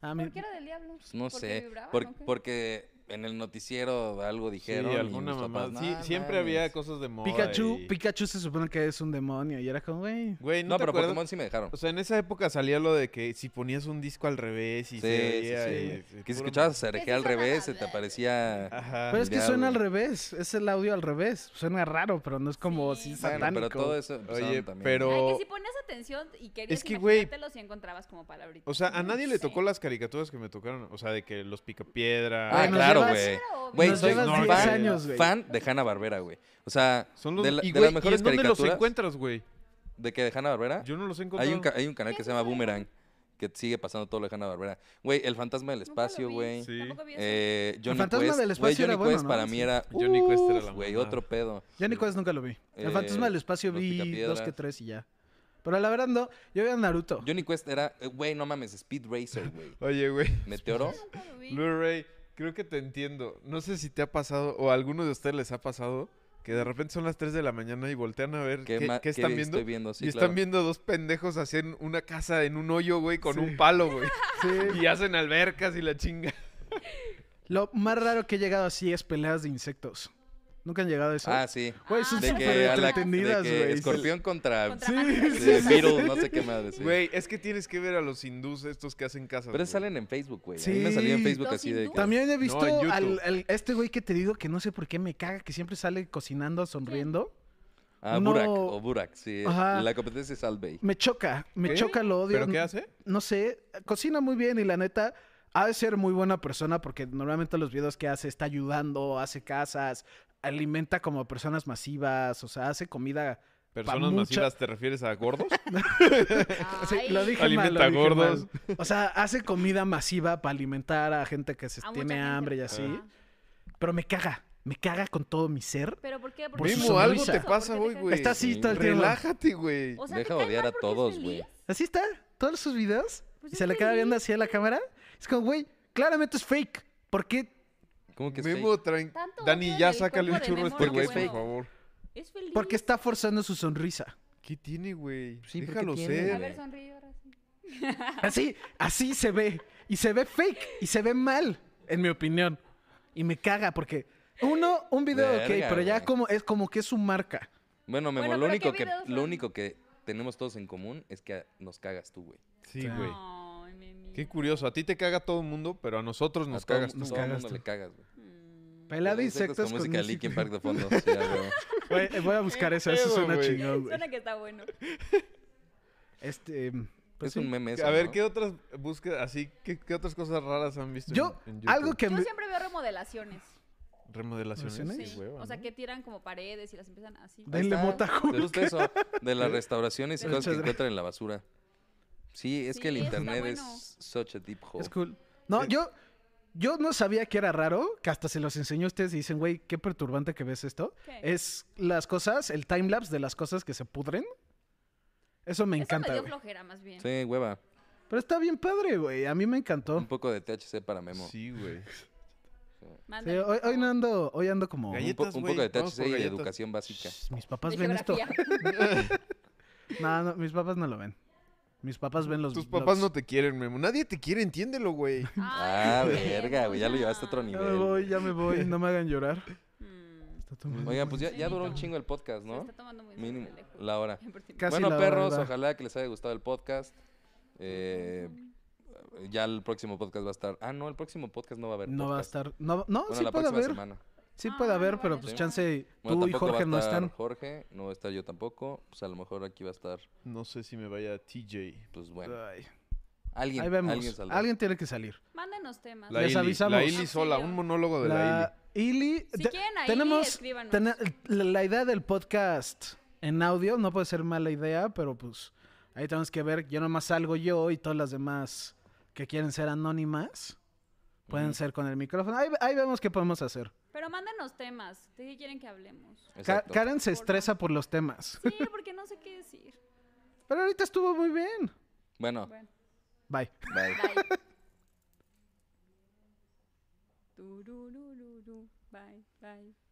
Speaker 1: Ah, mi-
Speaker 3: ¿Por qué era del diablo?
Speaker 2: Pues no
Speaker 3: ¿Porque
Speaker 2: sé.
Speaker 3: vibraban
Speaker 2: por-
Speaker 3: o qué?
Speaker 2: porque en el noticiero algo
Speaker 4: Sí,
Speaker 2: dijeron. y
Speaker 4: alguna
Speaker 2: mis papás,
Speaker 4: mamada. Sí,
Speaker 2: "No
Speaker 4: siempre había
Speaker 2: mames".
Speaker 4: cosas de moda.
Speaker 1: Pikachu,
Speaker 4: y-
Speaker 1: Pikachu se supone que es un demonio y era como, güey.
Speaker 4: Güey, ¿no,
Speaker 2: No,
Speaker 4: te
Speaker 2: pero
Speaker 4: acuerdas? Pues,
Speaker 2: Pokémon sí me dejaron.
Speaker 4: O sea, en esa época salía lo de que si ponías un disco al revés y
Speaker 2: Sí,
Speaker 4: se
Speaker 2: sí,
Speaker 4: oía
Speaker 2: sí.
Speaker 4: y- y
Speaker 2: Que si
Speaker 4: puro-
Speaker 2: escuchabas Sergio al
Speaker 3: suena
Speaker 2: revés, se
Speaker 3: mal.
Speaker 2: te aparecía.
Speaker 4: Ajá.
Speaker 1: Pero es que
Speaker 2: Ya,
Speaker 1: suena al
Speaker 2: güey.
Speaker 1: revés, es el audio al revés. Suena raro, pero no es como
Speaker 3: Sí.
Speaker 1: así
Speaker 2: Bueno,
Speaker 1: satánico.
Speaker 2: pero todo eso. empezaron
Speaker 4: Oye,
Speaker 2: también.
Speaker 4: pero-
Speaker 3: Ay, que si ponías atención y querías
Speaker 4: Es que, güey,
Speaker 3: imaginártelo si encontrabas como palabritas.
Speaker 4: O sea, a
Speaker 3: No
Speaker 4: nadie le
Speaker 3: sé.
Speaker 4: tocó las caricaturas que me tocaron. O sea, de que los picapiedra.
Speaker 2: Ah,
Speaker 1: Ay, nos
Speaker 2: claro,
Speaker 1: llevas-
Speaker 2: güey.
Speaker 3: Claro,
Speaker 2: Güey,
Speaker 1: nos
Speaker 2: soy
Speaker 1: llevas
Speaker 2: fan,
Speaker 4: 10
Speaker 1: años, güey.
Speaker 2: fan de Hanna Barbera, güey. O sea,
Speaker 4: Son los
Speaker 2: de, la-
Speaker 4: y,
Speaker 2: de
Speaker 4: güey,
Speaker 2: las mejores
Speaker 4: ¿y en dónde los
Speaker 2: caricaturas
Speaker 4: encuentras, güey?
Speaker 2: de que de Hanna Barbera.
Speaker 4: Yo no los he encontrado.
Speaker 2: Hay un, ca- hay un canal que
Speaker 3: ¿Qué
Speaker 2: se llama
Speaker 3: dices?
Speaker 2: Boomerang que sigue pasando todo lo de Hanna Barbera. Güey, el fantasma del
Speaker 3: Nunca lo
Speaker 2: espacio,
Speaker 3: vi.
Speaker 2: güey.
Speaker 4: Sí.
Speaker 3: Tampoco vi eso.
Speaker 2: Eh, Johnny
Speaker 1: fantasma
Speaker 2: Quest.
Speaker 1: del
Speaker 2: Güey,
Speaker 1: espacio
Speaker 2: Johnny
Speaker 1: era bueno,
Speaker 2: Quest
Speaker 1: ¿no?
Speaker 2: para mí
Speaker 1: Sí.
Speaker 2: era.
Speaker 4: Johnny Quest era la
Speaker 2: Güey,
Speaker 4: mamada.
Speaker 2: otro pedo.
Speaker 1: Johnny Quest nunca lo vi. El
Speaker 2: Eh,
Speaker 1: fantasma del espacio
Speaker 2: Los
Speaker 1: vi dos
Speaker 2: Picapiedras.
Speaker 1: que tres y ya. Pero la verdad no. Yo veía Naruto.
Speaker 2: Johnny Quest era, eh, güey, no mames, Speed Racer, güey.
Speaker 4: Oye, güey.
Speaker 2: Meteoro.
Speaker 3: Nunca lo vi.
Speaker 4: Blu-ray, creo que te entiendo. No sé si te ha pasado o a alguno de ustedes les ha pasado que de repente son las 3 de la mañana y voltean a ver qué,
Speaker 2: ma-
Speaker 4: qué están viendo.
Speaker 2: estoy viendo? Sí,
Speaker 4: y
Speaker 2: claro.
Speaker 4: están viendo dos pendejos haciendo una casa en un hoyo, güey, con un palo, güey. Y hacen albercas y la chinga.
Speaker 1: Lo más raro que he llegado así es peleas de insectos. ¿Nunca han llegado a eso?
Speaker 2: Ah, sí.
Speaker 1: Güey, son
Speaker 2: De
Speaker 1: súper
Speaker 2: que, a la, de
Speaker 1: entretenidas,
Speaker 2: que
Speaker 1: güey.
Speaker 2: escorpión contra,
Speaker 3: Contra
Speaker 1: Sí,
Speaker 3: Matrix.
Speaker 1: sí,
Speaker 2: de
Speaker 1: sí,
Speaker 2: Beetle, no sé qué más decir.
Speaker 4: Güey, es que tienes que ver a los hindús estos que hacen casas.
Speaker 2: Pero
Speaker 4: güey.
Speaker 2: salen en Facebook, güey. A mí me
Speaker 1: Sí.
Speaker 2: salió en Facebook
Speaker 3: Los
Speaker 2: así de que...
Speaker 3: hindúes.
Speaker 1: También he visto
Speaker 4: en YouTube.
Speaker 1: al, al- este güey que te digo que no sé por qué me caga, que siempre sale cocinando, sonriendo.
Speaker 2: Ah,
Speaker 1: No.
Speaker 2: Burak, o Burak, sí.
Speaker 1: Ajá.
Speaker 2: La competencia es Albay.
Speaker 1: Me choca, me
Speaker 4: ¿Qué?
Speaker 1: choca, lo odio.
Speaker 4: ¿Pero qué hace?
Speaker 1: No sé, cocina muy bien y la neta ha de ser muy buena persona porque normalmente los videos que hace está ayudando, hace casas, alimenta como a personas masivas, o sea, hace comida.
Speaker 4: ¿Personas
Speaker 1: mucha-
Speaker 4: masivas te refieres a gordos?
Speaker 1: Sí,
Speaker 3: Ay,
Speaker 1: lo dije mal,
Speaker 4: Alimenta
Speaker 1: lo dije
Speaker 4: gordos.
Speaker 1: mal. O sea, hace comida masiva para alimentar a gente que se
Speaker 3: a mucha
Speaker 1: tiene
Speaker 3: gente.
Speaker 1: hambre y así.
Speaker 3: Ajá.
Speaker 1: Pero me caga, me caga con todo mi ser.
Speaker 3: ¿Pero por qué? ¿Por
Speaker 1: Por
Speaker 3: qué
Speaker 1: su
Speaker 4: Mimo, algo
Speaker 1: sonrisa.
Speaker 4: te pasa
Speaker 3: ¿Por qué
Speaker 4: hoy,
Speaker 3: te
Speaker 4: güey.
Speaker 1: Está así
Speaker 2: sí,
Speaker 1: todo el tiempo.
Speaker 4: Relájate, güey.
Speaker 3: O sea,
Speaker 2: Deja
Speaker 3: ¿te cae
Speaker 2: odiar a
Speaker 3: mal porque es
Speaker 2: todos, güey.
Speaker 3: feliz?
Speaker 1: Así está, todos sus videos. y
Speaker 3: Pues es
Speaker 1: se le queda
Speaker 3: feliz.
Speaker 1: viendo así a la cámara. Es como, güey, claramente es fake. ¿Por qué?
Speaker 2: ¿Cómo que es fake?
Speaker 4: Memo, tran-
Speaker 3: Tanto odio
Speaker 4: Dani,
Speaker 3: en
Speaker 4: ya
Speaker 3: el
Speaker 4: sácale un
Speaker 3: combo de
Speaker 4: churro a
Speaker 3: Memo,
Speaker 4: este
Speaker 2: no
Speaker 4: güey,
Speaker 2: puedo.
Speaker 4: por favor.
Speaker 3: Es feliz.
Speaker 1: Porque está forzando su sonrisa.
Speaker 4: ¿Qué tiene, güey?
Speaker 2: Sí, ¿pero qué
Speaker 4: Déjalo
Speaker 2: tiene,
Speaker 4: ser.
Speaker 3: A
Speaker 2: güey?
Speaker 3: ver, sonríe ahora sí.
Speaker 1: Así, así se ve. Y se ve fake. Y se ve mal, en mi opinión. Y me caga porque... Uno, un video, ok,
Speaker 2: Verga,
Speaker 1: pero ya
Speaker 2: güey.
Speaker 1: como es como que es su marca.
Speaker 2: Bueno, Memo,
Speaker 3: Bueno,
Speaker 2: lo,
Speaker 3: pero
Speaker 2: único
Speaker 3: ¿qué
Speaker 2: que,
Speaker 3: videos
Speaker 2: lo
Speaker 3: son?
Speaker 2: único que tenemos todos en común es que nos cagas tú, güey.
Speaker 4: Sí, güey.
Speaker 3: Ay, mi amigo.
Speaker 4: Qué curioso. A ti te caga todo el mundo, pero a nosotros nos
Speaker 2: a todo,
Speaker 4: cagas
Speaker 2: mu-
Speaker 4: tú.
Speaker 1: Nos
Speaker 2: todo el
Speaker 1: cagas
Speaker 2: mundo
Speaker 1: tú.
Speaker 2: le cagas, güey.
Speaker 3: Mm.
Speaker 1: Pelea de
Speaker 2: Los
Speaker 1: insectos con
Speaker 2: música de
Speaker 1: música.
Speaker 2: Linkin Park de fondo. sí, a huevo.
Speaker 1: Güey, eh, voy a buscar eso, eso
Speaker 4: pedo,
Speaker 1: suena
Speaker 4: güey?
Speaker 1: chingón, güey.
Speaker 3: Suena que está bueno.
Speaker 1: Este, pues
Speaker 2: es un
Speaker 1: sí.
Speaker 2: meme eso,
Speaker 4: A ver,
Speaker 2: ¿no?
Speaker 4: ¿qué otras búsquedas así? ¿Qué, qué otras cosas raras han visto?
Speaker 1: Yo,
Speaker 4: en, en YouTube?
Speaker 1: algo que...
Speaker 3: Yo
Speaker 1: me-
Speaker 3: siempre veo remodelaciones.
Speaker 4: Remodelaciones.
Speaker 1: ¿Remodelaciones?
Speaker 4: qué
Speaker 3: Sí.
Speaker 4: hueva,
Speaker 3: o sea,
Speaker 4: ¿no?
Speaker 3: que tiran como paredes y las empiezan así.
Speaker 1: De- Denle
Speaker 2: Ahí está.
Speaker 1: mota, Julio.
Speaker 2: Pues Justo eso, ah, de las restauraciones y
Speaker 1: ¿Eh? Muchas
Speaker 2: cosas que
Speaker 1: gracias.
Speaker 2: encuentran en la basura. Sí, es que el
Speaker 3: Sí, eso está
Speaker 2: internet
Speaker 3: bueno.
Speaker 2: es such a deep hole.
Speaker 1: Es cool. No, yo, yo no sabía que era raro, que hasta se los enseñó a ustedes y dicen, güey, qué perturbante que ves esto.
Speaker 3: ¿Qué?
Speaker 1: Es las cosas, el timelapse de las cosas que se pudren. Eso me encanta,
Speaker 3: Eso me dio
Speaker 1: güey.
Speaker 3: flojera más bien.
Speaker 2: Sí, hueva.
Speaker 1: Pero está bien padre, güey. A mí me encantó.
Speaker 2: Un poco de THC para Memo.
Speaker 4: Sí, güey.
Speaker 1: Sí, hoy, hoy no ando, hoy ando como...
Speaker 2: Un, po-
Speaker 4: Galletas,
Speaker 2: un poco de
Speaker 4: güey, vamos
Speaker 2: THC
Speaker 4: por
Speaker 2: y de
Speaker 4: galletas.
Speaker 2: educación básica.
Speaker 1: Mis papás ven esto. No, no, mis papás no lo ven. Mis papás ven los
Speaker 4: Tus papás no
Speaker 1: vlogs.
Speaker 4: te quieren, Memo. Nadie te quiere, entiéndelo, güey.
Speaker 2: Ah, verga, güey, ya lo llevaste a otro
Speaker 1: Ya me
Speaker 2: nivel.
Speaker 1: voy, ya me voy. No me hagan llorar. Está tomando-
Speaker 2: Oigan, pues ya, ya
Speaker 3: Memito.
Speaker 2: duró un chingo el podcast,
Speaker 3: ¿No?
Speaker 2: ¿no?
Speaker 3: está tomando muy
Speaker 2: Mínimo,
Speaker 3: lejos.
Speaker 2: la hora.
Speaker 1: Casi
Speaker 2: bueno,
Speaker 1: la hora,
Speaker 2: perros,
Speaker 1: ¿verdad?
Speaker 2: ojalá que les haya gustado el podcast. Eh, ya el próximo podcast va a estar. Ah, no, el próximo podcast no va a haber.
Speaker 1: No va a
Speaker 2: podcast.
Speaker 1: estar... No, no
Speaker 2: Bueno,
Speaker 1: sí
Speaker 2: la
Speaker 1: puede
Speaker 2: próxima
Speaker 1: haber.
Speaker 2: semana.
Speaker 1: Sí
Speaker 3: Ah,
Speaker 1: puede haber,
Speaker 3: no
Speaker 1: pero
Speaker 3: van a
Speaker 1: pues
Speaker 2: estar.
Speaker 1: chance
Speaker 2: Bueno,
Speaker 1: tú y
Speaker 2: tampoco va a
Speaker 1: Jorge no
Speaker 2: estar
Speaker 1: están.
Speaker 2: Jorge, no va a estar yo tampoco. Pues a lo mejor aquí va a estar,
Speaker 4: No sé si me vaya TJ.
Speaker 2: pues bueno.
Speaker 1: Ay.
Speaker 2: Alguien,
Speaker 1: Ahí vemos.
Speaker 2: alguien
Speaker 1: Alguien,
Speaker 2: saldrá.
Speaker 1: tiene que salir.
Speaker 3: Mándenos temas.
Speaker 4: La
Speaker 1: Les
Speaker 4: Ili,
Speaker 1: avisamos.
Speaker 4: La Ili sola, un monólogo de la,
Speaker 1: La Ili.
Speaker 3: Si
Speaker 1: te-
Speaker 3: quieren a Ili,
Speaker 1: tenemos
Speaker 3: escríbanos.
Speaker 1: tena- la, la idea del podcast en audio no puede ser mala idea, pero pues ahí tenemos que ver. Yo nomás salgo yo y todas las demás que quieren ser anónimas pueden
Speaker 2: Ujú.
Speaker 1: ser con el micrófono. Ahí, ahí vemos qué podemos hacer.
Speaker 3: Pero mándenos temas. ¿De qué quieren que hablemos?
Speaker 1: Ka-
Speaker 2: Exacto.
Speaker 1: Karen se
Speaker 3: Por
Speaker 1: estresa por los temas,
Speaker 3: Sí, porque no sé qué decir.
Speaker 1: pero ahorita estuvo muy bien.
Speaker 2: Bueno,
Speaker 3: Bueno,
Speaker 1: Bye.
Speaker 2: bye.
Speaker 3: bye. Tururururu. Bye, bye.